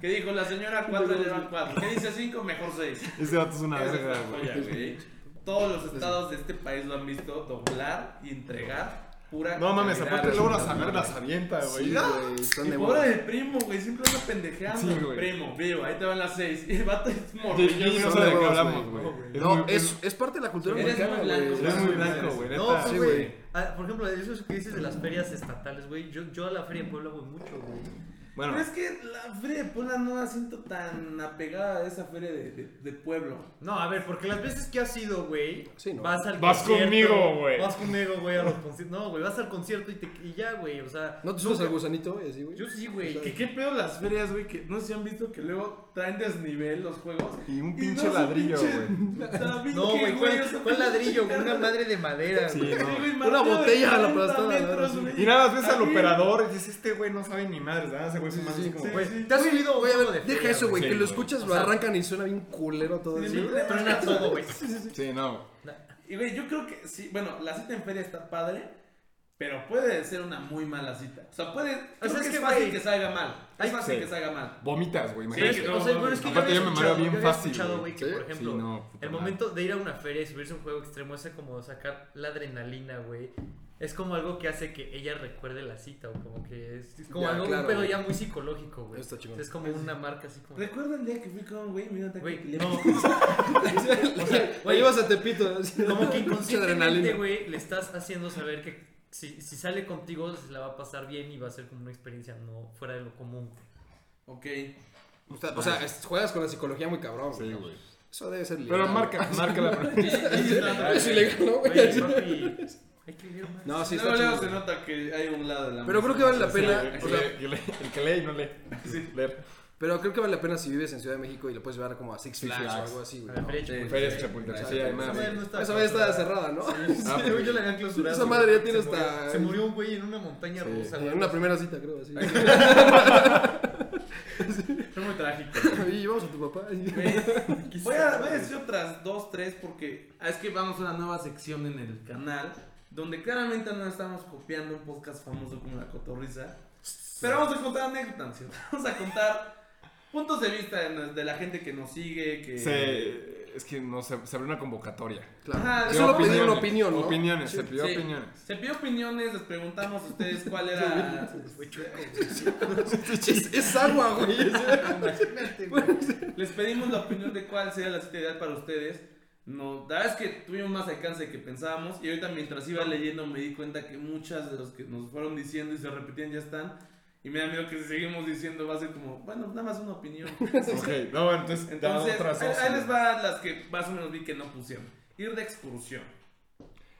[SPEAKER 1] ¿Qué dijo la señora? Cuatro, le van cuatro. ¿Qué dice cinco? Mejor seis.
[SPEAKER 3] Este vato es una
[SPEAKER 1] Esa es
[SPEAKER 3] verga,
[SPEAKER 1] la
[SPEAKER 3] güey.
[SPEAKER 1] joya, güey. Todos los estados de este país lo han visto doblar y entregar pura.
[SPEAKER 3] No mames,
[SPEAKER 1] calidad.
[SPEAKER 3] aparte luego las agarra y las avienta, güey.
[SPEAKER 2] Sí, güey, están
[SPEAKER 1] Y
[SPEAKER 2] de
[SPEAKER 1] pobre
[SPEAKER 2] huevos.
[SPEAKER 1] del primo, güey, siempre anda pendejeando.
[SPEAKER 3] Sí, güey.
[SPEAKER 1] primo, vivo, ahí te van las seis. Y el vato es
[SPEAKER 3] Sí,
[SPEAKER 1] morrillo.
[SPEAKER 3] yo no
[SPEAKER 2] Son
[SPEAKER 3] sé de
[SPEAKER 2] de
[SPEAKER 3] qué
[SPEAKER 2] huevos,
[SPEAKER 3] hablamos,
[SPEAKER 2] güey.
[SPEAKER 3] güey.
[SPEAKER 2] No,
[SPEAKER 3] muy-
[SPEAKER 2] es, es parte de la cultura
[SPEAKER 1] Eres muy
[SPEAKER 2] mexicana,
[SPEAKER 1] blanco,
[SPEAKER 2] güey.
[SPEAKER 1] güey.
[SPEAKER 3] es muy blanco, güey.
[SPEAKER 4] No,
[SPEAKER 3] neta.
[SPEAKER 4] sí,
[SPEAKER 2] Sí,
[SPEAKER 4] güey.
[SPEAKER 2] güey.
[SPEAKER 4] Ah, por ejemplo, eso que dices de las ferias estatales, güey. Yo, yo a la feria de Puebla voy mucho, güey.
[SPEAKER 3] Bueno,
[SPEAKER 1] Pero es que la feria de Puebla no la siento tan apegada a esa feria de, de, de pueblo.
[SPEAKER 4] No, a ver, porque las veces que has ido, güey,
[SPEAKER 2] Sí, no.
[SPEAKER 4] vas al
[SPEAKER 3] Vas
[SPEAKER 4] concierto.
[SPEAKER 3] conmigo, güey.
[SPEAKER 4] Vas conmigo, güey, a los conciertos. No, güey, vas al concierto y, te, y ya, güey, o sea.
[SPEAKER 2] ¿No te subes al gusanito? y así, güey?
[SPEAKER 4] Yo sí, güey.
[SPEAKER 1] Que qué pedo las ferias, güey, que no se han visto que luego traen desnivel los juegos.
[SPEAKER 3] Y un pinche ladrillo,
[SPEAKER 1] güey.
[SPEAKER 4] No, güey, ¿cuál, cuál ladrillo? güey? Una madre de madera,
[SPEAKER 3] Sí,
[SPEAKER 4] güey.
[SPEAKER 3] no.
[SPEAKER 2] Una botella a la aplastada, ¿no?
[SPEAKER 3] Y nada más ves al operador y dices, este güey no sabe ni madres, nada, ese güey se manda así como, güey.
[SPEAKER 4] Güey, ¿Te has subido a un
[SPEAKER 2] Güey, a
[SPEAKER 4] juego de
[SPEAKER 2] ver, deja
[SPEAKER 4] feria,
[SPEAKER 2] eso, güey.
[SPEAKER 3] Sí,
[SPEAKER 2] Que lo
[SPEAKER 3] güey.
[SPEAKER 2] escuchas,
[SPEAKER 4] O
[SPEAKER 2] lo
[SPEAKER 4] sea-
[SPEAKER 2] arrancan y suena bien culero todo
[SPEAKER 1] Sí,
[SPEAKER 2] así.
[SPEAKER 1] sí,
[SPEAKER 2] güey.
[SPEAKER 4] Truena todo, güey.
[SPEAKER 3] Sí, no.
[SPEAKER 1] Y güey, yo creo que sí, bueno, la cita en feria está padre, pero puede ser una muy mala cita. O sea, puede, creo
[SPEAKER 4] sea,
[SPEAKER 1] que
[SPEAKER 4] es
[SPEAKER 1] es,
[SPEAKER 4] que,
[SPEAKER 1] fácil
[SPEAKER 4] güey,
[SPEAKER 1] que salga mal. Es
[SPEAKER 4] hay-
[SPEAKER 1] fácil
[SPEAKER 3] sí.
[SPEAKER 1] que salga mal.
[SPEAKER 3] Vomitas, güey,
[SPEAKER 1] Sí,
[SPEAKER 4] Pero
[SPEAKER 3] imagínate.
[SPEAKER 4] es que,
[SPEAKER 1] no,
[SPEAKER 4] o sea, pero es que
[SPEAKER 3] Aparte,
[SPEAKER 4] yo
[SPEAKER 3] yo me mareo
[SPEAKER 4] había escuchado-
[SPEAKER 3] bien
[SPEAKER 4] yo había
[SPEAKER 3] fácil,
[SPEAKER 4] escuchado,
[SPEAKER 3] güey.
[SPEAKER 4] güey, que
[SPEAKER 2] Sí,
[SPEAKER 4] por ejemplo,
[SPEAKER 3] sí, no, puta
[SPEAKER 4] el
[SPEAKER 3] madre.
[SPEAKER 4] momento de ir a una feria y subirse a un juego extremo es como sacar la adrenalina, güey. es como algo que hace que ella recuerde la cita, o como que es, es como
[SPEAKER 2] Ya,
[SPEAKER 4] algo, un
[SPEAKER 2] claro,
[SPEAKER 4] pedo
[SPEAKER 2] güey.
[SPEAKER 4] ya muy psicológico, güey.
[SPEAKER 2] Está chingón.
[SPEAKER 4] O sea, es como una marca así como.
[SPEAKER 1] Recuerda el día que fui con un güey, mira,
[SPEAKER 4] Güey,
[SPEAKER 1] te
[SPEAKER 4] no.
[SPEAKER 2] o sea, la llevas a Tepito. así,
[SPEAKER 4] Como que
[SPEAKER 2] mucha
[SPEAKER 4] inconscientemente,
[SPEAKER 2] adrenalina.
[SPEAKER 4] güey, le estás haciendo saber que si, si sale contigo se la va a pasar bien y va a ser como una experiencia no fuera de lo común.
[SPEAKER 1] Ok.
[SPEAKER 2] O sea, o sea, es- juegas con la psicología muy cabrón.
[SPEAKER 3] Sí,
[SPEAKER 2] güey.
[SPEAKER 3] güey.
[SPEAKER 2] Eso debe ser legal.
[SPEAKER 3] Pero marca, marca la
[SPEAKER 2] Es ilegal, ¿no?
[SPEAKER 4] Güey,
[SPEAKER 2] güey?
[SPEAKER 4] papi, hay que leer más.
[SPEAKER 2] No, sí, está
[SPEAKER 1] Luego, luego se
[SPEAKER 2] chingón.
[SPEAKER 1] nota que hay un lado de la
[SPEAKER 2] Pero
[SPEAKER 1] mesa.
[SPEAKER 2] creo que vale la
[SPEAKER 1] Sí,
[SPEAKER 2] pena,
[SPEAKER 1] güey.
[SPEAKER 2] o sea,
[SPEAKER 3] El que lee y no lee. Sí. Leer.
[SPEAKER 2] Pero creo que vale la pena si vives en Ciudad de México y lo puedes llevar como a Six
[SPEAKER 3] Six
[SPEAKER 2] Flags o
[SPEAKER 3] Flags.
[SPEAKER 2] algo así,
[SPEAKER 4] A
[SPEAKER 2] güey.
[SPEAKER 4] la
[SPEAKER 2] ¿no?
[SPEAKER 4] feria de Chapultepec.
[SPEAKER 3] Feria de Chapultepec. Sí, además.
[SPEAKER 4] Esa madre no está
[SPEAKER 2] Esa madre está
[SPEAKER 4] clausurada.
[SPEAKER 2] cerrada, ¿no?
[SPEAKER 3] Ah,
[SPEAKER 4] Sí,
[SPEAKER 3] pues.
[SPEAKER 4] güey, yo la habían clausurado.
[SPEAKER 2] Esa madre ya
[SPEAKER 4] güey.
[SPEAKER 2] tiene
[SPEAKER 4] Se murió-
[SPEAKER 2] hasta-
[SPEAKER 4] Se murió un güey en una montaña
[SPEAKER 3] Sí.
[SPEAKER 4] rusa, güey.
[SPEAKER 2] En una primera cita, creo, así.
[SPEAKER 1] Fue muy trágico.
[SPEAKER 2] Y vamos a tu papá.
[SPEAKER 1] Güey, Voy a, voy a decir otras dos, tres, porque ah, es que vamos a una nueva sección en el canal donde claramente no estamos copiando un podcast famoso como La Cotorrisa. Pero vamos a contar anécdotas, ¿sí? vamos a contar puntos de vista de, nos- de la gente que nos sigue, que...
[SPEAKER 3] Se, es que no se, se abrió una convocatoria.
[SPEAKER 1] Ajá,
[SPEAKER 2] Claro.
[SPEAKER 1] de
[SPEAKER 2] Es solo
[SPEAKER 1] opiniones.
[SPEAKER 2] pedir una opinión, ¿no?
[SPEAKER 3] Opiniones, se pidió
[SPEAKER 1] Sí.
[SPEAKER 3] opiniones.
[SPEAKER 1] Se pidió opiniones, les preguntamos a ustedes cuál era...
[SPEAKER 2] Es, es agua, güey.
[SPEAKER 1] Pues, Les pedimos la opinión de cuál sería la cita ideal para ustedes. No, la verdad es que tuvimos más alcance de que pensábamos. Y ahorita mientras iba leyendo me di cuenta que muchas de los que nos fueron diciendo y se repetían ya están. Y me da miedo que si seguimos diciendo va a ser como, bueno, nada más una opinión.
[SPEAKER 3] Ok, no, bueno, entonces,
[SPEAKER 1] Entonces,
[SPEAKER 3] da otras
[SPEAKER 1] ahí,
[SPEAKER 3] dos.
[SPEAKER 1] ahí les va las que más o menos vi que no pusieron. Ir de excursión.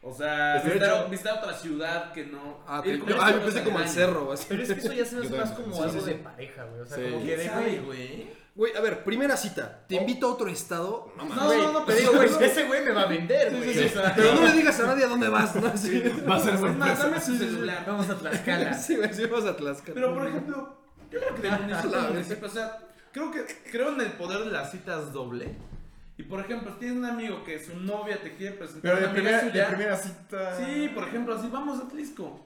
[SPEAKER 1] O sea,
[SPEAKER 3] Es de
[SPEAKER 1] visitar,
[SPEAKER 3] hecho-
[SPEAKER 1] visitar otra ciudad que no...
[SPEAKER 2] Ah,
[SPEAKER 1] ir
[SPEAKER 2] te-
[SPEAKER 1] con-
[SPEAKER 2] ah, yo pensé como el
[SPEAKER 1] Ay,
[SPEAKER 2] cerro, así.
[SPEAKER 4] Pero es que eso ya se me hace
[SPEAKER 3] Yo
[SPEAKER 4] más
[SPEAKER 3] también.
[SPEAKER 4] como
[SPEAKER 3] Sí,
[SPEAKER 4] algo
[SPEAKER 3] sí,
[SPEAKER 4] de
[SPEAKER 3] sí.
[SPEAKER 4] pareja, güey. O sea,
[SPEAKER 3] Sí.
[SPEAKER 4] como que
[SPEAKER 1] ¿Quién
[SPEAKER 4] de,
[SPEAKER 1] sabe,
[SPEAKER 4] güey.
[SPEAKER 1] güey?
[SPEAKER 2] Güey, a ver, primera cita. Te invito a otro estado. No mames.
[SPEAKER 1] Oh. No, no, no,
[SPEAKER 4] Te
[SPEAKER 1] pero
[SPEAKER 4] digo, güey, ese güey me va a vender, güey. O sea,
[SPEAKER 2] Pero no le digas a nadie a dónde vas, ¿no? Sí,
[SPEAKER 3] Va a ser
[SPEAKER 1] Es más,
[SPEAKER 3] sorpresa.
[SPEAKER 1] dame su celular.
[SPEAKER 4] Vamos a Tlaxcala.
[SPEAKER 2] sí, güey, sí, vas a Tlaxcala.
[SPEAKER 1] Pero por ejemplo, yo creo que de municipio a
[SPEAKER 2] La
[SPEAKER 1] municipio, o sea, creo que creo en el poder de las citas doble. Y por ejemplo, si tienes un amigo que su novia te quiere presentar
[SPEAKER 3] Pero
[SPEAKER 1] a
[SPEAKER 3] de
[SPEAKER 1] una amiga
[SPEAKER 3] primera, de
[SPEAKER 1] suya.
[SPEAKER 3] primera cita.
[SPEAKER 1] Sí, por ejemplo, así vamos a Tlisco.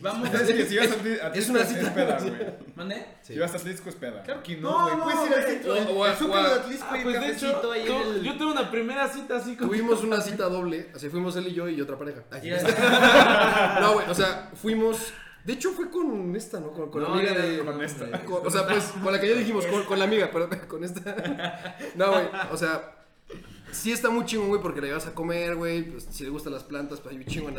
[SPEAKER 1] Vamos a
[SPEAKER 3] Es que si vas a ti- a ti,
[SPEAKER 2] es una
[SPEAKER 3] pues,
[SPEAKER 2] cita.
[SPEAKER 3] Es peda, güey.
[SPEAKER 1] ¿Mande?
[SPEAKER 2] Sí.
[SPEAKER 3] Si vas a Atlisco, es peda.
[SPEAKER 4] Claro que
[SPEAKER 1] No,
[SPEAKER 4] no, güey.
[SPEAKER 1] no,
[SPEAKER 4] Puedes ir al
[SPEAKER 1] güey.
[SPEAKER 4] centro, al-
[SPEAKER 2] O- o-
[SPEAKER 4] al Zócalo
[SPEAKER 2] o-
[SPEAKER 4] de Atlisco
[SPEAKER 1] Ah,
[SPEAKER 4] y
[SPEAKER 1] pues de
[SPEAKER 4] cafecito
[SPEAKER 1] hecho,
[SPEAKER 4] ahí en
[SPEAKER 1] yo-
[SPEAKER 4] el-
[SPEAKER 1] yo tengo una primera cita así con
[SPEAKER 2] Tuvimos una cita doble, así fuimos él y yo y otra pareja. Ay,
[SPEAKER 4] Ya.
[SPEAKER 2] No, güey, o sea, fuimos. De hecho, fue con esta, ¿no? Con, con
[SPEAKER 1] No,
[SPEAKER 2] la amiga
[SPEAKER 1] era
[SPEAKER 2] de.
[SPEAKER 1] con
[SPEAKER 2] esta. o sea, pues, con la que ya dijimos, con, con la amiga, pero con esta. No, güey, o sea. Sí está muy chingón, güey, porque la llevas a comer, güey. Pues, si le gustan las plantas, pues hay un chingo en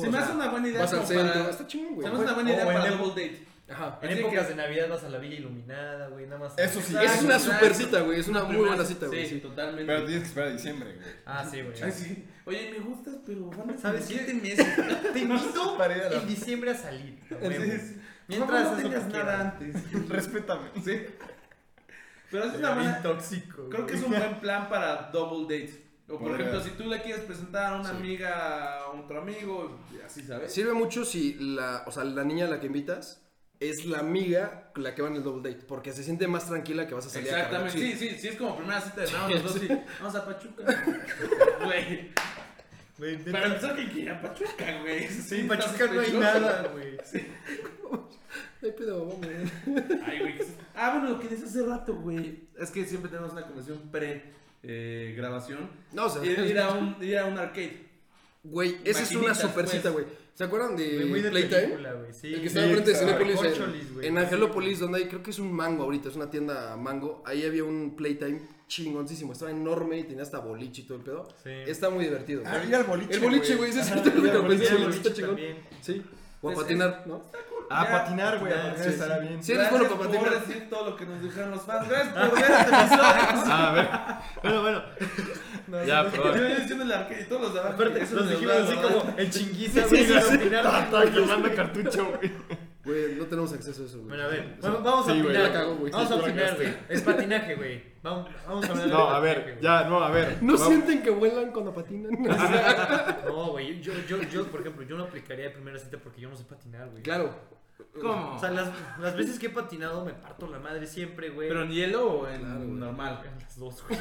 [SPEAKER 1] Se
[SPEAKER 2] o
[SPEAKER 1] me hace
[SPEAKER 2] sea,
[SPEAKER 1] una buena idea
[SPEAKER 2] Vas al
[SPEAKER 1] como
[SPEAKER 2] centro.
[SPEAKER 1] para-
[SPEAKER 2] Está chingón, güey.
[SPEAKER 1] Tenemos una buena
[SPEAKER 3] O
[SPEAKER 1] idea
[SPEAKER 3] en
[SPEAKER 1] para
[SPEAKER 3] el-
[SPEAKER 1] double date.
[SPEAKER 2] Ajá.
[SPEAKER 4] En
[SPEAKER 1] Así
[SPEAKER 4] épocas
[SPEAKER 1] que-
[SPEAKER 4] de Navidad vas a la Villa Iluminada, güey. Nada más.
[SPEAKER 3] Eso sí.
[SPEAKER 2] Esa es una
[SPEAKER 1] Exacto,
[SPEAKER 2] super cita, güey, es una muy
[SPEAKER 1] primera
[SPEAKER 2] buena
[SPEAKER 1] cita,
[SPEAKER 2] cita, güey,
[SPEAKER 1] Sí,
[SPEAKER 2] sí.
[SPEAKER 1] totalmente.
[SPEAKER 3] Pero tienes que esperar a diciembre, güey.
[SPEAKER 4] Ah, sí, güey.
[SPEAKER 1] Ay, sí. Oye, me gustas, pero van a
[SPEAKER 4] ¿Sabes
[SPEAKER 1] ser
[SPEAKER 4] qué?
[SPEAKER 1] siete meses.
[SPEAKER 4] Te invito
[SPEAKER 3] Para ir a la-
[SPEAKER 4] en diciembre a salir. a huevo.
[SPEAKER 1] Entonces,
[SPEAKER 4] Mientras
[SPEAKER 1] no
[SPEAKER 4] haz lo que
[SPEAKER 1] tengas nada
[SPEAKER 4] quieras.
[SPEAKER 1] antes.
[SPEAKER 3] Respétame.
[SPEAKER 1] Sí. Pero es una
[SPEAKER 4] Bien
[SPEAKER 1] buena.
[SPEAKER 4] tóxico.
[SPEAKER 1] Creo que es
[SPEAKER 4] güey.
[SPEAKER 1] un buen plan para double dates. O por
[SPEAKER 3] Podría.
[SPEAKER 1] ejemplo, si tú le quieres presentar a una amiga, a otro amigo, y así sabes.
[SPEAKER 2] Sirve mucho si la, o sea, la niña a la que invitas es la amiga con la que va en el double date, porque se siente más tranquila que vas a salir a
[SPEAKER 1] Exactamente,
[SPEAKER 2] cargar
[SPEAKER 1] sí,
[SPEAKER 2] chido.
[SPEAKER 1] sí, sí, es como primera cita de nada, los dos, sí. Vamos a Pachuca. Güey.
[SPEAKER 4] Güey, neta,
[SPEAKER 1] Para empezar, que quiera Pachuca, güey. Sí,
[SPEAKER 4] En
[SPEAKER 1] está
[SPEAKER 4] Pachuca no hay
[SPEAKER 1] sospechoso.
[SPEAKER 4] nada, güey.
[SPEAKER 2] No hay pedo, vamos. güey.
[SPEAKER 1] Ay, güey. qué- Ah, bueno, lo que dices hace rato, güey. Es que siempre tenemos una conversación eh, pre-grabación.
[SPEAKER 2] No, o sea,
[SPEAKER 1] ir, ir a un, ir a un arcade.
[SPEAKER 2] güey, esa es una
[SPEAKER 1] maquinitas,
[SPEAKER 2] supercita,
[SPEAKER 1] pues.
[SPEAKER 2] güey. ¿Se acuerdan de,
[SPEAKER 4] Güey, Muy de
[SPEAKER 2] Eh, Playtime?
[SPEAKER 4] película, güey. Sí.
[SPEAKER 2] El que
[SPEAKER 4] sí.
[SPEAKER 2] está enfrente de
[SPEAKER 3] claro.
[SPEAKER 2] Cinépolis
[SPEAKER 4] Corcholis,
[SPEAKER 2] en,
[SPEAKER 4] güey.
[SPEAKER 2] en Angelópolis, donde hay, creo que es un mango ahorita, es una tienda mango. Ahí había un Playtime chingoncísimo, estaba enorme y tenía hasta boliche y todo el pedo.
[SPEAKER 4] Sí.
[SPEAKER 2] Está muy divertido. güey.
[SPEAKER 3] Había el Ah, boliche.
[SPEAKER 2] El boliche, güey, ese es
[SPEAKER 3] Ajá,
[SPEAKER 2] el
[SPEAKER 3] había
[SPEAKER 2] que
[SPEAKER 3] el boliche,
[SPEAKER 2] pensé,
[SPEAKER 4] También,
[SPEAKER 2] güey,
[SPEAKER 3] güey.
[SPEAKER 2] pues, está chingón.
[SPEAKER 4] también.
[SPEAKER 2] Sí, o a
[SPEAKER 1] Pues,
[SPEAKER 2] patinar, ¿no?
[SPEAKER 3] Ah,
[SPEAKER 1] Ya.
[SPEAKER 3] patinar, güey.
[SPEAKER 4] Patinar,
[SPEAKER 3] a patinar
[SPEAKER 4] sí,
[SPEAKER 3] estará
[SPEAKER 4] sí.
[SPEAKER 3] bien.
[SPEAKER 2] Sí, eres
[SPEAKER 1] Gracias
[SPEAKER 2] bueno para
[SPEAKER 1] por
[SPEAKER 2] patinar.
[SPEAKER 1] decir todo lo que nos dijeron los fans. Gracias por ver este episodio.
[SPEAKER 3] Ah, a ver.
[SPEAKER 4] Bueno, bueno. No,
[SPEAKER 3] Ya,
[SPEAKER 4] sí,
[SPEAKER 3] perdón.
[SPEAKER 1] Yo iba diciendo el arcade y todos los de abajo.
[SPEAKER 4] Aparte,
[SPEAKER 1] Eso
[SPEAKER 4] los
[SPEAKER 1] nos
[SPEAKER 4] dijimos
[SPEAKER 1] da,
[SPEAKER 4] así
[SPEAKER 1] ¿verdad?
[SPEAKER 4] como en chinguiza,
[SPEAKER 2] Sí,
[SPEAKER 4] güey,
[SPEAKER 2] sí,
[SPEAKER 4] sin
[SPEAKER 2] sí.
[SPEAKER 4] opinar.
[SPEAKER 3] Tata, quemando cartucho, güey.
[SPEAKER 2] Güey, no tenemos acceso a eso, güey.
[SPEAKER 4] Bueno, a ver, bueno, vamos a
[SPEAKER 3] Sí, güey,
[SPEAKER 4] opinar.
[SPEAKER 2] la cagó, güey.
[SPEAKER 4] Vamos
[SPEAKER 2] Sí,
[SPEAKER 4] a
[SPEAKER 2] la
[SPEAKER 4] opinar,
[SPEAKER 2] cagaste.
[SPEAKER 4] güey. Es patinaje, güey. Vamos, vamos a hablar de
[SPEAKER 3] No, a
[SPEAKER 4] patinaje,
[SPEAKER 3] ver,
[SPEAKER 4] güey.
[SPEAKER 3] ya, no, a ver.
[SPEAKER 2] ¿No
[SPEAKER 3] Va-
[SPEAKER 2] sienten que vuelan cuando patinan?
[SPEAKER 4] No, güey, yo, yo, yo, por ejemplo, yo no aplicaría de primera cita porque yo no sé patinar, güey.
[SPEAKER 2] claro.
[SPEAKER 1] ¿Cómo?
[SPEAKER 4] O sea, las, las veces que he patinado me parto la madre siempre, güey.
[SPEAKER 1] ¿Pero en hielo o en
[SPEAKER 2] Claro, güey.
[SPEAKER 1] normal?
[SPEAKER 4] En las dos, güey.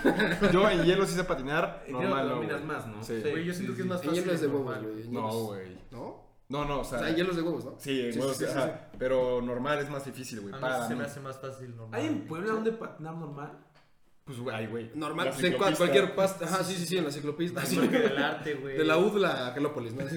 [SPEAKER 3] Yo en hielo sí sé patinar,
[SPEAKER 1] En hielo
[SPEAKER 3] normal. no,
[SPEAKER 1] dominas
[SPEAKER 3] güey.
[SPEAKER 1] más, ¿no?
[SPEAKER 3] Sí.
[SPEAKER 4] Güey, yo siento
[SPEAKER 1] sí,
[SPEAKER 4] que es más
[SPEAKER 2] En
[SPEAKER 4] fácil.
[SPEAKER 2] hielos de
[SPEAKER 4] normal.
[SPEAKER 2] huevos, güey. en
[SPEAKER 3] No,
[SPEAKER 2] hielos.
[SPEAKER 3] güey.
[SPEAKER 2] ¿No?
[SPEAKER 3] No, no, o
[SPEAKER 2] O
[SPEAKER 3] sea.
[SPEAKER 2] sea, en hielos de huevos, ¿no?
[SPEAKER 3] Sí, en huevos,
[SPEAKER 2] sí, sí,
[SPEAKER 3] ajá, Pero normal es más difícil, güey.
[SPEAKER 4] A mí
[SPEAKER 3] Para
[SPEAKER 4] se me
[SPEAKER 3] mí.
[SPEAKER 4] hace más fácil normal.
[SPEAKER 1] ¿Hay en
[SPEAKER 4] güey.
[SPEAKER 1] Puebla donde patinar normal?
[SPEAKER 3] Pues, güey, ay, güey.
[SPEAKER 2] Normal,
[SPEAKER 5] La
[SPEAKER 2] pues, en cua-
[SPEAKER 5] ciclopista.
[SPEAKER 2] cualquier pasta. Ajá, sí, sí, sí, en la ciclopista.
[SPEAKER 4] Al parque del arte, güey.
[SPEAKER 2] De la UD la Angelópolis, ¿no?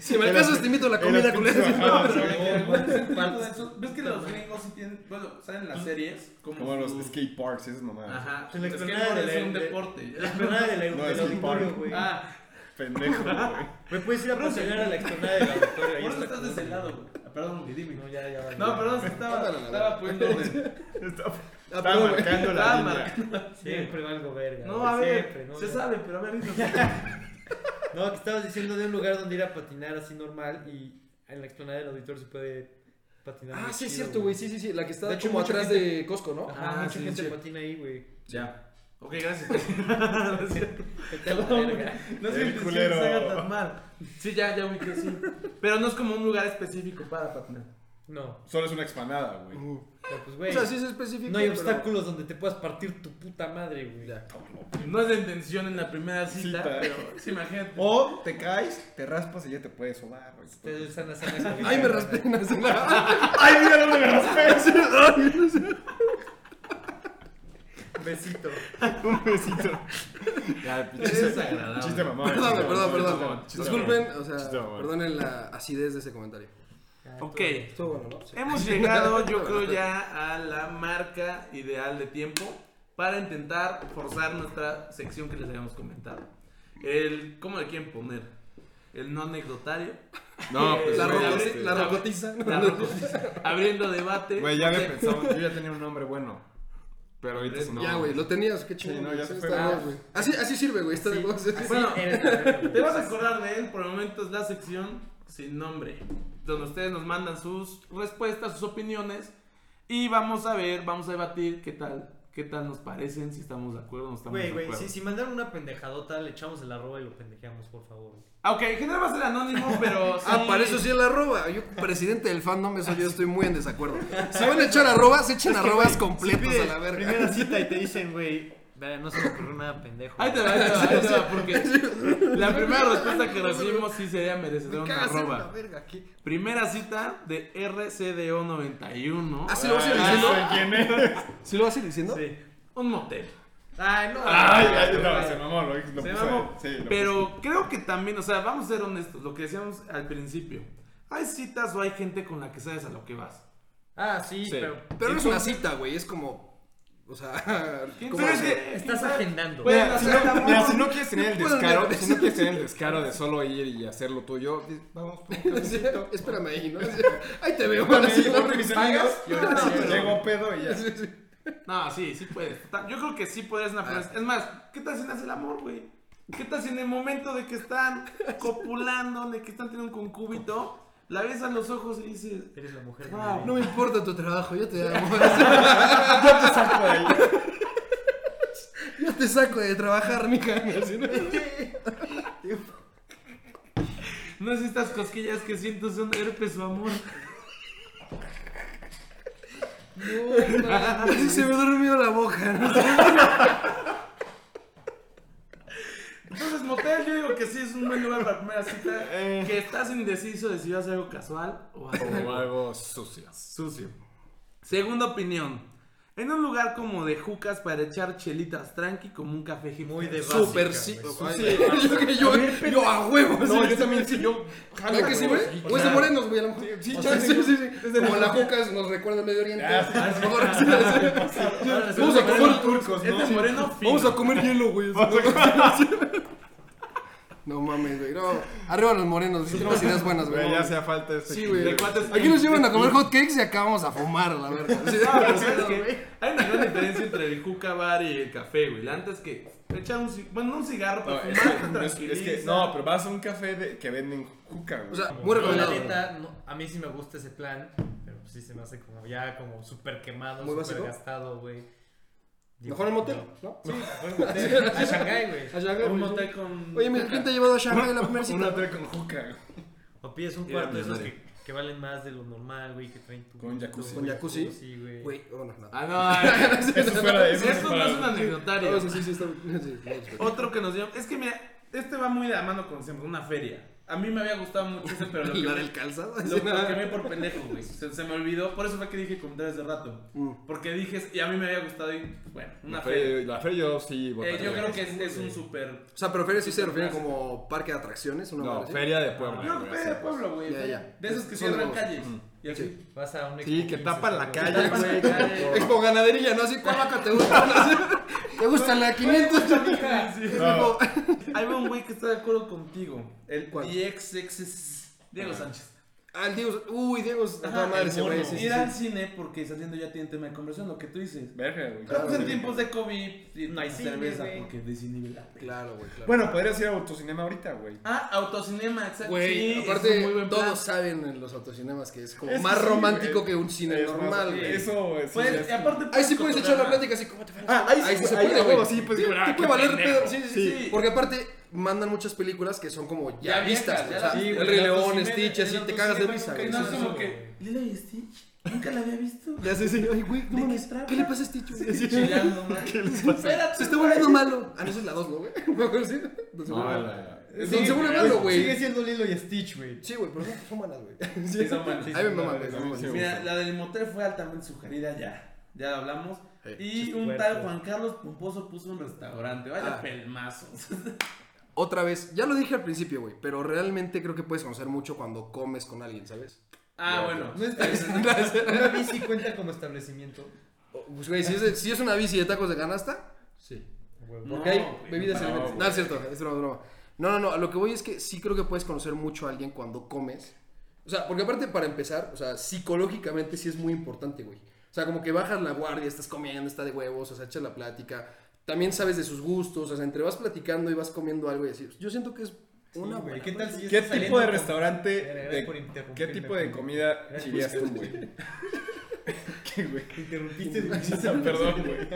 [SPEAKER 2] si me alcanzas, te invito a la comida,
[SPEAKER 3] Era
[SPEAKER 2] culera.
[SPEAKER 3] pinche
[SPEAKER 1] No,
[SPEAKER 3] bajada,
[SPEAKER 1] pero me
[SPEAKER 3] güey.
[SPEAKER 1] quedé con ese tipo de esos- ¿Ves que los gringos sí tienen, bueno, salen las series como,
[SPEAKER 3] Como los
[SPEAKER 1] su-
[SPEAKER 3] skate parks, esas mamadas.
[SPEAKER 1] Ajá,
[SPEAKER 4] En la
[SPEAKER 1] es que
[SPEAKER 4] explanada
[SPEAKER 1] no,
[SPEAKER 4] de la-
[SPEAKER 1] es un
[SPEAKER 4] de-
[SPEAKER 1] deporte.
[SPEAKER 4] La explanada del
[SPEAKER 3] No,
[SPEAKER 4] del
[SPEAKER 3] es un
[SPEAKER 4] auditorio,
[SPEAKER 3] parque.
[SPEAKER 4] güey.
[SPEAKER 1] Ah,
[SPEAKER 3] Pendejo, güey.
[SPEAKER 4] Me puedes ir a pasear a la explanada del auditorio. Ahí
[SPEAKER 1] por eso
[SPEAKER 4] está
[SPEAKER 1] estás de
[SPEAKER 4] cool.
[SPEAKER 1] ese lado, güey. Ah, Perdón, güey, dime.
[SPEAKER 4] No, ya, ya. vale.
[SPEAKER 1] No, perdón, estaba,
[SPEAKER 2] Ándale, la
[SPEAKER 1] estaba poniendo de...
[SPEAKER 3] Estaba,
[SPEAKER 2] Ah,
[SPEAKER 3] estaba
[SPEAKER 2] pero, güey.
[SPEAKER 3] marcando la
[SPEAKER 1] estaba
[SPEAKER 3] línea.
[SPEAKER 1] marcando-
[SPEAKER 4] Siempre valgo verga.
[SPEAKER 1] No,
[SPEAKER 4] güey,
[SPEAKER 1] a ver,
[SPEAKER 4] siempre, no,
[SPEAKER 1] se
[SPEAKER 4] no.
[SPEAKER 1] sabe, pero a ver, dinos.
[SPEAKER 4] No, que estabas diciendo de un lugar donde ir a patinar así normal y en la explanada del auditorio se puede patinar.
[SPEAKER 2] Ah,
[SPEAKER 4] muy
[SPEAKER 2] sí, es
[SPEAKER 4] chido,
[SPEAKER 2] cierto, güey. Sí, sí, sí. La que
[SPEAKER 4] De
[SPEAKER 2] está
[SPEAKER 4] hecho,
[SPEAKER 2] como
[SPEAKER 4] mucha
[SPEAKER 2] atrás
[SPEAKER 4] gente-
[SPEAKER 2] de Costco, ¿no?
[SPEAKER 4] Ajá,
[SPEAKER 1] Ajá,
[SPEAKER 4] mucha
[SPEAKER 1] sí,
[SPEAKER 4] gente
[SPEAKER 1] sí.
[SPEAKER 4] patina ahí, güey.
[SPEAKER 1] Ya. Ok, gracias.
[SPEAKER 4] Vete a la verga.
[SPEAKER 1] No sé
[SPEAKER 3] El
[SPEAKER 1] si se
[SPEAKER 3] culero.
[SPEAKER 1] haga tan mal. Sí, ya, ya ubiqué, sí. Pero no es como un lugar específico para patinar.
[SPEAKER 4] No,
[SPEAKER 3] Solo es una explanada, güey.
[SPEAKER 4] pero pues,
[SPEAKER 2] O
[SPEAKER 4] güey.
[SPEAKER 2] sea, sí es específico.
[SPEAKER 4] no hay
[SPEAKER 2] pero-
[SPEAKER 4] obstáculos donde te puedas partir tu puta madre, güey.
[SPEAKER 2] Ya.
[SPEAKER 1] No es la intención en la primera cita,
[SPEAKER 3] Cita.
[SPEAKER 1] pero sí, imagínate.
[SPEAKER 3] O te caes, te raspas y ya te puedes sobar, güey.
[SPEAKER 4] Ustedes están haciendo
[SPEAKER 2] Ay, me raspé. no sé nada.
[SPEAKER 3] ¡Ay, mira dónde me raspé!
[SPEAKER 4] Besito.
[SPEAKER 3] Un besito. Ya,
[SPEAKER 1] Es
[SPEAKER 3] pinche
[SPEAKER 1] desagradable.
[SPEAKER 3] Chiste mamón.
[SPEAKER 2] Perdón,
[SPEAKER 3] chiste
[SPEAKER 2] perdón,
[SPEAKER 3] mamón,
[SPEAKER 2] perdón.
[SPEAKER 3] chiste mamón, chiste
[SPEAKER 2] Disculpen,
[SPEAKER 3] mamón.
[SPEAKER 2] o sea,
[SPEAKER 3] Chiste mamón.
[SPEAKER 2] perdonen la acidez de ese comentario.
[SPEAKER 1] Ok.
[SPEAKER 2] Estuvo bueno, ¿no? Sí.
[SPEAKER 1] Hemos llegado, yo creo, ya a la marca ideal de tiempo para intentar forzar nuestra sección que les habíamos comentado. El, ¿Cómo le quieren poner? El no anecdotario.
[SPEAKER 3] No, pues,
[SPEAKER 2] Eh, La,
[SPEAKER 3] güey,
[SPEAKER 2] roco-
[SPEAKER 3] este,
[SPEAKER 2] la rocotiza.
[SPEAKER 1] La rocotiza. Abriendo debate.
[SPEAKER 3] Güey, ya le
[SPEAKER 1] Ok.
[SPEAKER 3] pensamos. Yo ya tenía un nombre bueno. Pero ahorita sí no.
[SPEAKER 2] Eh, Ya, güey, lo tenías, qué chido.
[SPEAKER 3] Sí, no, ya se fue.
[SPEAKER 2] está bien, güey. Así, así sirve, güey, está de huevos.
[SPEAKER 1] Bueno,
[SPEAKER 4] eres la verga.
[SPEAKER 1] Te vas a acordar de él, por el momento es la sección sin nombre, donde ustedes nos mandan sus respuestas, sus opiniones, y vamos a ver, vamos a debatir qué tal, qué tal nos parecen, si estamos de acuerdo o no estamos
[SPEAKER 4] Güey,
[SPEAKER 1] de
[SPEAKER 4] güey,
[SPEAKER 1] acuerdo.
[SPEAKER 4] si, si mandaron una pendejadota, le echamos el arroba y lo pendejeamos, por favor.
[SPEAKER 1] Ah, ok, en general va a ser anónimo, pero sí.
[SPEAKER 2] Ah, para eso sí el arroba. Yo, presidente del fan, no me soy, yo estoy muy en desacuerdo. Si van a echar arrobas, echen arrobas completos a la verga.
[SPEAKER 4] Primera cita y te dicen, güey, "Ve, no se me ocurrió nada pendejo.
[SPEAKER 1] Ahí te va, ahí te va, ahí te va, porque la primera respuesta que recibimos sí sería merecedora una arroba.
[SPEAKER 2] ¿eh?
[SPEAKER 1] Primera cita de RCDO91.
[SPEAKER 2] Ah, sí lo vas a ir
[SPEAKER 3] Ah,
[SPEAKER 2] diciendo.
[SPEAKER 3] sé quién es?
[SPEAKER 2] ¿Sí lo vas a ir diciendo?
[SPEAKER 4] Sí.
[SPEAKER 1] Un motel.
[SPEAKER 4] Ay, no.
[SPEAKER 3] Ay, ay, no, se mamó, lo, lo
[SPEAKER 1] Se
[SPEAKER 3] puse,
[SPEAKER 1] mamó.
[SPEAKER 3] Sí, lo
[SPEAKER 1] pero creo que también, o sea, vamos a ser honestos, lo que decíamos al principio. Hay citas o hay gente con la que sabes a lo que vas.
[SPEAKER 4] Ah, sí,
[SPEAKER 3] Sí.
[SPEAKER 4] pero.
[SPEAKER 2] Pero no es una cita, güey, es como. O sea,
[SPEAKER 1] ¿Quién
[SPEAKER 2] ¿cómo
[SPEAKER 1] sabe
[SPEAKER 2] hacer?
[SPEAKER 1] que- quién
[SPEAKER 4] Estás
[SPEAKER 1] sabe?
[SPEAKER 4] agendando.
[SPEAKER 1] Pueden
[SPEAKER 3] Mira, si
[SPEAKER 1] hacer
[SPEAKER 3] no,
[SPEAKER 1] amor.
[SPEAKER 3] mira, si no quieres tener el
[SPEAKER 2] Pueden
[SPEAKER 3] descaro,
[SPEAKER 2] ver-
[SPEAKER 3] si no quieres tener el descaro de solo ir y hacer lo tuyo, di- vamos por un
[SPEAKER 2] Sí,
[SPEAKER 3] cafecito.
[SPEAKER 2] Espérame ahí, ¿no? Ahí te veo.
[SPEAKER 3] Bueno,
[SPEAKER 2] ahora sí,
[SPEAKER 3] yo voy
[SPEAKER 2] ¿no?
[SPEAKER 3] con mis amigos
[SPEAKER 2] ¿Pagas?
[SPEAKER 3] y ahorita
[SPEAKER 2] Sí,
[SPEAKER 3] yo
[SPEAKER 2] pero-
[SPEAKER 3] llego pedo y ya.
[SPEAKER 2] Sí, sí.
[SPEAKER 1] No, sí, sí puedes. Ta- Yo creo que sí puedes una primera-
[SPEAKER 2] Ah.
[SPEAKER 1] Es más, ¿qué tal si nace el amor, güey? ¿Qué tal si en el momento de que están copulando, de que están teniendo un concúbito, la ves a los ojos y dices,
[SPEAKER 4] Eres la mujer.
[SPEAKER 1] Wow.
[SPEAKER 4] de mi
[SPEAKER 2] Ah, No me importa tu trabajo, yo te amo. Yo te saco de trabajar, mija. Así, ¿no?
[SPEAKER 1] no es estas cosquillas que siento son herpes o amor.
[SPEAKER 2] Así se me durmió la boca, ¿no?
[SPEAKER 1] Entonces, motel, yo digo que sí es un buen lugar para primera cita.
[SPEAKER 3] Eh.
[SPEAKER 1] Que estás indeciso de si vas a hacer algo casual o hacer
[SPEAKER 3] Como
[SPEAKER 1] algo
[SPEAKER 3] algo sucio.
[SPEAKER 1] sucio. Segunda opinión. En un lugar como de jucas para echar chelitas tranqui como un café hipster.
[SPEAKER 4] Muy de base.
[SPEAKER 2] Súper
[SPEAKER 4] Básica,
[SPEAKER 2] sí.
[SPEAKER 4] güey.
[SPEAKER 2] sí. Yo, que yo, yo a huevo.
[SPEAKER 3] No,
[SPEAKER 2] sí.
[SPEAKER 3] yo también sí, yo jalo,
[SPEAKER 2] ¿Verdad que sí, güey?
[SPEAKER 3] güey.
[SPEAKER 2] O es de morenos, güey, a lo mejor. Sí,
[SPEAKER 3] sí,
[SPEAKER 2] sí,
[SPEAKER 3] chance,
[SPEAKER 2] sí, sí, Como la Jocas nos recuerda al Medio Oriente.
[SPEAKER 3] Ah,
[SPEAKER 2] Ahora sí, sí.
[SPEAKER 4] Ahora
[SPEAKER 2] Vamos a
[SPEAKER 4] resulta que-
[SPEAKER 2] comer turcos,
[SPEAKER 1] Este Es de
[SPEAKER 2] ¿no?
[SPEAKER 1] moreno fino.
[SPEAKER 2] Vamos a comer hielo, güey. No mames, güey. No. Arriba los morenos. Sí, tenemos ideas buenas,
[SPEAKER 3] Güey,
[SPEAKER 2] güey.
[SPEAKER 3] ya hacía falta este.
[SPEAKER 2] Sí, güey.
[SPEAKER 1] ¿De cuántas-
[SPEAKER 2] Aquí nos llevan a comer hot cakes y acá vamos a fumar, la verga. Sí.
[SPEAKER 1] Ah, pero ¿sabes qué? Hay una gran diferencia entre el juca bar y el café, güey. La antes que echar un, ci- bueno, no un cigarro
[SPEAKER 3] No,
[SPEAKER 1] para
[SPEAKER 3] es,
[SPEAKER 1] fumar.
[SPEAKER 3] que,
[SPEAKER 1] te
[SPEAKER 3] es que- es que-
[SPEAKER 1] tranquiliza.
[SPEAKER 3] no, pero vas a un café de, que venden juca, güey.
[SPEAKER 2] O sea, muy
[SPEAKER 4] No, la
[SPEAKER 2] recomendado.
[SPEAKER 4] neta, no, a mí sí me gusta ese plan, pero pues sí se me hace como ya como súper quemado,
[SPEAKER 2] ¿Muy
[SPEAKER 4] súper
[SPEAKER 2] básico?
[SPEAKER 4] gastado, güey. Digo,
[SPEAKER 2] Mejor el motel,
[SPEAKER 4] no.
[SPEAKER 2] ¿no?
[SPEAKER 4] Sí, mejor el motel. A Shanghai, güey.
[SPEAKER 2] Allá, güey.
[SPEAKER 1] Un motel con.
[SPEAKER 2] Oye, mi gente ha llevado a Shanghai la
[SPEAKER 1] pues
[SPEAKER 2] primera
[SPEAKER 3] un
[SPEAKER 2] cita.
[SPEAKER 3] hotel con juca, güey.
[SPEAKER 4] O pides un
[SPEAKER 3] Era
[SPEAKER 4] cuarto de esos que,
[SPEAKER 3] millonario.
[SPEAKER 4] que valen más de lo normal, güey, que traen tu...
[SPEAKER 3] Con jacuzzi.
[SPEAKER 2] Con jacuzzi.
[SPEAKER 4] güey.
[SPEAKER 2] Güey, bueno, no.
[SPEAKER 1] Ah, no, eh.
[SPEAKER 3] Eso fuera de eso.
[SPEAKER 1] Esto no es un
[SPEAKER 2] Oh,
[SPEAKER 1] anecdotario.
[SPEAKER 2] No, sí, sí, sí, está- sí, sí,
[SPEAKER 1] Otro que nos dio. Es que mira, este va muy de la mano con siempre, una feria. A mí me había gustado mucho ese, pero lo que,
[SPEAKER 2] ¿La
[SPEAKER 1] me,
[SPEAKER 2] del calzado?
[SPEAKER 1] lo, lo quemé por pendejo, güey. Se, se me olvidó. Por eso fue que dije comentarios de rato.
[SPEAKER 2] Mm.
[SPEAKER 1] Porque dije, y a mí me había gustado y, bueno, una
[SPEAKER 3] La
[SPEAKER 1] fe.
[SPEAKER 3] fe, la fe yo sí votaría.
[SPEAKER 1] Eh, yo creo que es, es un súper.
[SPEAKER 2] O sea, pero feria sí se refiere como parque de atracciones, una
[SPEAKER 3] No,
[SPEAKER 2] madre así.
[SPEAKER 3] feria de pueblo.
[SPEAKER 1] Yo creo que de pueblo, güey.
[SPEAKER 2] Ya, ya.
[SPEAKER 1] De esos que
[SPEAKER 2] Son de
[SPEAKER 1] cierran
[SPEAKER 2] huevos.
[SPEAKER 1] calles. Y así.
[SPEAKER 2] Sí.
[SPEAKER 4] Vas a un
[SPEAKER 3] Sí,
[SPEAKER 4] Expo
[SPEAKER 3] que
[SPEAKER 4] 15,
[SPEAKER 3] tapan la
[SPEAKER 4] seguro.
[SPEAKER 3] calle, güey. por-
[SPEAKER 2] Expo ganadería, ¿no? Así, ¿cuál vaca te gusta? No sé. ¿Te gusta la 500?
[SPEAKER 3] No.
[SPEAKER 1] Hay un güey que está de acuerdo contigo. El
[SPEAKER 2] ¿Cuál?
[SPEAKER 1] ex ex Diego Sánchez.
[SPEAKER 2] Ah, el Diego. Uy, Diego. es-
[SPEAKER 1] Ajá,
[SPEAKER 2] toda madre
[SPEAKER 1] el
[SPEAKER 2] ese
[SPEAKER 1] mono.
[SPEAKER 2] güey. sí, sí,
[SPEAKER 1] Ir
[SPEAKER 2] sí.
[SPEAKER 1] al cine porque saliendo ya tiene tema de conversión, lo que tú dices.
[SPEAKER 3] Verga, güey.
[SPEAKER 1] Estamos pues, en tiempos de COVID y no hay
[SPEAKER 4] Cine,
[SPEAKER 1] cerveza
[SPEAKER 4] güey.
[SPEAKER 1] porque desnivelate.
[SPEAKER 2] Claro, güey, claro.
[SPEAKER 3] Bueno, podrías ir a autocinema ahorita, güey.
[SPEAKER 1] Ah, autocinema, exacto.
[SPEAKER 2] Güey,
[SPEAKER 1] sí, es un muy
[SPEAKER 2] aparte,
[SPEAKER 1] buen plan.
[SPEAKER 2] todos saben en los autocinemas que es como
[SPEAKER 3] Es que
[SPEAKER 2] más
[SPEAKER 3] sí,
[SPEAKER 2] romántico
[SPEAKER 3] güey.
[SPEAKER 2] que un cine
[SPEAKER 3] Es más-
[SPEAKER 2] normal, güey.
[SPEAKER 3] Eso, sí,
[SPEAKER 1] Puedes-
[SPEAKER 3] es-
[SPEAKER 1] Pues, y aparte
[SPEAKER 2] Ahí sí puedes echar la
[SPEAKER 1] cotorrear.
[SPEAKER 2] plática así, ¿cómo te fue?
[SPEAKER 3] Ah, ahí,
[SPEAKER 2] Ahí sí se
[SPEAKER 3] ahí
[SPEAKER 2] puede,
[SPEAKER 3] a
[SPEAKER 2] güey.
[SPEAKER 3] huevo, sí, pues,
[SPEAKER 2] Te-
[SPEAKER 3] güey, ah,
[SPEAKER 2] te
[SPEAKER 3] qué
[SPEAKER 2] puede valer
[SPEAKER 3] pendejo.
[SPEAKER 2] pedo. Sí, sí, sí,
[SPEAKER 1] Sí.
[SPEAKER 2] Porque aparte mandan muchas películas que son como ya,
[SPEAKER 1] Ya
[SPEAKER 2] vistas.
[SPEAKER 1] viejas, ya
[SPEAKER 2] o sea,
[SPEAKER 1] las- sí,
[SPEAKER 2] El
[SPEAKER 1] güey,
[SPEAKER 2] Rey
[SPEAKER 1] el
[SPEAKER 2] León,
[SPEAKER 1] autocinema-
[SPEAKER 2] Stitch,
[SPEAKER 1] el
[SPEAKER 2] así te cagas de
[SPEAKER 1] autocinema,
[SPEAKER 2] risa.
[SPEAKER 1] que
[SPEAKER 2] güey.
[SPEAKER 1] no
[SPEAKER 2] Sí,
[SPEAKER 1] es
[SPEAKER 2] sí,
[SPEAKER 1] como
[SPEAKER 2] sí.
[SPEAKER 1] que Lilo y Stitch, nunca la había visto.
[SPEAKER 2] Ya sé, sí. Ay, güey,
[SPEAKER 1] ¿De
[SPEAKER 2] no
[SPEAKER 1] qué
[SPEAKER 2] mames.
[SPEAKER 1] trata?
[SPEAKER 2] ¿Qué le pasa a Stitch? güey? Sí, sí.
[SPEAKER 1] Chillando, man. Espérate,
[SPEAKER 2] Se está volviendo malo. Ah, no, esa es la 2, ¿no, güey? Me acuerdo, sí. Entonces,
[SPEAKER 3] No,
[SPEAKER 2] güey.
[SPEAKER 3] la- la-
[SPEAKER 2] Entonces, se vuelve malo,
[SPEAKER 5] Sigue
[SPEAKER 2] güey.
[SPEAKER 5] siendo Lilo y Stitch, güey.
[SPEAKER 2] Sí, güey, pero son- son malas, güey.
[SPEAKER 1] Sí, son buenas.
[SPEAKER 2] Ahí me maman, güey.
[SPEAKER 3] sí,
[SPEAKER 2] me maman.
[SPEAKER 3] sí, sí.
[SPEAKER 1] Mira, la del motel fue altamente sugerida ya. Ya la hablamos.
[SPEAKER 2] Hey,
[SPEAKER 1] y un tal Juan Carlos Pomposo puso un restaurante. Vaya
[SPEAKER 2] Ah.
[SPEAKER 1] pelmazos.
[SPEAKER 2] Otra vez, ya lo dije al principio, güey, pero realmente creo que puedes conocer mucho cuando comes con alguien, ¿sabes?
[SPEAKER 1] Ah, bueno.
[SPEAKER 5] No es Una bici cuenta como establecimiento.
[SPEAKER 2] O- Pues, güey, si es, de- si es una bici de tacos de canasta,
[SPEAKER 5] Sí.
[SPEAKER 1] No,
[SPEAKER 5] Porque hay
[SPEAKER 1] güey.
[SPEAKER 5] bebidas
[SPEAKER 3] No,
[SPEAKER 5] elementales.
[SPEAKER 2] No, es cierto, es broma, broma. No, no, no, a lo que voy es que sí creo que puedes conocer mucho a alguien cuando comes. O sea, porque aparte para empezar, o sea, psicológicamente sí es muy importante, güey. O sea, como que bajas la guardia, estás comiendo, está de huevos, o sea, echas la plática. También sabes de sus gustos, o sea, entre vas platicando y vas comiendo algo y así. Yo siento que es una
[SPEAKER 5] güey,
[SPEAKER 2] buena
[SPEAKER 5] ¿qué tal
[SPEAKER 2] plática.
[SPEAKER 5] si-
[SPEAKER 3] ¿Qué
[SPEAKER 5] Está
[SPEAKER 3] tipo de
[SPEAKER 5] saliendo-
[SPEAKER 3] restaurante,
[SPEAKER 5] Verga, gracias por
[SPEAKER 3] de,
[SPEAKER 5] interrumpirme,
[SPEAKER 3] qué tipo de
[SPEAKER 5] pendejo.
[SPEAKER 3] comida irías tú, güey? ¿Qué, güey?
[SPEAKER 5] Interrumpiste güey.
[SPEAKER 3] Perdón, güey.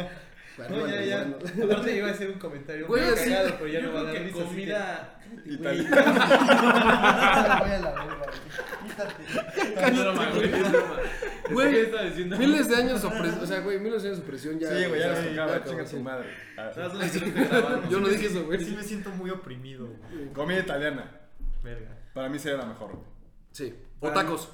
[SPEAKER 2] Bueno,
[SPEAKER 5] No, ya,
[SPEAKER 2] bueno,
[SPEAKER 5] ya.
[SPEAKER 2] bueno.
[SPEAKER 5] Aparte, iba a hacer un comentario.
[SPEAKER 2] Güey,
[SPEAKER 5] muy
[SPEAKER 2] sí.
[SPEAKER 5] cagado, pero ya
[SPEAKER 1] Yo
[SPEAKER 5] no va a
[SPEAKER 1] creo
[SPEAKER 5] dar
[SPEAKER 1] que
[SPEAKER 5] risa, así que-
[SPEAKER 1] comida.
[SPEAKER 3] Y tal.
[SPEAKER 1] No, broma, güey, es broma.
[SPEAKER 2] Güey,
[SPEAKER 1] ¿Qué estaba diciendo?
[SPEAKER 2] Miles de años de opresión, o sea, güey, miles de años de opresión ya.
[SPEAKER 3] Sí, güey, ya
[SPEAKER 2] o
[SPEAKER 3] nos
[SPEAKER 2] sea,
[SPEAKER 3] tocaba,
[SPEAKER 2] ya,
[SPEAKER 3] chinga
[SPEAKER 2] sí.
[SPEAKER 3] tu madre. Ah,
[SPEAKER 1] Tras lo que estoy grabando.
[SPEAKER 2] Yo no dije eso, güey.
[SPEAKER 5] Sí me siento muy oprimido, güey.
[SPEAKER 3] Comida italiana,
[SPEAKER 5] Verga.
[SPEAKER 3] para mí sería la mejor. güey.
[SPEAKER 2] Sí. O tacos.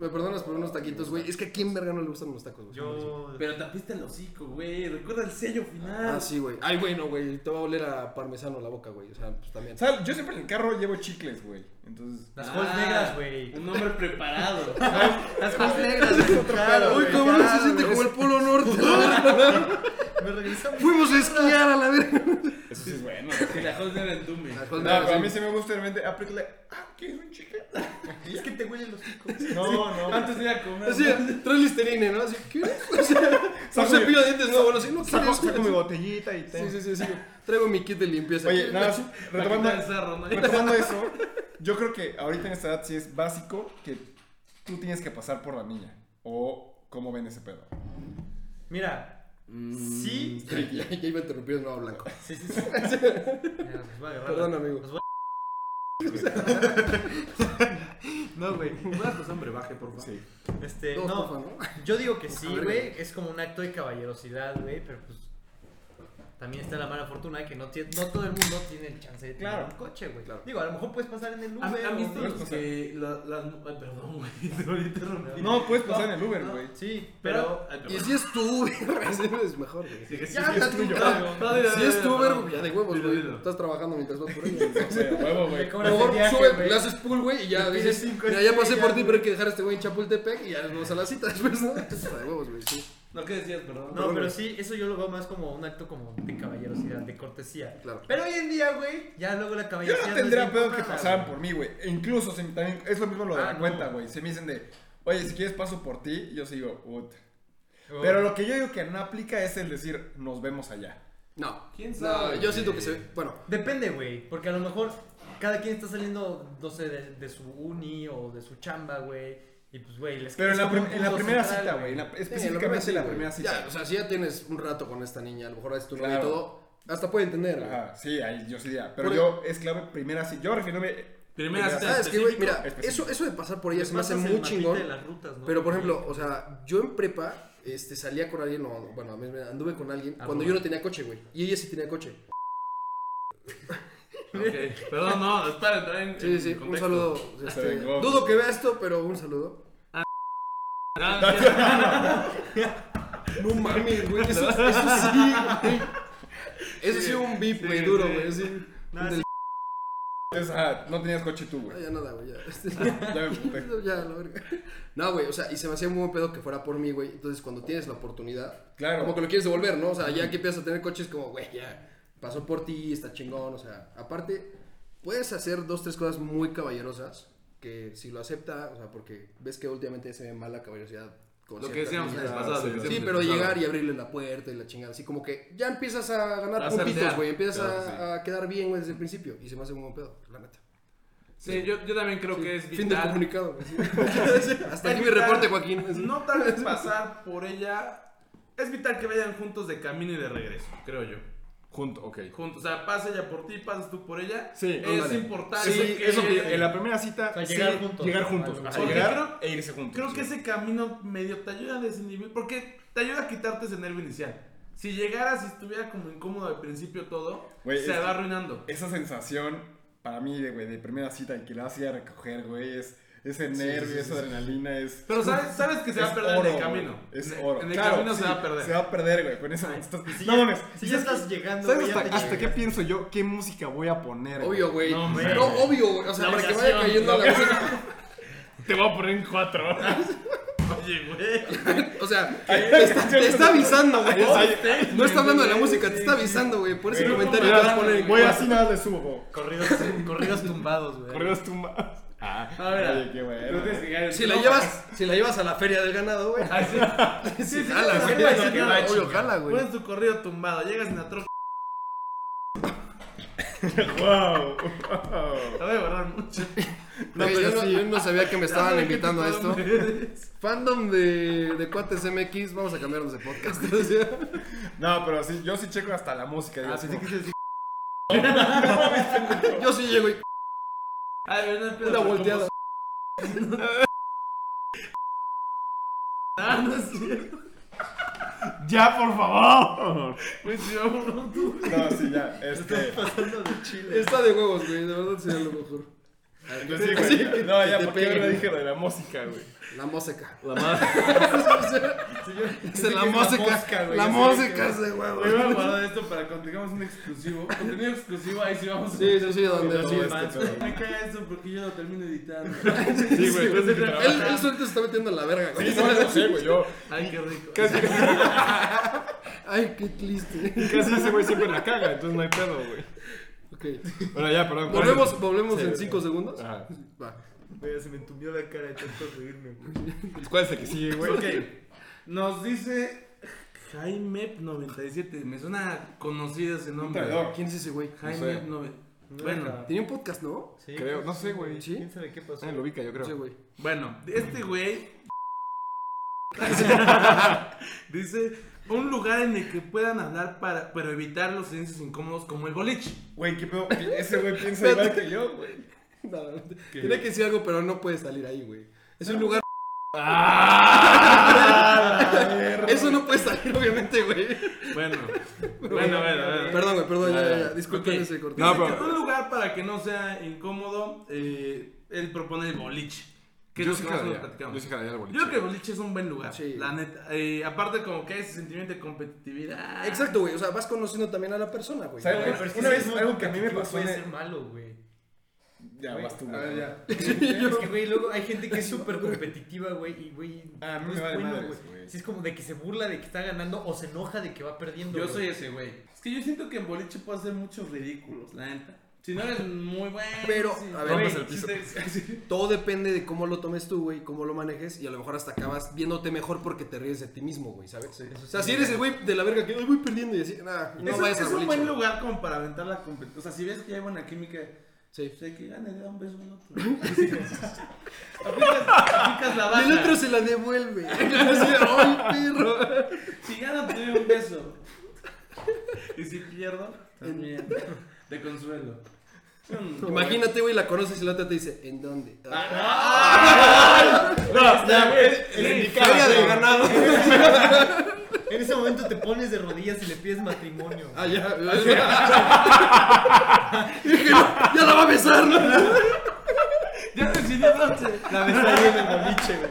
[SPEAKER 2] ¿Me perdonas por unos taquitos, güey? Es que a quién verga no le gustan los tacos, güey.
[SPEAKER 5] Yo.
[SPEAKER 1] Pero tapiste el hocico, güey. Recuerda el sello final.
[SPEAKER 2] Ah, sí, güey. Ay, güey, no, güey. Te va a oler a parmesano la boca, güey. O sea, pues también.
[SPEAKER 3] ¿Sabes? Yo siempre en el carro llevo chicles, güey. Entonces,
[SPEAKER 5] Las
[SPEAKER 1] Ah,
[SPEAKER 5] cosas negras, güey.
[SPEAKER 1] Un hombre preparado.
[SPEAKER 5] Las cosas negras, güey. Claro,
[SPEAKER 2] Uy,
[SPEAKER 5] güey,
[SPEAKER 2] cabrón,
[SPEAKER 5] ya,
[SPEAKER 2] se siente
[SPEAKER 5] güey.
[SPEAKER 2] como el Polo Norte. la verga.
[SPEAKER 5] Me regresa mi-
[SPEAKER 2] Fuimos a esquiar a la verga.
[SPEAKER 3] eso sí es bueno.
[SPEAKER 1] Que la José era el Dume.
[SPEAKER 2] No,
[SPEAKER 3] No, pero a mí sí me gusta realmente aplicarle. Ah, ¿quieres un chicle?
[SPEAKER 5] Es que te huelen los picos.
[SPEAKER 3] No, no.
[SPEAKER 1] Antes de ir a comer.
[SPEAKER 2] Así, tres listerine, ¿no? Así, ¿qué? O sea, un
[SPEAKER 3] Saco mi-
[SPEAKER 2] cepillo de dientes nuevo, no sé, no
[SPEAKER 3] Saco,
[SPEAKER 2] quieres.
[SPEAKER 3] saco mi botellita y
[SPEAKER 2] Sí,
[SPEAKER 3] tengo.
[SPEAKER 2] sí, sí, sí. Traigo mi kit de limpieza.
[SPEAKER 3] Oye, nada más, retomando,
[SPEAKER 1] Retomando el cerro, ¿no?
[SPEAKER 3] retomando eso, yo creo que ahorita en esta edad sí es básico que tú tienes que pasar por la niña. O cómo ven ese pedo.
[SPEAKER 5] Mira, sí.
[SPEAKER 2] Mm, Ya, ya, ya iba a interrumpir el nuevo blanco.
[SPEAKER 5] Sí, sí, sí. Mira, nos va a agarrar.
[SPEAKER 2] Perdón, amigo.
[SPEAKER 5] Nos va a- No, güey.
[SPEAKER 1] hombre, baje, por favor.
[SPEAKER 3] Sí.
[SPEAKER 5] Este,
[SPEAKER 2] Dos,
[SPEAKER 5] no.
[SPEAKER 2] porfa, ¿no?
[SPEAKER 5] Yo digo que sí,
[SPEAKER 2] A ver,
[SPEAKER 5] güey. Es como un acto de caballerosidad, güey. Pero pues. También está la mala fortuna de que no, tiene, no todo el mundo tiene el chance de tener
[SPEAKER 3] Claro.
[SPEAKER 5] un coche, güey.
[SPEAKER 2] Claro.
[SPEAKER 5] Digo, a lo mejor puedes pasar en el Uber.
[SPEAKER 1] ¿Han, han
[SPEAKER 5] o-
[SPEAKER 1] visto los
[SPEAKER 3] pasar.
[SPEAKER 1] que la- las... ay, perdón, güey, te voy a interrumpir.
[SPEAKER 3] No, puedes pasar en el Uber, güey.
[SPEAKER 5] Sí,
[SPEAKER 1] pero...
[SPEAKER 5] pero.
[SPEAKER 1] ay, perdón.
[SPEAKER 2] Y si es tú, güey, es mejor, güey.
[SPEAKER 1] Sí, que sí,
[SPEAKER 2] Ya,
[SPEAKER 1] sí,
[SPEAKER 2] ya,
[SPEAKER 1] es
[SPEAKER 2] tú,
[SPEAKER 1] tuyo.
[SPEAKER 2] ya.
[SPEAKER 1] No, no, dilo,
[SPEAKER 2] Si
[SPEAKER 1] dilo,
[SPEAKER 2] es tu
[SPEAKER 1] dilo,
[SPEAKER 2] Uber,
[SPEAKER 1] perdón.
[SPEAKER 2] ya de huevos,
[SPEAKER 1] Dilo,
[SPEAKER 2] güey.
[SPEAKER 1] dilo.
[SPEAKER 2] Estás trabajando mientras vas por ella.
[SPEAKER 3] O sea, huevo, güey.
[SPEAKER 5] Como
[SPEAKER 2] A lo mejor
[SPEAKER 5] ese viaje,
[SPEAKER 2] sube,
[SPEAKER 5] güey.
[SPEAKER 2] le haces pull, güey, y ya
[SPEAKER 5] Le
[SPEAKER 2] dices,
[SPEAKER 5] pides cinco
[SPEAKER 2] mira, ya pasé
[SPEAKER 5] estrellas,
[SPEAKER 2] por ti, pero
[SPEAKER 5] güey.
[SPEAKER 2] hay que dejar a este güey en Chapultepec y ya nos vamos a la cita después, ¿no? Entonces, de huevos, güey, sí,
[SPEAKER 1] No, ¿qué decías, perdón?
[SPEAKER 5] No, pero sí, eso yo lo veo más como un acto como de caballerosidad, de cortesía.
[SPEAKER 2] claro.
[SPEAKER 5] Pero hoy en día, güey, ya luego la
[SPEAKER 3] Yo
[SPEAKER 5] caballerosidad.
[SPEAKER 3] no
[SPEAKER 5] es
[SPEAKER 3] tendría
[SPEAKER 5] bien
[SPEAKER 3] pedo
[SPEAKER 5] cobrada,
[SPEAKER 3] que pasaran
[SPEAKER 5] güey.
[SPEAKER 3] por mí, güey. E incluso se me- también es lo mismo lo de
[SPEAKER 5] Ah,
[SPEAKER 3] la
[SPEAKER 5] no.
[SPEAKER 3] cuenta, güey. Se me dicen de, oye, si quieres paso por ti, yo sigo, ut. Pero lo que yo digo que no aplica es el decir, nos vemos allá.
[SPEAKER 2] No.
[SPEAKER 1] ¿Quién
[SPEAKER 2] No,
[SPEAKER 1] sabe?
[SPEAKER 2] yo siento que se ve, bueno,
[SPEAKER 5] Depende, güey, porque a lo mejor cada quien está saliendo, no sé, de, de su uni o de su chamba, güey. Y pues, güey, les
[SPEAKER 3] Pero en
[SPEAKER 5] es
[SPEAKER 3] la,
[SPEAKER 5] como
[SPEAKER 3] prim-
[SPEAKER 5] un
[SPEAKER 3] en la
[SPEAKER 5] punto
[SPEAKER 3] primera
[SPEAKER 5] central,
[SPEAKER 3] cita, güey. en la-
[SPEAKER 2] sí,
[SPEAKER 3] Específicamente
[SPEAKER 2] en
[SPEAKER 3] la
[SPEAKER 2] lo
[SPEAKER 3] primera
[SPEAKER 2] primero sí, güey.
[SPEAKER 3] cita.
[SPEAKER 2] Ya, o sea, si ya tienes un rato con esta niña, a lo mejor es tu novia y
[SPEAKER 3] Claro.
[SPEAKER 2] todo, hasta puede entender, güey.
[SPEAKER 3] Ajá, sí, ahí yo sí diría. Pero
[SPEAKER 2] Por
[SPEAKER 3] yo, es clave primera cita. Yo refiriéndome.
[SPEAKER 1] Primera cita.
[SPEAKER 2] Ah, ¿Sabes qué, güey? Mira,
[SPEAKER 3] específico.
[SPEAKER 2] eso, eso de pasar por ella
[SPEAKER 5] Les
[SPEAKER 2] se me hace
[SPEAKER 5] mandas el
[SPEAKER 2] muy
[SPEAKER 5] mapita
[SPEAKER 2] chingón.
[SPEAKER 5] de las rutas, ¿no?
[SPEAKER 2] Pero por ejemplo, o sea, yo en prepa este, salía con alguien, o bueno, a mí me- anduve con alguien
[SPEAKER 5] Ah,
[SPEAKER 2] cuando
[SPEAKER 5] bueno.
[SPEAKER 2] yo no tenía coche, güey. Y ella sí tenía coche.
[SPEAKER 1] Ok, Perdón, no, es para entrar en.
[SPEAKER 2] Sí, sí,
[SPEAKER 1] en
[SPEAKER 2] sí. Un
[SPEAKER 1] contexto.
[SPEAKER 2] saludo. este,
[SPEAKER 3] vengó.
[SPEAKER 2] dudo que vea esto, pero un saludo.
[SPEAKER 1] Ah, sí.
[SPEAKER 2] No mames, güey. Eso, eso sí, güey. Eso sí, un beep, güey,
[SPEAKER 1] sí,
[SPEAKER 2] duro,
[SPEAKER 1] sí.
[SPEAKER 2] güey. Sí.
[SPEAKER 3] Entonces, ajá, no tenías coche tú,
[SPEAKER 2] No,
[SPEAKER 3] güey.
[SPEAKER 2] ya nada, güey. Ya.
[SPEAKER 3] Ya me emputé.
[SPEAKER 2] Ya, la verga. No, güey, o sea, y se me hacía muy buen pedo que fuera por mí, güey. Entonces, cuando tienes la oportunidad,
[SPEAKER 3] Claro.
[SPEAKER 2] como que lo quieres devolver, ¿no? O sea, ya que empiezas a tener coches, como, güey, ya pasó por ti, está chingón. O sea, aparte, puedes hacer dos, tres cosas muy caballerosas que si lo acepta, o sea, porque ves que últimamente se ve mala caballerosidad. Con
[SPEAKER 1] Lo que
[SPEAKER 2] ciertas
[SPEAKER 1] decíamos en el
[SPEAKER 2] niñas.
[SPEAKER 1] pasado.
[SPEAKER 3] Sí,
[SPEAKER 1] lo que
[SPEAKER 2] Sí,
[SPEAKER 1] decíamos en
[SPEAKER 2] pero
[SPEAKER 1] el pasado.
[SPEAKER 2] llegar y abrirle la puerta y la chingada, así como que ya empiezas a ganar
[SPEAKER 1] A
[SPEAKER 2] puntitos,
[SPEAKER 1] saltear.
[SPEAKER 2] güey, empiezas
[SPEAKER 1] Claro,
[SPEAKER 2] a, a quedar bien, güey, desde el principio. Y se me hace un buen pedo, la neta.
[SPEAKER 1] Sí, yo, yo también creo que es
[SPEAKER 2] Fin del
[SPEAKER 1] vital.
[SPEAKER 2] comunicado. güey, sí. Hasta aquí mi reporte, Joaquín.
[SPEAKER 1] No tal vez pasar por ella. Es vital que vayan juntos de camino y de regreso, creo yo.
[SPEAKER 3] Junto, ok.
[SPEAKER 1] Juntos, o sea, pasa ella por ti, pasas tú por ella.
[SPEAKER 3] Sí,
[SPEAKER 1] es
[SPEAKER 3] ándale.
[SPEAKER 1] importante. eh,
[SPEAKER 3] Sí,
[SPEAKER 1] que-
[SPEAKER 3] eso que en la primera cita.
[SPEAKER 5] sea,
[SPEAKER 3] sí,
[SPEAKER 5] llegar juntos,
[SPEAKER 3] Llegar
[SPEAKER 5] ¿no?
[SPEAKER 3] juntos.
[SPEAKER 5] Algo
[SPEAKER 3] ajá,
[SPEAKER 1] así.
[SPEAKER 3] llegar
[SPEAKER 1] Creo-
[SPEAKER 3] e irse juntos.
[SPEAKER 1] Creo que
[SPEAKER 3] sí.
[SPEAKER 1] ese camino medio te ayuda a desinhibir, porque te ayuda a quitarte ese nervio inicial. Si llegaras y estuviera como incómodo al principio todo,
[SPEAKER 3] Güey,
[SPEAKER 1] se
[SPEAKER 3] es-
[SPEAKER 1] va arruinando.
[SPEAKER 3] Esa sensación, para mí, de, güey, de primera cita y que la hacía recoger, güey, es ese nervio, esa adrenalina, es.
[SPEAKER 1] Pero sabes, sabes que se va a
[SPEAKER 3] es
[SPEAKER 1] perder en el
[SPEAKER 3] oro,
[SPEAKER 1] camino.
[SPEAKER 3] güey, Es
[SPEAKER 1] En-
[SPEAKER 3] oro.
[SPEAKER 1] En el
[SPEAKER 3] Claro,
[SPEAKER 1] camino se
[SPEAKER 3] sí,
[SPEAKER 1] va a perder.
[SPEAKER 3] Se va a perder, güey, con eso. estás-
[SPEAKER 5] si
[SPEAKER 3] no
[SPEAKER 5] ya-
[SPEAKER 3] mames.
[SPEAKER 5] si
[SPEAKER 3] y
[SPEAKER 5] ya
[SPEAKER 3] es que-
[SPEAKER 5] estás llegando,
[SPEAKER 3] ¿Sabes
[SPEAKER 5] güey, ya
[SPEAKER 3] hasta,
[SPEAKER 5] te
[SPEAKER 3] hasta
[SPEAKER 5] llega.
[SPEAKER 3] qué pienso yo? ¿Qué música voy a poner? güey?
[SPEAKER 2] Obvio, güey. No,
[SPEAKER 5] No, hombre.
[SPEAKER 2] obvio, güey. O sea,
[SPEAKER 5] La
[SPEAKER 2] para que vaya
[SPEAKER 5] oración.
[SPEAKER 2] cayendo la música.
[SPEAKER 1] Te voy a poner en cuatro horas. Oye, güey.
[SPEAKER 2] O sea, te está, te está avisando, güey.
[SPEAKER 3] Ay, ay,
[SPEAKER 2] No está hablando de la música, te está avisando, güey. Por ese
[SPEAKER 3] Pero
[SPEAKER 2] comentario
[SPEAKER 3] mira,
[SPEAKER 2] te vas a poner en
[SPEAKER 3] Voy
[SPEAKER 2] cuatro.
[SPEAKER 3] así nada le subo. güey.
[SPEAKER 5] Corridos, corridos tumbados, güey.
[SPEAKER 3] Corridos tumbados. Ah,
[SPEAKER 1] A ver,
[SPEAKER 3] Oye, qué bueno.
[SPEAKER 2] Si la llevas, si la llevas a la feria del ganado, güey.
[SPEAKER 1] Sí, sí,
[SPEAKER 2] jala,
[SPEAKER 1] sí,
[SPEAKER 2] güey.
[SPEAKER 1] sí, sí,
[SPEAKER 2] Obvio,
[SPEAKER 1] sí,
[SPEAKER 2] obvio, jala, güey.
[SPEAKER 1] Pones tu corrido tumbado, llegas en la troca.
[SPEAKER 3] Wow. wow.
[SPEAKER 1] Te voy a borrar mucho.
[SPEAKER 2] No,
[SPEAKER 3] pero
[SPEAKER 2] yo, no,
[SPEAKER 3] sí.
[SPEAKER 2] yo no sabía que me estaban invitando a esto.
[SPEAKER 1] Pero
[SPEAKER 2] Fandom de, de Cuates MX, vamos a cambiarnos de podcast.
[SPEAKER 3] No, pero sí, yo sí checo hasta la música.
[SPEAKER 1] Ah,
[SPEAKER 3] digo, como-
[SPEAKER 2] Yo sí llego y una volteada.
[SPEAKER 1] Ah, no es cierto.
[SPEAKER 3] ¡Ya, por favor!
[SPEAKER 1] Güey, sí, vámonos.
[SPEAKER 3] No, sí, ya. Este.
[SPEAKER 2] Está de huevos, güey. De verdad sería lo mejor.
[SPEAKER 3] Pues sí, güey. No, ya, ¿por qué yo le dije lo de la música, güey?
[SPEAKER 2] La música.
[SPEAKER 1] La madre.
[SPEAKER 2] Dice la
[SPEAKER 3] que es la mosca,
[SPEAKER 2] música.
[SPEAKER 3] güey,
[SPEAKER 2] La
[SPEAKER 3] yo sé
[SPEAKER 2] música es de huevos.
[SPEAKER 1] Voy a guardar esto para cuando tengamos un exclusivo. Contenido exclusivo, ahí sí vamos a.
[SPEAKER 2] Sí, sí, sí, donde
[SPEAKER 3] Todo
[SPEAKER 2] sí.
[SPEAKER 3] este
[SPEAKER 1] Más,
[SPEAKER 3] pedo.
[SPEAKER 1] Me caga eso porque yo lo termino editando.
[SPEAKER 3] Sí, güey, yo sé que trabaja.
[SPEAKER 2] Él, él solito se está metiendo en la verga, güey.
[SPEAKER 3] Sí, no, no sé, güey. Yo
[SPEAKER 1] Ay, qué rico.
[SPEAKER 3] casi,
[SPEAKER 2] Ay, qué triste.
[SPEAKER 3] casi ese güey siempre la caga, entonces no hay pedo, güey.
[SPEAKER 2] Ok.
[SPEAKER 3] Bueno, ya, perdón. ¿cuál es?
[SPEAKER 2] Volvemos, volvemos
[SPEAKER 3] Sí, Ah.
[SPEAKER 2] en
[SPEAKER 3] sí.
[SPEAKER 2] 5 segundos.
[SPEAKER 3] Ajá.
[SPEAKER 2] Va.
[SPEAKER 5] Güey, se me entumió la cara de tanto reírme, güey.
[SPEAKER 3] ¿Cuál es el que sigue, güey?
[SPEAKER 1] Ok. Nos dice Jaime97. Me suena conocido ese nombre.
[SPEAKER 3] traidor.
[SPEAKER 2] ¿Quién es ese güey?
[SPEAKER 1] Jaime
[SPEAKER 3] No
[SPEAKER 1] 9.
[SPEAKER 3] sé.
[SPEAKER 5] deja.
[SPEAKER 1] Bueno,
[SPEAKER 2] Tenía un podcast, ¿no?
[SPEAKER 5] Sí,
[SPEAKER 3] Creo, no sé, güey.
[SPEAKER 2] Sí.
[SPEAKER 5] ¿Quién sabe qué pasó?
[SPEAKER 3] Ah, lo ubica, yo creo.
[SPEAKER 2] Sí, güey.
[SPEAKER 1] bueno, este güey dice un lugar en el que puedan hablar para pero evitar los silencios incómodos como el boliche.
[SPEAKER 3] Güey, qué pedo. Ese güey piensa igual que yo, güey.
[SPEAKER 2] No, no, Tenía que decir algo, pero no puede salir ahí, güey. Es
[SPEAKER 3] Ah,
[SPEAKER 2] un lugar. Eso no puede salir, obviamente, güey.
[SPEAKER 1] Bueno, bueno, bueno, bueno.
[SPEAKER 2] Perdón, güey, perdón, ya, ya, ya.
[SPEAKER 3] Ah, Ok.
[SPEAKER 2] Disculpen ese corte.
[SPEAKER 3] No,
[SPEAKER 1] Dice
[SPEAKER 3] pero-
[SPEAKER 1] que un lugar para que no sea incómodo, eh, él propone el boliche. Que es
[SPEAKER 3] Yo
[SPEAKER 1] lo
[SPEAKER 3] sí
[SPEAKER 1] que más
[SPEAKER 3] jalaría.
[SPEAKER 1] nos platicamos.
[SPEAKER 3] Yo sí jalaría al
[SPEAKER 1] Yo
[SPEAKER 3] boliche.
[SPEAKER 1] creo que el boliche es un buen lugar,
[SPEAKER 2] Sí.
[SPEAKER 1] la neta. Eh, aparte como que hay ese sentimiento de competitividad.
[SPEAKER 2] Exacto, güey. O sea, vas conociendo también a la persona, güey.
[SPEAKER 3] ¿Sabes,
[SPEAKER 5] Güey,
[SPEAKER 3] güey?
[SPEAKER 5] pero es que
[SPEAKER 3] Una
[SPEAKER 5] si
[SPEAKER 3] vez
[SPEAKER 5] no
[SPEAKER 3] algo que a mí me
[SPEAKER 5] competitivo
[SPEAKER 3] pasó en
[SPEAKER 5] Puede
[SPEAKER 3] el-
[SPEAKER 5] ser malo, güey.
[SPEAKER 3] Ya, vas tú,
[SPEAKER 2] Ah,
[SPEAKER 3] güey.
[SPEAKER 5] Ah, Es que, güey, luego hay gente que es súper competitiva, güey, y, güey,
[SPEAKER 3] Ah, a mí
[SPEAKER 5] no
[SPEAKER 3] me
[SPEAKER 5] es
[SPEAKER 3] vale
[SPEAKER 5] bueno,
[SPEAKER 3] madres,
[SPEAKER 5] güey.
[SPEAKER 3] güey.
[SPEAKER 5] Si es como de que se burla de que está ganando o se enoja de que va perdiendo.
[SPEAKER 1] Yo
[SPEAKER 5] güey.
[SPEAKER 1] soy ese güey. Es que yo siento que en boliche puedo hacer muchos ridículos, la neta. Si no eres muy bueno.
[SPEAKER 2] Pero,
[SPEAKER 1] sí.
[SPEAKER 2] a ver,
[SPEAKER 3] Rompes
[SPEAKER 1] Güey,
[SPEAKER 3] el piso.
[SPEAKER 1] sí, sí, sí.
[SPEAKER 2] Todo depende de cómo lo tomes tú, güey, cómo lo manejes y a lo mejor hasta acabas viéndote mejor porque te ríes de ti mismo, güey, ¿sabes? o sea, si eres el güey de la verga que "Ay, voy perdiendo y así, nah, no
[SPEAKER 1] es
[SPEAKER 2] vayas
[SPEAKER 1] es
[SPEAKER 2] a
[SPEAKER 1] un
[SPEAKER 2] boliche.
[SPEAKER 1] buen
[SPEAKER 2] güey.
[SPEAKER 1] lugar como para aventar la competencia. O sea, si ves que hay buena química,
[SPEAKER 2] Sí.
[SPEAKER 1] pues hay que gane, le da un beso al otro. aplicas, aplicas la
[SPEAKER 2] Y el otro
[SPEAKER 1] baja.
[SPEAKER 2] se la devuelve. Así, Ay, perro.
[SPEAKER 1] Si gano, te doy un beso. Y si pierdo, también. De consuelo. Mm.
[SPEAKER 2] Imagínate, güey, la conoces y la otra te dice, ¿en dónde? Ah,
[SPEAKER 3] No, ya, güey.
[SPEAKER 1] Sí,
[SPEAKER 3] El
[SPEAKER 2] Feria
[SPEAKER 3] indicado.
[SPEAKER 2] del
[SPEAKER 3] güey.
[SPEAKER 2] ganado.
[SPEAKER 5] En ese momento te pones de rodillas y le pides matrimonio.
[SPEAKER 2] Ah, ya. Dije, no, ya la va a besar, ¿no?
[SPEAKER 1] Ya te enseñé dónde.
[SPEAKER 5] La besaría en el boliche, güey.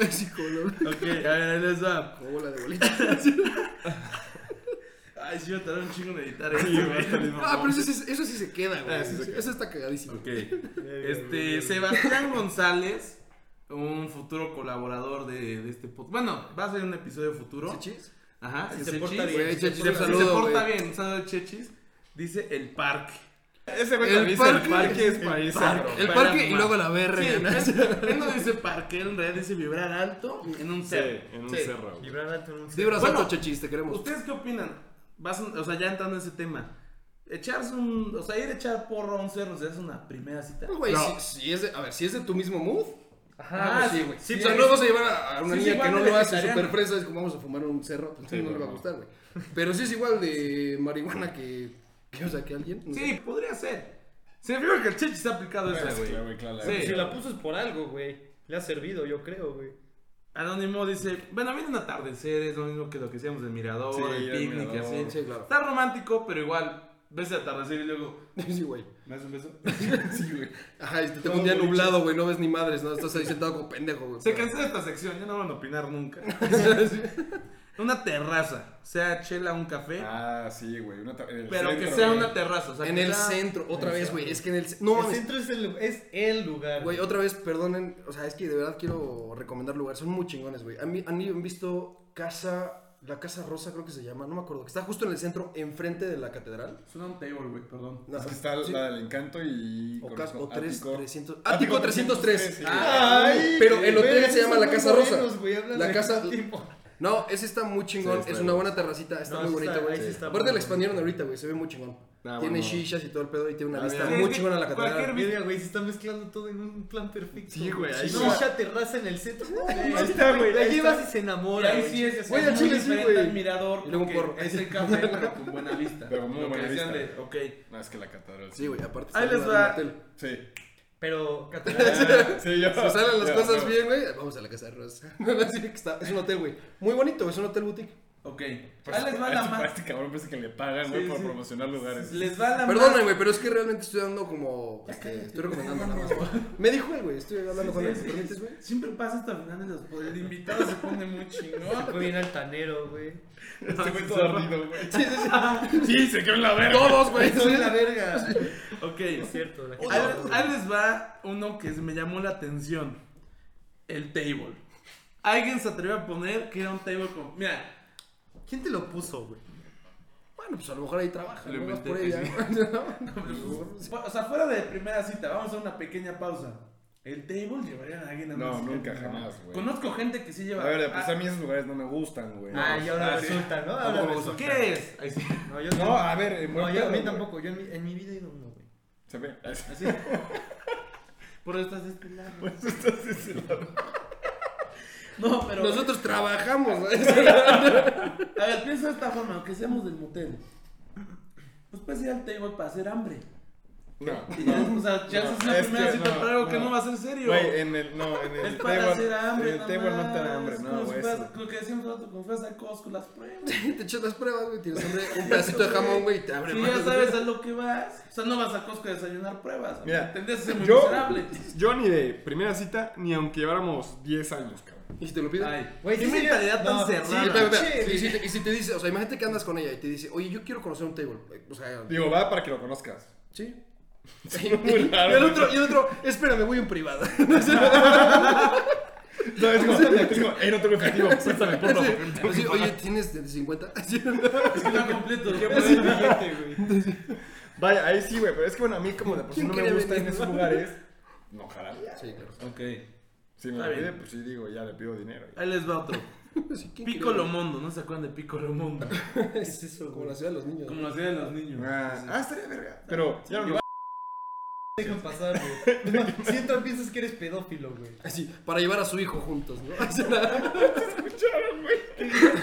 [SPEAKER 2] Así como la-
[SPEAKER 1] Ok, a ver, ahí les va.
[SPEAKER 2] como bola de bolita.
[SPEAKER 1] Ay, sí, me tardé un chingo en editar esto, güey.
[SPEAKER 2] Ah, pero eso, sí- eso sí se queda, güey.
[SPEAKER 3] Ah, sí se queda.
[SPEAKER 2] Eso está cagadísimo.
[SPEAKER 1] Ok. Este, Sebastián González, un futuro colaborador de, de este podcast. Bueno, va a ser un episodio futuro.
[SPEAKER 2] ¿Chechis?
[SPEAKER 1] Ajá,
[SPEAKER 5] Si
[SPEAKER 1] el
[SPEAKER 5] se
[SPEAKER 1] Chechis.
[SPEAKER 5] porta bien.
[SPEAKER 2] Güey, Chechis,
[SPEAKER 1] Si
[SPEAKER 2] un
[SPEAKER 1] se si se
[SPEAKER 2] saludo,
[SPEAKER 1] porta
[SPEAKER 2] güey.
[SPEAKER 1] bien, un saludo Chechis. Dice el parque.
[SPEAKER 3] Ese güey
[SPEAKER 2] El
[SPEAKER 3] también dice el
[SPEAKER 2] parque-
[SPEAKER 3] parque es país agro.
[SPEAKER 2] El
[SPEAKER 1] Para
[SPEAKER 2] parque y
[SPEAKER 1] fumar.
[SPEAKER 2] luego la BR.
[SPEAKER 1] Sí,
[SPEAKER 2] ¿no?
[SPEAKER 1] él- él no dice parque, él en realidad dice vibrar alto en un
[SPEAKER 3] Sí,
[SPEAKER 1] cerro.
[SPEAKER 3] en un
[SPEAKER 1] Sí.
[SPEAKER 3] cerro. güey.
[SPEAKER 5] Vibrar alto en un
[SPEAKER 2] Vibras
[SPEAKER 1] Bueno,
[SPEAKER 2] alto, Chechis, te queremos.
[SPEAKER 1] ¿Ustedes qué opinan? Vas un- o sea, ya entrando en ese tema. Echarse un. O sea, ir a echar porro a un cerro, o sea, es una primera cita.
[SPEAKER 2] Pues, Güey,
[SPEAKER 3] No.
[SPEAKER 2] si, si es de, a ver, si es de tu mismo mood.
[SPEAKER 1] Ajá,
[SPEAKER 2] pues
[SPEAKER 1] sí,
[SPEAKER 2] güey.
[SPEAKER 1] sí,
[SPEAKER 2] o
[SPEAKER 1] pero
[SPEAKER 2] sea, no
[SPEAKER 1] es-
[SPEAKER 2] vas a llevar a a una
[SPEAKER 1] sí, es
[SPEAKER 2] niña que
[SPEAKER 1] igual
[SPEAKER 2] no
[SPEAKER 1] de
[SPEAKER 2] lo hace
[SPEAKER 1] vegetariana.
[SPEAKER 2] súper fresa, es como vamos a fumar en un cerro, pues
[SPEAKER 3] Sí,
[SPEAKER 2] no le
[SPEAKER 3] pero
[SPEAKER 2] va a
[SPEAKER 3] no.
[SPEAKER 2] gustar, güey. Pero sí es igual de marihuana que, que o sea, que alguien. no sé.
[SPEAKER 1] Sí, podría ser. Se me figura que el Chechi se ha aplicado esa,
[SPEAKER 3] Claro,
[SPEAKER 1] güey.
[SPEAKER 3] güey, claro,
[SPEAKER 1] Sí.
[SPEAKER 5] Si la puso es por algo, güey. Le ha servido, yo creo, güey.
[SPEAKER 1] Anónimo dice, bueno, vienen atardeceres, lo mismo que lo que hacíamos del mirador,
[SPEAKER 3] Sí,
[SPEAKER 1] el
[SPEAKER 3] el
[SPEAKER 1] picnic, y
[SPEAKER 3] mirador.
[SPEAKER 1] así.
[SPEAKER 2] Sí, claro.
[SPEAKER 1] Está romántico, pero igual, ves el atardecer y luego,
[SPEAKER 2] Sí, güey.
[SPEAKER 1] ¿me das un beso?
[SPEAKER 2] Sí, güey. Ajá, este, tengo un día nublado, güey, no ves ni madres, ¿no? Estás ahí sentado como pendejo, güey.
[SPEAKER 1] Se cansó de esta sección, ya no van a opinar nunca. una terraza, sea chela, un café,
[SPEAKER 3] Ah, sí, güey. una ta- en el
[SPEAKER 1] pero que
[SPEAKER 3] centro,
[SPEAKER 1] sea
[SPEAKER 3] güey.
[SPEAKER 1] una terraza. O sea,
[SPEAKER 2] En
[SPEAKER 1] que
[SPEAKER 2] el
[SPEAKER 1] sea-
[SPEAKER 2] centro, otra vez, güey. Es que en el. ce- No,
[SPEAKER 5] el
[SPEAKER 2] mames,
[SPEAKER 5] centro es el, es el lugar.
[SPEAKER 2] Güey, otra vez, perdonen, o sea, es que de verdad quiero recomendar lugares, son muy chingones, güey. Han, vi- han ido- han visto Casa, la Casa Rosa creo que se llama, no me acuerdo, que está justo en el centro, enfrente de la catedral.
[SPEAKER 1] Suena un table, güey, perdón.
[SPEAKER 2] No,
[SPEAKER 3] Es que está
[SPEAKER 2] sí,
[SPEAKER 3] la del encanto y.
[SPEAKER 2] O,
[SPEAKER 3] con
[SPEAKER 2] cas-
[SPEAKER 3] eso,
[SPEAKER 2] o tres-
[SPEAKER 3] ático.
[SPEAKER 2] 300
[SPEAKER 3] Ático
[SPEAKER 2] Ático 303.
[SPEAKER 3] sí.
[SPEAKER 5] Ay,
[SPEAKER 2] pero
[SPEAKER 5] qué
[SPEAKER 2] el hotel
[SPEAKER 5] verga,
[SPEAKER 2] se llama
[SPEAKER 5] son
[SPEAKER 2] La
[SPEAKER 5] muy
[SPEAKER 2] Casa Rosa.
[SPEAKER 5] morenos, güey, hablan
[SPEAKER 2] la
[SPEAKER 5] de
[SPEAKER 2] casa.
[SPEAKER 5] ese tipo.
[SPEAKER 2] No, ese está muy
[SPEAKER 3] Sí,
[SPEAKER 2] chingón,
[SPEAKER 3] está
[SPEAKER 2] es
[SPEAKER 3] bien.
[SPEAKER 2] una buena terracita, está
[SPEAKER 5] No,
[SPEAKER 2] muy
[SPEAKER 5] sí
[SPEAKER 2] bonita,
[SPEAKER 5] está-
[SPEAKER 2] güey.
[SPEAKER 5] ahí sí está
[SPEAKER 2] Aparte
[SPEAKER 5] muy
[SPEAKER 2] la expandieron ahorita, güey, se ve muy chingón.
[SPEAKER 3] Ah,
[SPEAKER 2] Tiene
[SPEAKER 3] bueno.
[SPEAKER 2] shishas y todo el pedo y tiene una
[SPEAKER 3] Ah,
[SPEAKER 2] vista
[SPEAKER 1] mira.
[SPEAKER 2] muy
[SPEAKER 1] Sí,
[SPEAKER 2] chingona la
[SPEAKER 1] cualquier
[SPEAKER 2] catedral.
[SPEAKER 5] Mira, güey, se está mezclando todo en un plan perfecto.
[SPEAKER 3] Sí, güey, ahí
[SPEAKER 5] Ahí
[SPEAKER 3] está.
[SPEAKER 5] terraza en el centro.
[SPEAKER 3] Ahí está, güey.
[SPEAKER 5] La
[SPEAKER 3] ahí está.
[SPEAKER 5] llevas y se
[SPEAKER 1] Y
[SPEAKER 5] enamora.
[SPEAKER 1] ahí
[SPEAKER 5] güey.
[SPEAKER 1] sí es, o sea,
[SPEAKER 2] Güey, al
[SPEAKER 1] muy
[SPEAKER 2] chile sí,
[SPEAKER 1] diferente
[SPEAKER 2] güey.
[SPEAKER 1] al mirador,
[SPEAKER 2] Y luego
[SPEAKER 1] porque
[SPEAKER 2] porro.
[SPEAKER 1] es el café, pero con buena vista.
[SPEAKER 3] Pero muy
[SPEAKER 1] Lo que
[SPEAKER 3] buena
[SPEAKER 1] decían
[SPEAKER 3] vista.
[SPEAKER 1] de, ok,
[SPEAKER 3] No, es que la catedral.
[SPEAKER 2] Sí, güey, aparte
[SPEAKER 1] Ahí
[SPEAKER 2] está
[SPEAKER 1] les
[SPEAKER 2] arriba del
[SPEAKER 1] va.
[SPEAKER 2] hotel.
[SPEAKER 3] Sí.
[SPEAKER 5] Pero, catedral.
[SPEAKER 3] Ah, sí, yo.
[SPEAKER 2] Si salen las
[SPEAKER 3] Ya,
[SPEAKER 2] cosas
[SPEAKER 3] ya.
[SPEAKER 2] bien, güey, vamos a la casa de Rosa. Así que está- es un hotel, güey. Muy bonito, es un hotel boutique.
[SPEAKER 1] ok. Ahí les va
[SPEAKER 3] Este-
[SPEAKER 1] la más.
[SPEAKER 3] Este cabrón parece que le pagan, güey,
[SPEAKER 1] Sí,
[SPEAKER 3] por
[SPEAKER 1] sí.
[SPEAKER 3] promocionar lugares.
[SPEAKER 1] Les va la más.
[SPEAKER 2] Perdóname, güey, pero es que realmente estoy dando como. este, estoy recomendando nada más. Me dijo él, güey, estoy hablando con él. ¿Me permites, güey?
[SPEAKER 1] Siempre pasa esto al final de los podcasts. El invitado se pone muy chingón.
[SPEAKER 5] Fue bien altanero, güey.
[SPEAKER 3] Este güey todo ardido, güey.
[SPEAKER 2] Sí, sí,
[SPEAKER 3] Sí, se quedó en la verga.
[SPEAKER 2] Todos, güey.
[SPEAKER 5] Soy la verga.
[SPEAKER 1] Ok.
[SPEAKER 5] Es cierto, la gente-
[SPEAKER 1] Ahí, ahí les va uno que me llamó la atención. El table. Alguien se atrevió a poner que era un table con. Mira,
[SPEAKER 5] ¿Quién te lo puso, güey?
[SPEAKER 2] Bueno, pues a lo mejor ahí trabaja.
[SPEAKER 1] Lo
[SPEAKER 2] ¿no? pues, Vas
[SPEAKER 1] inventé, pues,
[SPEAKER 2] por
[SPEAKER 1] que
[SPEAKER 2] ella.
[SPEAKER 1] fu- o sea, fuera de primera cita, vamos a hacer una pequeña pausa. El table llevarían a alguien a una
[SPEAKER 3] No,
[SPEAKER 1] cita?
[SPEAKER 3] nunca, jamás, güey.
[SPEAKER 1] Conozco gente que sí lleva.
[SPEAKER 3] La verdad, pues
[SPEAKER 1] Ah,
[SPEAKER 3] a mí esos lugares no me gustan, güey.
[SPEAKER 5] Ah, y ahora
[SPEAKER 3] Ah, sí.
[SPEAKER 5] resulta, ¿no? Ahora
[SPEAKER 2] Tampoco me
[SPEAKER 5] resulta.
[SPEAKER 1] ¿Qué es? Ahí sí.
[SPEAKER 5] No, yo
[SPEAKER 3] No, a ver, en
[SPEAKER 5] No,
[SPEAKER 3] buen
[SPEAKER 5] yo a
[SPEAKER 3] pedo,
[SPEAKER 5] mí
[SPEAKER 3] güey.
[SPEAKER 5] tampoco. Yo en mi, en mi vida he ido a uno, güey.
[SPEAKER 3] Se ve.
[SPEAKER 1] Así. Por eso estás de este lado.
[SPEAKER 3] Pues estás de ese lado.
[SPEAKER 1] No, pero.
[SPEAKER 2] Nosotros trabajamos, güey.
[SPEAKER 1] A ver, piensa de esta forma, aunque seamos del motel. Pues puedes ir al table para hacer hambre.
[SPEAKER 3] No,
[SPEAKER 1] Y ya, o sea, ya
[SPEAKER 3] no,
[SPEAKER 1] haces una
[SPEAKER 3] es
[SPEAKER 1] primera
[SPEAKER 3] que
[SPEAKER 1] cita
[SPEAKER 3] no,
[SPEAKER 1] para algo que
[SPEAKER 3] no.
[SPEAKER 1] no va a ser serio.
[SPEAKER 3] Güey, en el, no, en el
[SPEAKER 1] es para hacer hambre.
[SPEAKER 3] en el
[SPEAKER 1] nada
[SPEAKER 3] table no te
[SPEAKER 1] más,
[SPEAKER 3] da hambre, no,
[SPEAKER 1] como
[SPEAKER 3] güey.
[SPEAKER 1] si fueras-
[SPEAKER 3] eso.
[SPEAKER 1] Lo que decíamos rato, como fueras a Costco, las pruebas.
[SPEAKER 2] Te echas las pruebas, güey. Tienes hambre, un pedacito de jamón, güey, y te abre
[SPEAKER 1] Si ya sabes a lo que vas, o sea, no vas a Costco a desayunar pruebas.
[SPEAKER 3] Mira,
[SPEAKER 1] tendrías que ser muy
[SPEAKER 3] yo,
[SPEAKER 1] miserable.
[SPEAKER 3] yo ni de primera cita, ni aunque lleváramos 10 años, cabrón.
[SPEAKER 2] Y si te lo pide.
[SPEAKER 1] Ay,
[SPEAKER 5] Güey,
[SPEAKER 1] qué
[SPEAKER 5] sí sería-
[SPEAKER 1] mentalidad tan
[SPEAKER 5] no, sí,
[SPEAKER 2] Sí,
[SPEAKER 1] cerrada.
[SPEAKER 2] espera, espera.
[SPEAKER 5] Che,
[SPEAKER 2] Y si te- y si te dice, o sea, imagínate que andas con ella y te dice, oye, yo quiero conocer un table. O sea,
[SPEAKER 3] Digo, va para que lo conozcas.
[SPEAKER 2] Sí.
[SPEAKER 3] muy raro.
[SPEAKER 2] Y el otro, y el otro, espérame, voy en privado.
[SPEAKER 3] No, es como, es como, hey, no tengo efectivo, préstame, por favor.
[SPEAKER 2] Así, Oye, ¿tienes de 50? Así.
[SPEAKER 1] Es que no completo.
[SPEAKER 3] Vaya, ahí sí, güey, pero es que bueno, a mí como de por sí
[SPEAKER 2] ¿Quién
[SPEAKER 3] no me
[SPEAKER 2] quiere
[SPEAKER 3] gusta en
[SPEAKER 2] venir?
[SPEAKER 3] esos lugares, no jalaría.
[SPEAKER 2] Sí, claro.
[SPEAKER 1] Ok,
[SPEAKER 3] Si me
[SPEAKER 1] Está
[SPEAKER 3] lo pide,
[SPEAKER 1] bien.
[SPEAKER 3] pues sí digo, ya le pido dinero. ya.
[SPEAKER 1] ahí les va otro.
[SPEAKER 2] Pues, Sí, ¿quién
[SPEAKER 1] Piccolo Mondo, ¿no se acuerdan de Piccolo Mondo?
[SPEAKER 2] quiere? Como la ciudad de los niños.
[SPEAKER 1] Como lo hacían los niños.
[SPEAKER 3] Ah, ah, estaría verga. Pero, ya no
[SPEAKER 1] Igual-
[SPEAKER 5] dejan pasar, güey. Es más, Si entran, piensas que eres pedófilo, güey.
[SPEAKER 2] Así, para llevar a su hijo juntos, ¿no?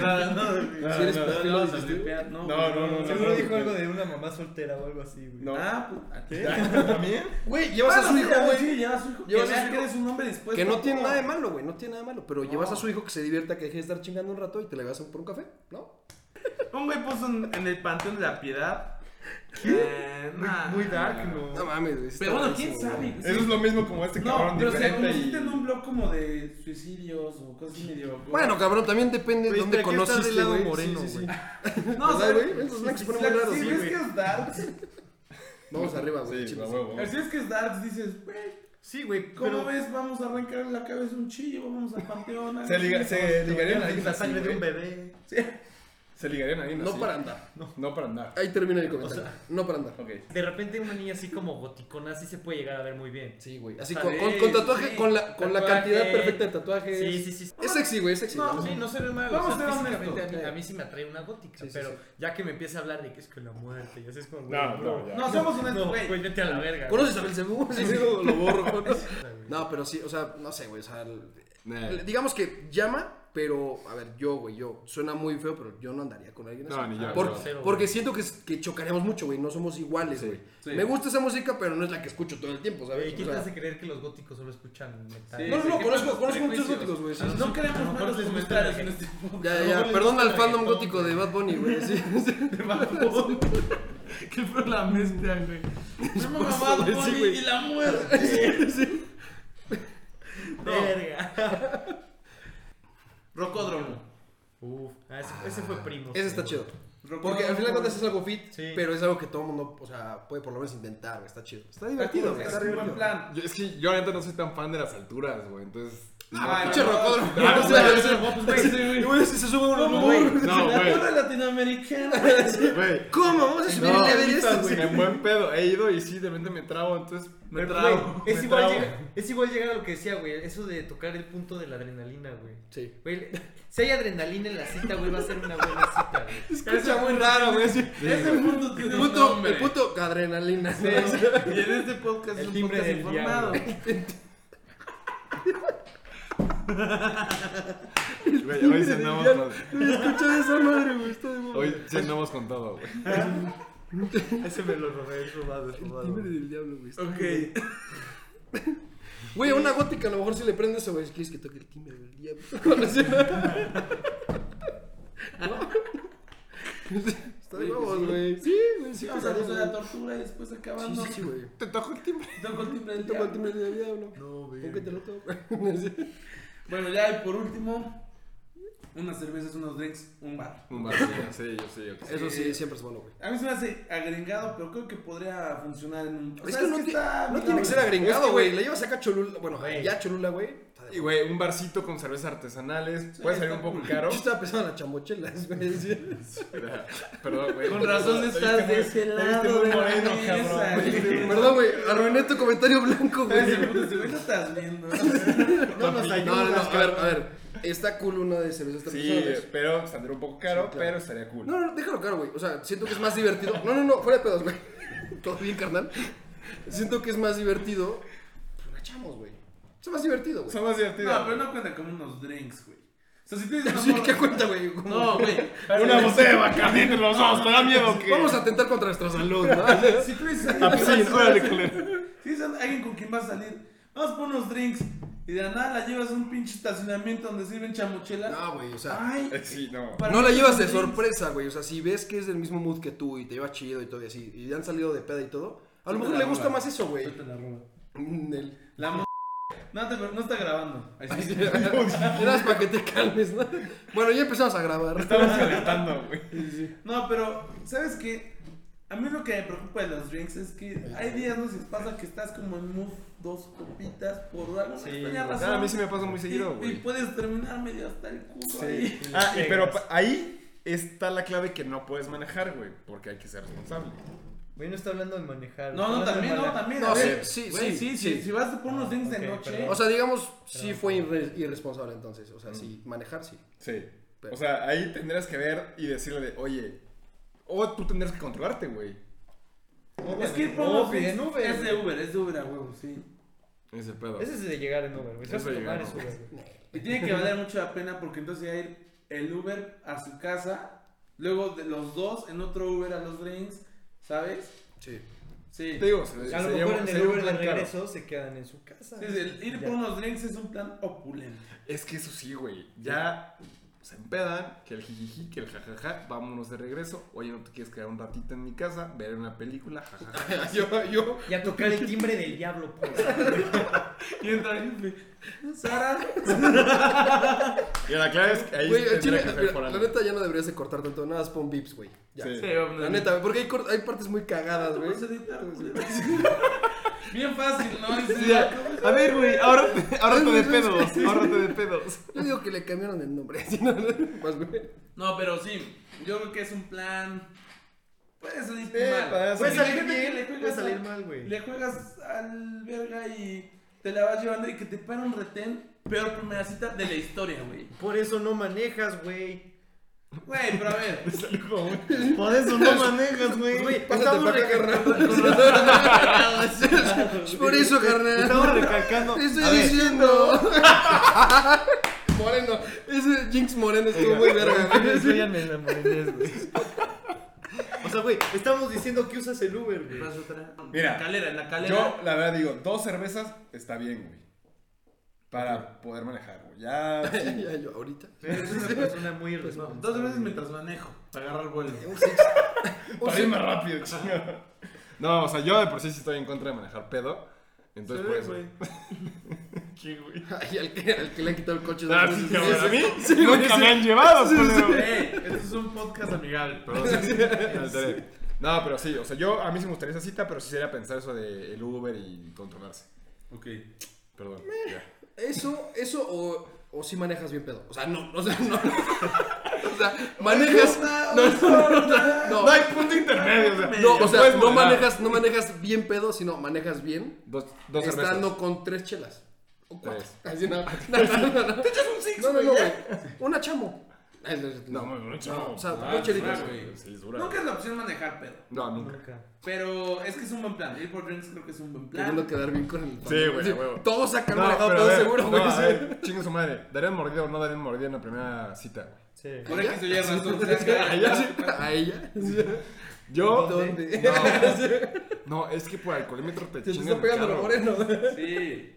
[SPEAKER 2] Ah,
[SPEAKER 1] No, no, no.
[SPEAKER 2] Si eres
[SPEAKER 1] no,
[SPEAKER 2] perfil,
[SPEAKER 1] no,
[SPEAKER 2] lo
[SPEAKER 1] no,
[SPEAKER 2] dijiste.
[SPEAKER 1] limpiar, no,
[SPEAKER 3] No,
[SPEAKER 1] güey,
[SPEAKER 3] no, no,
[SPEAKER 5] Seguro dijo algo de una mamá soltera o algo así, güey.
[SPEAKER 3] No.
[SPEAKER 1] Ah, puta.
[SPEAKER 3] ¿También?
[SPEAKER 2] Güey, llevas a su hijo,
[SPEAKER 1] sí,
[SPEAKER 2] güey.
[SPEAKER 1] Sí, lleva a su hijo.
[SPEAKER 2] Llevas a
[SPEAKER 1] que
[SPEAKER 2] su
[SPEAKER 1] vean que
[SPEAKER 2] hijo.
[SPEAKER 1] eres un hombre dispuesto.
[SPEAKER 2] Que Pues, no tiene
[SPEAKER 1] a todo.
[SPEAKER 2] nada de malo, güey, no tiene nada de malo. Pero llevas a su hijo que se divierta, que deje de estar chingando un rato y te le vas a por un café, ¿no?
[SPEAKER 1] Un güey puso en, en el panteón de la piedad. Eh, nah.
[SPEAKER 3] Muy dark, ¿no?
[SPEAKER 2] No mames, güey. está
[SPEAKER 1] Pero bueno, quién
[SPEAKER 2] buenísimo,
[SPEAKER 1] sabe.
[SPEAKER 2] güey.
[SPEAKER 1] Sí.
[SPEAKER 3] Eso es lo mismo como este
[SPEAKER 1] No,
[SPEAKER 3] cabrón
[SPEAKER 1] pero se
[SPEAKER 3] diferente y...
[SPEAKER 1] conociste en un blog como de suicidios o cosas así medio.
[SPEAKER 2] Bueno, cabrón, también depende de
[SPEAKER 5] Güey,
[SPEAKER 2] dónde
[SPEAKER 5] este aquí está del
[SPEAKER 2] conociste,
[SPEAKER 5] lado
[SPEAKER 2] güey.
[SPEAKER 5] moreno,
[SPEAKER 2] Sí, sí, sí.
[SPEAKER 5] güey.
[SPEAKER 1] no,
[SPEAKER 2] ¿Verdad,
[SPEAKER 1] ¿sabes?
[SPEAKER 2] güey? Esos blancos se ponen
[SPEAKER 1] La-
[SPEAKER 2] muy raros,
[SPEAKER 1] Si
[SPEAKER 2] sí,
[SPEAKER 1] ves
[SPEAKER 2] güey.
[SPEAKER 1] que es dark,
[SPEAKER 2] Vamos arriba, güey.
[SPEAKER 3] Sí,
[SPEAKER 2] chiles.
[SPEAKER 3] a huevo.
[SPEAKER 1] si ves que es dark, dices, güey,
[SPEAKER 5] Sí, güey,
[SPEAKER 1] ¿cómo
[SPEAKER 5] pero
[SPEAKER 1] ves? Vamos a arrancar la cabeza un chillo, vamos al panteón.
[SPEAKER 3] Se, liga, se ligarían a alguien
[SPEAKER 5] la
[SPEAKER 3] así,
[SPEAKER 5] sangre de un
[SPEAKER 3] güey.
[SPEAKER 5] bebé.
[SPEAKER 3] Se ligarían a alguien
[SPEAKER 2] No
[SPEAKER 3] así.
[SPEAKER 2] para andar.
[SPEAKER 3] No, no para andar.
[SPEAKER 2] Ahí termina el comentario. No para andar.
[SPEAKER 3] Ok.
[SPEAKER 5] De repente una niña así como goticona sí se puede llegar a ver muy bien.
[SPEAKER 2] Sí, güey. Así
[SPEAKER 5] Ah,
[SPEAKER 2] con,
[SPEAKER 1] sí,
[SPEAKER 2] con, con tatuaje,
[SPEAKER 1] sí.
[SPEAKER 2] con la, con la
[SPEAKER 5] Tatuaje.
[SPEAKER 2] cantidad perfecta de tatuajes.
[SPEAKER 5] Sí, sí, sí.
[SPEAKER 2] Es sexy, güey, es sexy.
[SPEAKER 5] No,
[SPEAKER 2] güey.
[SPEAKER 5] sí, no se ve mal.
[SPEAKER 1] Vamos
[SPEAKER 5] o sea,
[SPEAKER 1] a ser
[SPEAKER 5] físicamente
[SPEAKER 1] honestos.
[SPEAKER 5] a mí, a mí sí me atrae una gótica,
[SPEAKER 2] Sí, sí,
[SPEAKER 5] pero
[SPEAKER 2] sí.
[SPEAKER 5] ya que me empieza a hablar de que es con la muerte, ya sabes como, güey,
[SPEAKER 3] No, no, ya.
[SPEAKER 1] No, somos honestos,
[SPEAKER 5] No,
[SPEAKER 1] güey.
[SPEAKER 5] güey, vete a la verga.
[SPEAKER 2] ¿Conoces a Belcebú? Sí, lo, lo borro. No, pero sí, o sea, no sé, güey. O sea, el- el- digamos que llama, pero, a ver, yo, güey, yo. Suena muy feo, pero yo no andaría con alguien así.
[SPEAKER 3] No, ni yo.
[SPEAKER 2] Por-
[SPEAKER 3] yo.
[SPEAKER 5] cero, güey.
[SPEAKER 2] porque siento que, es- que chocaríamos mucho, güey. No somos iguales, güey.
[SPEAKER 1] sí.
[SPEAKER 2] Me gusta esa música, pero no es la que escucho todo el tiempo, ¿sabes?
[SPEAKER 5] Güey,
[SPEAKER 2] O
[SPEAKER 5] ¿quién te
[SPEAKER 2] sea,
[SPEAKER 5] hace creer que los góticos solo escuchan metal?
[SPEAKER 1] Sí,
[SPEAKER 2] no, no,
[SPEAKER 1] sí,
[SPEAKER 2] no,
[SPEAKER 1] ¿qué
[SPEAKER 2] conozco,
[SPEAKER 1] tantos
[SPEAKER 2] conozco muchos
[SPEAKER 1] prejuicios?
[SPEAKER 2] góticos, güey. sí,
[SPEAKER 1] No,
[SPEAKER 2] sí, sí.
[SPEAKER 1] no queremos
[SPEAKER 5] a lo mejor
[SPEAKER 1] malos
[SPEAKER 5] les gusta
[SPEAKER 1] comentarios
[SPEAKER 5] la
[SPEAKER 1] en
[SPEAKER 5] gente.
[SPEAKER 1] este podcast.
[SPEAKER 2] Ya,
[SPEAKER 5] A lo
[SPEAKER 2] ya,
[SPEAKER 5] mejor
[SPEAKER 2] ya.
[SPEAKER 5] le
[SPEAKER 2] Perdón
[SPEAKER 5] gusta
[SPEAKER 2] al
[SPEAKER 5] el
[SPEAKER 2] fandom
[SPEAKER 5] reggaetón,
[SPEAKER 2] gótico de
[SPEAKER 5] güey.
[SPEAKER 2] Bad Bunny, güey. Sí, sí.
[SPEAKER 1] Qué fue la bestia, güey. No me
[SPEAKER 2] eso,
[SPEAKER 1] mamado,
[SPEAKER 2] güey, sí, güey.
[SPEAKER 1] y la muerte.
[SPEAKER 5] Verga.
[SPEAKER 1] Rocódromo.
[SPEAKER 5] Uf, ah, ese, ese fue primo.
[SPEAKER 2] Ese
[SPEAKER 5] sí,
[SPEAKER 2] está
[SPEAKER 5] güey.
[SPEAKER 2] chido. Porque al final de cuentas es algo fit,
[SPEAKER 5] Sí.
[SPEAKER 2] pero es algo que todo el mundo, o sea, puede por lo menos intentar, güey. Está chido. Está
[SPEAKER 1] divertido,
[SPEAKER 2] divertido, güey.
[SPEAKER 1] es
[SPEAKER 2] Está
[SPEAKER 1] un buen
[SPEAKER 2] divertido.
[SPEAKER 1] plan.
[SPEAKER 3] Yo- es que yo ahorita no soy tan fan de las alturas, güey. Entonces.
[SPEAKER 2] Ah,
[SPEAKER 1] no,
[SPEAKER 2] pinche
[SPEAKER 1] no.
[SPEAKER 2] rocódromo.
[SPEAKER 1] Ah,
[SPEAKER 2] No,
[SPEAKER 1] pues, güey, pues, güey, sí,
[SPEAKER 2] güey, sí.
[SPEAKER 1] güey.
[SPEAKER 2] Y, güey, si se sube un
[SPEAKER 1] ¿Cómo,
[SPEAKER 2] rumor.
[SPEAKER 1] güey?
[SPEAKER 3] No,
[SPEAKER 1] la
[SPEAKER 3] güey.
[SPEAKER 1] torre latinoamericana.
[SPEAKER 3] Güey.
[SPEAKER 2] ¿Cómo? Vamos a subir
[SPEAKER 3] No,
[SPEAKER 2] el Everest.
[SPEAKER 3] sí, en buen pedo. He ido y sí, de repente me trabo. Entonces.
[SPEAKER 1] Me
[SPEAKER 5] Pero,
[SPEAKER 1] trago.
[SPEAKER 5] güey, es,
[SPEAKER 3] me
[SPEAKER 5] igual
[SPEAKER 3] trago.
[SPEAKER 5] llegar, es igual llegar a lo que decía, güey. Eso de tocar el punto de la adrenalina, güey.
[SPEAKER 2] Sí.
[SPEAKER 5] Güey, si hay adrenalina en la cita, güey, va a ser una buena cita, güey.
[SPEAKER 2] Escucha muy raro, güey. así.
[SPEAKER 1] Ese mundo tiene
[SPEAKER 2] El
[SPEAKER 1] un
[SPEAKER 2] puto,
[SPEAKER 1] nombre.
[SPEAKER 2] el puto adrenalina.
[SPEAKER 1] Sí, y en este podcast
[SPEAKER 5] El
[SPEAKER 1] es un
[SPEAKER 5] timbre
[SPEAKER 1] podcast
[SPEAKER 5] del
[SPEAKER 1] informado.
[SPEAKER 3] Güey, hoy cenamos con.
[SPEAKER 2] Güey, escucha esa madre, güey. Está de moda.
[SPEAKER 3] Hoy cenamos con todo, güey.
[SPEAKER 5] Ese me lo robé, es robado, es robado.
[SPEAKER 2] Libre del diablo, güey. está
[SPEAKER 1] Ok.
[SPEAKER 2] muy bueno. Güey, a una gótica a lo mejor si le prendes eso, güey. ¿Quieres que toque el timbre del diablo? No sé. Está de huevos, güey. Sí, güey. Sí,
[SPEAKER 1] Vamos a
[SPEAKER 2] claro,
[SPEAKER 1] hablar de la
[SPEAKER 2] güey.
[SPEAKER 1] tortura y después acabando.
[SPEAKER 2] Sí, sí, sí, güey.
[SPEAKER 3] Te toco el timbre.
[SPEAKER 1] Toco el timbre del
[SPEAKER 2] Toco el
[SPEAKER 1] diablo.
[SPEAKER 2] timbre del diablo.
[SPEAKER 5] No,
[SPEAKER 2] ¿Con qué te
[SPEAKER 5] güey.
[SPEAKER 2] lo toco? No sé.
[SPEAKER 1] Bueno, ya y por último, unas cervezas, unos drinks, un bar.
[SPEAKER 3] Un vacío, sí, yo sí, yo sí.
[SPEAKER 2] Eso sí, siempre es bueno, güey.
[SPEAKER 1] A mí se me hace agregado, pero creo que podría funcionar en un. o
[SPEAKER 2] Es
[SPEAKER 1] sea,
[SPEAKER 2] que no, ti-
[SPEAKER 1] está
[SPEAKER 2] no
[SPEAKER 1] amigable.
[SPEAKER 2] tiene que ser agregado,
[SPEAKER 3] Es que,
[SPEAKER 2] güey.
[SPEAKER 3] güey,
[SPEAKER 2] Le llevas acá a Cholula. Bueno,
[SPEAKER 5] Güey.
[SPEAKER 2] ya Cholula, güey. está de
[SPEAKER 3] Y, güey, un barcito con cervezas artesanales. Puede salir un poco caro.
[SPEAKER 2] Yo estaba pensando en las chambochelas, güey. sí.
[SPEAKER 3] Perdón, güey.
[SPEAKER 1] Con razón estás de ese
[SPEAKER 3] viste
[SPEAKER 1] lado
[SPEAKER 3] muy
[SPEAKER 1] de la
[SPEAKER 3] moreno,
[SPEAKER 1] mesa.
[SPEAKER 3] cabrón.
[SPEAKER 2] Perdón, güey. Arruiné tu comentario blanco, güey.
[SPEAKER 1] Ese puto, ese güey, no estás viendo.
[SPEAKER 2] No, no, no, no. A ver, a ver. Está cool una de cervezas
[SPEAKER 3] Sí,
[SPEAKER 2] artesanales.
[SPEAKER 3] pero saldría un poco caro,
[SPEAKER 2] Sí, claro.
[SPEAKER 3] pero estaría cool.
[SPEAKER 2] No, no, no, déjalo claro, güey. O sea, siento que es más divertido. No, no, no, fuera de pedos, güey. Todo bien, carnal. Siento que es más divertido. Pero la echamos, güey. Es más divertido, güey.
[SPEAKER 3] Son más divertidos.
[SPEAKER 1] No, pero no cuenta como unos drinks, güey. O sea, si tienes una
[SPEAKER 2] Sí,
[SPEAKER 1] morra-
[SPEAKER 2] ¿Qué cuenta, güey? Como-
[SPEAKER 1] No, güey.
[SPEAKER 3] Una botella de Bacardi entre los ojos, te da miedo que. Ah, pues,
[SPEAKER 2] Vamos a atentar contra nuestra salud, ¿no?
[SPEAKER 1] Si tú dices,
[SPEAKER 2] Ah, pues
[SPEAKER 3] Sí, órale, culero.
[SPEAKER 1] si es alguien con quien vas a salir, vamos por unos drinks. Y de la nada la llevas a un pinche estacionamiento donde sirven chamuchela.
[SPEAKER 2] No, güey, o sea.
[SPEAKER 1] Ay,
[SPEAKER 3] Eh, Sí, no.
[SPEAKER 1] Ah, para
[SPEAKER 2] No
[SPEAKER 1] mí
[SPEAKER 2] la
[SPEAKER 1] son
[SPEAKER 2] llevas de
[SPEAKER 1] drinks.
[SPEAKER 2] sorpresa, güey. O sea, si ves que es del mismo mood que tú y te llevas chido y todo y así, y han salido de peda y todo, a
[SPEAKER 1] Suelta
[SPEAKER 2] lo mejor
[SPEAKER 1] la
[SPEAKER 2] le gusta
[SPEAKER 1] rola.
[SPEAKER 2] más eso, güey.
[SPEAKER 1] Suelta la rola.
[SPEAKER 2] Mm, el-
[SPEAKER 1] La mo- No, te, no está grabando. Ahí sí.
[SPEAKER 2] Eras para que te calmes, ¿no? Bueno, ya empezamos a grabar.
[SPEAKER 3] Estamos calentando, güey.
[SPEAKER 1] No, pero, ¿sabes qué? A mí lo que me preocupa de los drinks es que hay días, no sé, pasa que estás como en move dos copitas por alguna extraña razón.
[SPEAKER 3] Ah, a mí sí me pasa muy
[SPEAKER 1] Y-
[SPEAKER 3] seguido,
[SPEAKER 1] Y,
[SPEAKER 3] güey.
[SPEAKER 1] puedes terminar medio hasta el culo ahí.
[SPEAKER 3] Ah, y pero pa- ahí está la clave que no puedes manejar, güey, porque hay que ser responsable.
[SPEAKER 5] Güey, no está hablando de manejar.
[SPEAKER 1] No, no,
[SPEAKER 5] está hablando de
[SPEAKER 1] también, no,
[SPEAKER 5] mala-
[SPEAKER 1] también.
[SPEAKER 2] No,
[SPEAKER 1] a
[SPEAKER 2] sí,
[SPEAKER 1] ver,
[SPEAKER 2] sí,
[SPEAKER 1] güey,
[SPEAKER 2] sí,
[SPEAKER 1] sí,
[SPEAKER 2] sí.
[SPEAKER 1] sí, Si vas por unos drinks
[SPEAKER 5] ok,
[SPEAKER 1] de noche.
[SPEAKER 5] perdón.
[SPEAKER 2] O sea, digamos, sí fue irre- irresponsable entonces. O sea, sí, manejar sí.
[SPEAKER 3] Sí.
[SPEAKER 2] Pero-
[SPEAKER 3] O sea, ahí tendrías que ver y decirle, de, oye, o tú tendrías que controlarte, güey.
[SPEAKER 1] Es que
[SPEAKER 5] no,
[SPEAKER 1] por
[SPEAKER 5] pide en Uber.
[SPEAKER 1] Es de Uber, es de Uber a huevo, sí.
[SPEAKER 3] Ese pedo.
[SPEAKER 5] Ese es de llegar en Uber, güey.
[SPEAKER 3] Eso
[SPEAKER 5] Eso
[SPEAKER 3] de
[SPEAKER 5] es tomar
[SPEAKER 3] llegar en
[SPEAKER 5] es
[SPEAKER 3] Uber.
[SPEAKER 5] Uber, güey.
[SPEAKER 1] Y tiene que valer mucho la pena porque entonces ya ir el Uber a su casa, luego de los dos en otro Uber a los drinks, ¿sabes?
[SPEAKER 2] Sí.
[SPEAKER 1] Sí.
[SPEAKER 3] Te digo, se,
[SPEAKER 5] A
[SPEAKER 3] se
[SPEAKER 5] lo
[SPEAKER 3] lleva-
[SPEAKER 5] mejor en
[SPEAKER 3] se
[SPEAKER 5] el
[SPEAKER 3] lleva un
[SPEAKER 5] Uber de
[SPEAKER 3] plan caro.
[SPEAKER 5] regreso se quedan en su casa.
[SPEAKER 1] Sí, sí, el ir
[SPEAKER 5] Ya.
[SPEAKER 1] por unos drinks es un plan opulento.
[SPEAKER 3] Es que eso sí, güey. Ya se empedan, que el jijiji, que el jajaja, vámonos de regreso. Oye, ¿no te quieres quedar un ratito en mi casa? Ver una película, jajaja. yo, yo.
[SPEAKER 5] Y a tocar el timbre del diablo, pues.
[SPEAKER 1] Y entra alguien, Sara.
[SPEAKER 3] Y la clave es que ahí
[SPEAKER 2] Güey, al
[SPEAKER 3] tendría
[SPEAKER 2] chile,
[SPEAKER 3] que ser
[SPEAKER 2] mira,
[SPEAKER 3] por
[SPEAKER 2] la
[SPEAKER 3] algo.
[SPEAKER 2] neta ya no deberías de cortar tanto, nada más pon vips, güey. Ya.
[SPEAKER 3] Sí.
[SPEAKER 2] La neta, güey, porque hay, cort- hay partes muy cagadas, güey.
[SPEAKER 1] Vamos a editar, güey. Bien fácil, ¿no? Dice,
[SPEAKER 6] A ver, güey, ahórrate, ahórrate de pedos, ahórrate de pedos.
[SPEAKER 2] Yo digo que le cambiaron el nombre. así, ¿no? Más, güey.
[SPEAKER 1] No, pero sí, yo creo que es un plan. Puede salir
[SPEAKER 3] Eh,
[SPEAKER 1] mal.
[SPEAKER 3] para
[SPEAKER 1] Puede
[SPEAKER 3] salir
[SPEAKER 1] salir
[SPEAKER 3] bien,
[SPEAKER 1] que le
[SPEAKER 5] Puede
[SPEAKER 1] juegas,
[SPEAKER 5] salir
[SPEAKER 1] al-
[SPEAKER 5] mal, güey.
[SPEAKER 1] le juegas al verga y te la vas llevando y que te para un retén. Peor primera cita de la historia, güey.
[SPEAKER 5] Por eso no manejas, güey.
[SPEAKER 1] Güey, pero a ver.
[SPEAKER 5] Por eso no manejas, güey.
[SPEAKER 2] Pásate
[SPEAKER 5] Estamos
[SPEAKER 2] para acá,
[SPEAKER 5] recalcando.
[SPEAKER 2] Es Por eso, carnal.
[SPEAKER 5] Estamos recalcando.
[SPEAKER 2] Te
[SPEAKER 5] A
[SPEAKER 2] estoy
[SPEAKER 5] ver,
[SPEAKER 2] diciendo. Moreno. Ese Jinx Moreno estuvo muy verga, güey.
[SPEAKER 5] enséñame la morenés, güey. O sea, güey, estamos diciendo que usas el Uber, güey.
[SPEAKER 1] Vas otra.
[SPEAKER 3] Mira,
[SPEAKER 1] Calera, en la calera.
[SPEAKER 3] Yo, la verdad, digo, dos cervezas está bien, güey. Para poder manejar, güey. Ya. sí.
[SPEAKER 2] Ya, yo, ahorita.
[SPEAKER 5] Eres una persona muy
[SPEAKER 1] No,
[SPEAKER 5] irresponsable.
[SPEAKER 1] dos veces mientras manejo. Para agarrar vuelo.
[SPEAKER 3] Para ir más rápido, chinga. No, o sea, yo de por sí sí estoy en contra de manejar pedo. Entonces, por eso. ¿Qué, güey?
[SPEAKER 2] Ay, al que, al que le han quitado el coche.
[SPEAKER 3] Ah,
[SPEAKER 2] dos
[SPEAKER 3] sí,
[SPEAKER 2] veces.
[SPEAKER 3] cabrón, a mí
[SPEAKER 2] Ah, Sí, güey,
[SPEAKER 3] nunca
[SPEAKER 2] sí.
[SPEAKER 3] me han llevado, culero.
[SPEAKER 1] Ey, esto es un podcast amigable.
[SPEAKER 3] Perdón, sí, me alteré. No, pero sí, o sea, yo a mí sí me gustaría esa cita, pero sí sería pensar eso de el Uber y controlarse.
[SPEAKER 1] Ok.
[SPEAKER 3] Perdón. ya.
[SPEAKER 2] Eso, eso o, o si manejas bien pedo. O
[SPEAKER 1] Ah,
[SPEAKER 2] sea, no, o sea, no. O sea, manejas. No, no, no, no, no.
[SPEAKER 3] No hay punto intermedio, o sea,
[SPEAKER 2] No, o sea,
[SPEAKER 3] puedes
[SPEAKER 2] no
[SPEAKER 3] moderar.
[SPEAKER 2] manejas, no manejas bien pedo, sino manejas bien
[SPEAKER 3] Dos, dos cervezas.
[SPEAKER 2] estando con tres chelas. O cuatro.
[SPEAKER 3] Tres.
[SPEAKER 2] Así, no, no, no, no, no.
[SPEAKER 1] un six,
[SPEAKER 2] No, no,
[SPEAKER 1] güey,
[SPEAKER 2] no,
[SPEAKER 1] ya.
[SPEAKER 2] güey. Una chamo. Ay,
[SPEAKER 3] No, no, no,
[SPEAKER 2] No,
[SPEAKER 3] no.
[SPEAKER 2] o sea,
[SPEAKER 1] Ah,
[SPEAKER 2] dos chelitas.
[SPEAKER 1] claro, güey.
[SPEAKER 3] Sí, es dura.
[SPEAKER 1] Nunca es la opción manejar, pedo.
[SPEAKER 3] No, nunca.
[SPEAKER 1] Pero es que es un buen plan. Ir por drinks creo que es un buen plan.
[SPEAKER 2] Queriendo quedar bien con el
[SPEAKER 3] Sí, güey, a huevo.
[SPEAKER 2] Todos sacan
[SPEAKER 3] No,
[SPEAKER 2] manejado
[SPEAKER 3] pero
[SPEAKER 2] pedo
[SPEAKER 3] a ver,
[SPEAKER 2] seguro,
[SPEAKER 3] no,
[SPEAKER 2] güey.
[SPEAKER 3] a
[SPEAKER 2] sí.
[SPEAKER 3] ver, Chingue su madre. ¿Darían mordida o no darían mordida en la primera cita, güey?
[SPEAKER 5] Sí.
[SPEAKER 1] Por X o Y razón. o sea,
[SPEAKER 3] ¿A ella?
[SPEAKER 2] A ella.
[SPEAKER 3] Yo.
[SPEAKER 2] ¿Dónde?
[SPEAKER 3] No, no, es que por alcoholímetro te
[SPEAKER 2] Se te está
[SPEAKER 3] chingan el
[SPEAKER 2] pegando lo
[SPEAKER 3] carro.
[SPEAKER 2] moreno.
[SPEAKER 1] Sí.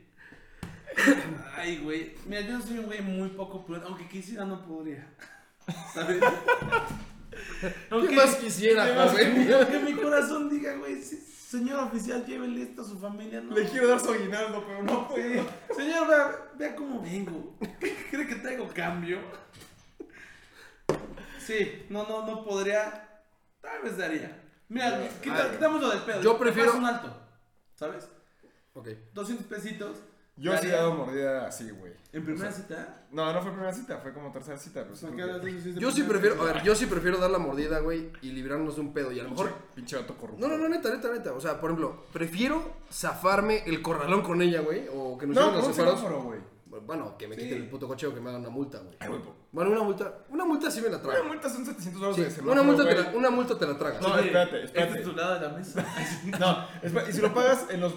[SPEAKER 1] Ay, güey. Mira, yo soy un güey muy poco prudente. Aunque quisiera, no podría. ¿Sabes?
[SPEAKER 2] ¿Qué
[SPEAKER 1] Aunque-
[SPEAKER 2] más quisiera,
[SPEAKER 1] Además,
[SPEAKER 2] joven?
[SPEAKER 1] que, que mi corazón diga, güey, sí, señor oficial, llévenle esto a su familia. No,
[SPEAKER 3] Le quiero dar su aguinaldo, pero no puedo.
[SPEAKER 1] Sí. Señor, vea, vea cómo vengo. ¿Cree que traigo cambio? Sí, no, no, no podría. Tal vez daría. Mira, quita-
[SPEAKER 2] ay.
[SPEAKER 1] quitamos lo del pedo.
[SPEAKER 2] Yo prefiero-
[SPEAKER 1] Pasa un alto, ¿sabes?
[SPEAKER 2] Ok.
[SPEAKER 1] 200 pesitos.
[SPEAKER 3] Yo sí he
[SPEAKER 1] daría-
[SPEAKER 3] dado mordida así, güey.
[SPEAKER 1] En primera cita.
[SPEAKER 3] No, no fue primera cita, fue como tercera cita. Pero sí creo que-
[SPEAKER 2] Yo sí prefiero, a ver, yo sí prefiero dar la mordida, güey, y librarnos de un pedo. Y a lo
[SPEAKER 3] Pinche,
[SPEAKER 2] mejor.
[SPEAKER 3] pinche vato corrupto.
[SPEAKER 2] No, no, no, neta, neta, neta. O sea, por ejemplo, prefiero zafarme el corralón con ella, güey. O que nos
[SPEAKER 3] No,
[SPEAKER 2] lleven
[SPEAKER 3] con
[SPEAKER 2] a
[SPEAKER 3] un
[SPEAKER 2] separar.
[SPEAKER 3] semáforo, güey.
[SPEAKER 2] Bueno, que me quiten el puto coche o que me hagan una multa, güey.
[SPEAKER 3] Ay, güey, po-
[SPEAKER 2] Bueno, una multa. Una multa sí me la
[SPEAKER 3] Una
[SPEAKER 2] trago.
[SPEAKER 3] multa son 700 dólares
[SPEAKER 2] Sí,
[SPEAKER 3] de semáforo,
[SPEAKER 2] una, multa te
[SPEAKER 3] güey.
[SPEAKER 2] la, una multa te la tragas.
[SPEAKER 3] No, espérate, espérate.
[SPEAKER 1] Este es tu lado de la mesa.
[SPEAKER 3] No, espera, y si lo pagas en los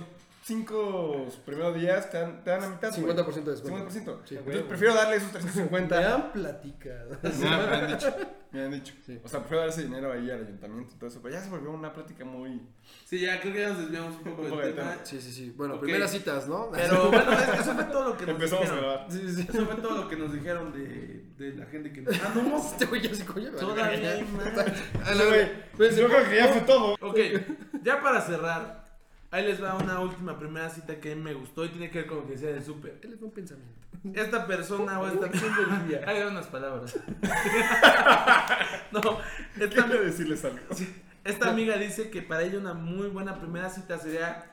[SPEAKER 3] cinco primeros días, te dan, te dan la mitad. güey.
[SPEAKER 2] 50% de descuento.
[SPEAKER 3] 50%.
[SPEAKER 2] Sí.
[SPEAKER 3] Entonces prefiero darle esos 350.
[SPEAKER 2] Me han platicado.
[SPEAKER 3] Me han, me han dicho. Me han dicho.
[SPEAKER 2] Sí.
[SPEAKER 3] O sea, prefiero dar ese dinero ahí al ayuntamiento y todo eso. Pero ya se volvió una plática muy.
[SPEAKER 1] Sí, ya creo que ya nos desviamos un poco
[SPEAKER 3] Un poco
[SPEAKER 1] del
[SPEAKER 3] del
[SPEAKER 1] tema.
[SPEAKER 2] Sí, sí, sí. Bueno,
[SPEAKER 1] Ok.
[SPEAKER 2] primeras citas, ¿no?
[SPEAKER 1] Pero bueno, es- eso fue todo lo que nos
[SPEAKER 3] Empezamos a
[SPEAKER 1] dijeron.
[SPEAKER 3] grabar.
[SPEAKER 2] Sí, sí, sí.
[SPEAKER 1] Eso fue todo lo que nos dijeron de, de la gente que nos. Ah, no,
[SPEAKER 2] Este güey ya se coño.
[SPEAKER 1] Todavía hay más.
[SPEAKER 2] A la verga. Pues,
[SPEAKER 3] Yo creo que ya fue todo.
[SPEAKER 1] Ok, ya para cerrar, ahí les va una última primera cita que me gustó y tiene que ver con lo que decía del súper.
[SPEAKER 2] Él es un pensamiento.
[SPEAKER 1] Esta persona o esta Ahí van unas palabras. no, esta,
[SPEAKER 3] Déjame decirles algo.
[SPEAKER 1] esta amiga dice que para ella una muy buena primera cita sería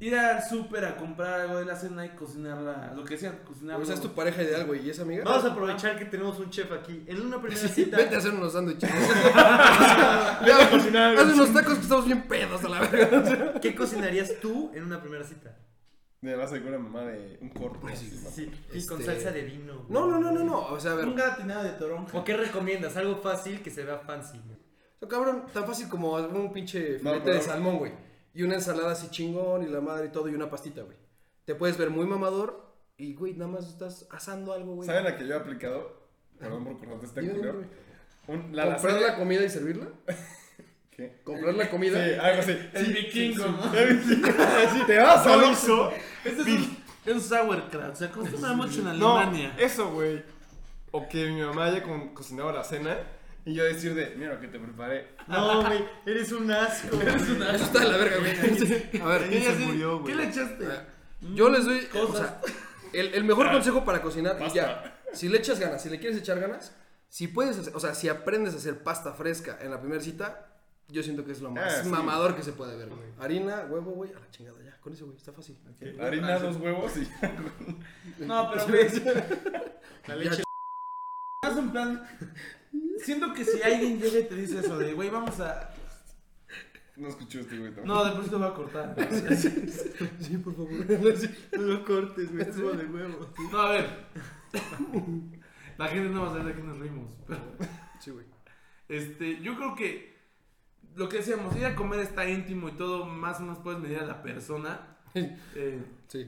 [SPEAKER 1] ir al súper a comprar algo de la cena y cocinarla, lo que sea, cocinarla.
[SPEAKER 2] O sea, Pues, es tu pareja ideal, güey. ¿Y esa amiga?
[SPEAKER 5] Vamos a aprovechar que tenemos un chef aquí. En una primera cita.
[SPEAKER 2] Vete a hacer unos sándwiches. Ya,
[SPEAKER 3] cocinar algo.
[SPEAKER 2] Haz unos tacos que estamos bien pedos a la verga.
[SPEAKER 5] ¿Qué cocinarías tú en una primera cita?
[SPEAKER 3] Me vas a decir una mamá de un corto.
[SPEAKER 1] Pues
[SPEAKER 5] Sí, y con
[SPEAKER 2] Este-
[SPEAKER 5] salsa de vino. güey.
[SPEAKER 2] No, no, no, no, no. O sea, a ver.
[SPEAKER 1] Un gratinado de toronja.
[SPEAKER 5] ¿O qué recomiendas? Algo fácil que se vea fancy. güey.
[SPEAKER 2] O sea, cabrón, tan fácil como un pinche
[SPEAKER 3] No,
[SPEAKER 2] filete
[SPEAKER 3] pero-
[SPEAKER 2] de salmón, güey. Y una ensalada así chingón y la madre y todo y una pastita, güey. Te puedes ver muy mamador y, güey, nada más estás asando algo, güey.
[SPEAKER 3] ¿Saben la que yo he aplicado? Perdón por cortarte este
[SPEAKER 2] Dime, dime,
[SPEAKER 3] culero.
[SPEAKER 2] güey.
[SPEAKER 3] Un- La
[SPEAKER 2] ¿Comprar
[SPEAKER 3] lasaña.
[SPEAKER 2] la comida y servirla?
[SPEAKER 3] ¿Qué?
[SPEAKER 2] ¿Comprar la
[SPEAKER 3] Sí,
[SPEAKER 2] comida?
[SPEAKER 3] algo así.
[SPEAKER 1] El vikingo, ¿no?
[SPEAKER 3] Sí, Te vas a
[SPEAKER 1] Lo
[SPEAKER 3] lo
[SPEAKER 1] hizo. Este es un, es un sauerkraut. Se acostumbra mucho en
[SPEAKER 3] No,
[SPEAKER 1] Alemania.
[SPEAKER 3] eso, güey. O que mi mamá haya co- cocinado la cena y yo decir de, mira lo que te preparé.
[SPEAKER 4] No, güey, eres un asco.
[SPEAKER 1] Eres una-
[SPEAKER 2] Eso está de la verga, güey. A ver,
[SPEAKER 3] Ahí
[SPEAKER 1] Y
[SPEAKER 3] se
[SPEAKER 1] así,
[SPEAKER 3] murió,
[SPEAKER 1] ¿Qué
[SPEAKER 3] güey.
[SPEAKER 1] le echaste?
[SPEAKER 2] Este,
[SPEAKER 4] Ah,
[SPEAKER 2] yo les doy. o
[SPEAKER 1] Cosas.
[SPEAKER 2] sea, el, el mejor consejo para cocinar y
[SPEAKER 3] Basta.
[SPEAKER 2] ya. Si le echas ganas, si le quieres echar ganas, si puedes hacer- o sea, si aprendes a hacer pasta fresca en la primera cita, yo siento que es lo más
[SPEAKER 3] Ah, sí.
[SPEAKER 2] mamador que se puede ver, güey. Harina, huevo, güey, a la chingada ya. Con eso, güey, está fácil.
[SPEAKER 3] Harina, dos huevos y...
[SPEAKER 1] No, pero güey,
[SPEAKER 4] La leche.
[SPEAKER 1] más un plan. Siento que si alguien llega y te dice eso de, güey, vamos a.
[SPEAKER 3] No escuchó este güey. tampoco.
[SPEAKER 1] No, después te voy a cortar.
[SPEAKER 2] Sí, por favor. Sí.
[SPEAKER 4] No lo cortes, güey, estuvo de huevo.
[SPEAKER 1] No, a ver. La gente no va a saber de qué nos reímos. pero,
[SPEAKER 2] Sí, güey.
[SPEAKER 1] este, yo creo que lo que decíamos, ir a comer está íntimo y todo, más o menos puedes medir a la persona. Eh,
[SPEAKER 2] Sí.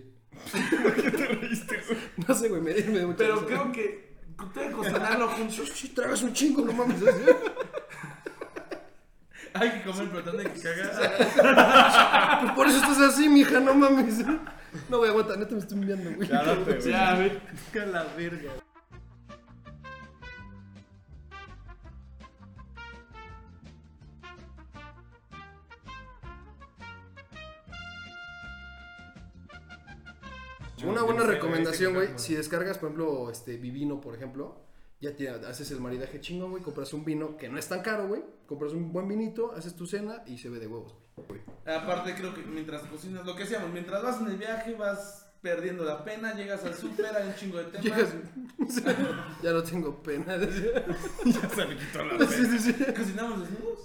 [SPEAKER 3] Te reíste, güey.
[SPEAKER 2] No sé, güey, me, me dio mucha
[SPEAKER 1] pero
[SPEAKER 2] risa.
[SPEAKER 1] creo que ustedes cocinarlo
[SPEAKER 2] Sí,
[SPEAKER 1] juntos.
[SPEAKER 2] sí, tragas un chingo, no mames.
[SPEAKER 1] Hay que comer, pero tanto que cagas.
[SPEAKER 2] ¿eh? Por eso estás así, mija, no mames. No, güey, aguanta, neta me estoy enviando, güey.
[SPEAKER 3] Ya, date, güey.
[SPEAKER 1] Ya, güey.
[SPEAKER 4] Saca la verga.
[SPEAKER 2] Una buena recomendación, güey. Si descargas, por ejemplo, este Vivino, por ejemplo, ya te haces el maridaje chingón, güey. Compras un vino que no es tan caro, güey. Compras un buen vinito, haces tu cena y se ve de huevos, güey.
[SPEAKER 1] Aparte creo que mientras cocinas, lo que hacíamos, mientras vas en el viaje vas perdiendo la pena, llegas al súper, hay un chingo de temas.
[SPEAKER 2] Llegas, ya no tengo pena.
[SPEAKER 3] Ya se me quitó la
[SPEAKER 2] Sí, sí,
[SPEAKER 3] fe.
[SPEAKER 2] sí.
[SPEAKER 1] ¿Cocinamos desnudos?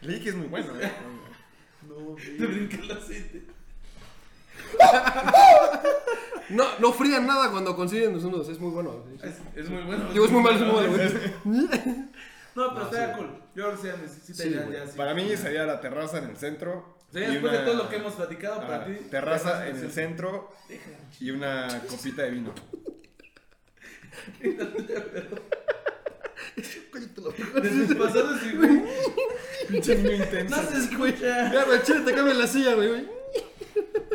[SPEAKER 3] Leí que es muy bueno, güey.
[SPEAKER 1] Te brinca el aceite.
[SPEAKER 2] No, no frían nada cuando consiguen los nudos, es muy bueno.
[SPEAKER 1] Es, es muy bueno.
[SPEAKER 2] Digo, es muy malo, es muy malo, güey.
[SPEAKER 1] No, pero estaría cool. Yo ahora sí, necesito
[SPEAKER 2] Sí,
[SPEAKER 1] ya,
[SPEAKER 2] güey.
[SPEAKER 1] ya, sí.
[SPEAKER 3] Para mí sería la terraza en el centro.
[SPEAKER 1] O sea,
[SPEAKER 3] y
[SPEAKER 1] ya después
[SPEAKER 3] una-
[SPEAKER 1] de todo lo que hemos platicado, para
[SPEAKER 3] Ah,
[SPEAKER 1] ti...
[SPEAKER 3] Terraza en el
[SPEAKER 1] centro.
[SPEAKER 3] centro y una copita de vino.
[SPEAKER 2] Cállate la
[SPEAKER 1] Desde
[SPEAKER 2] boca.
[SPEAKER 1] pasado así, güey.
[SPEAKER 3] Pinche vino intenso.
[SPEAKER 1] No se escucha.
[SPEAKER 2] Ya, güey, chile, te cambia la silla, güey, güey.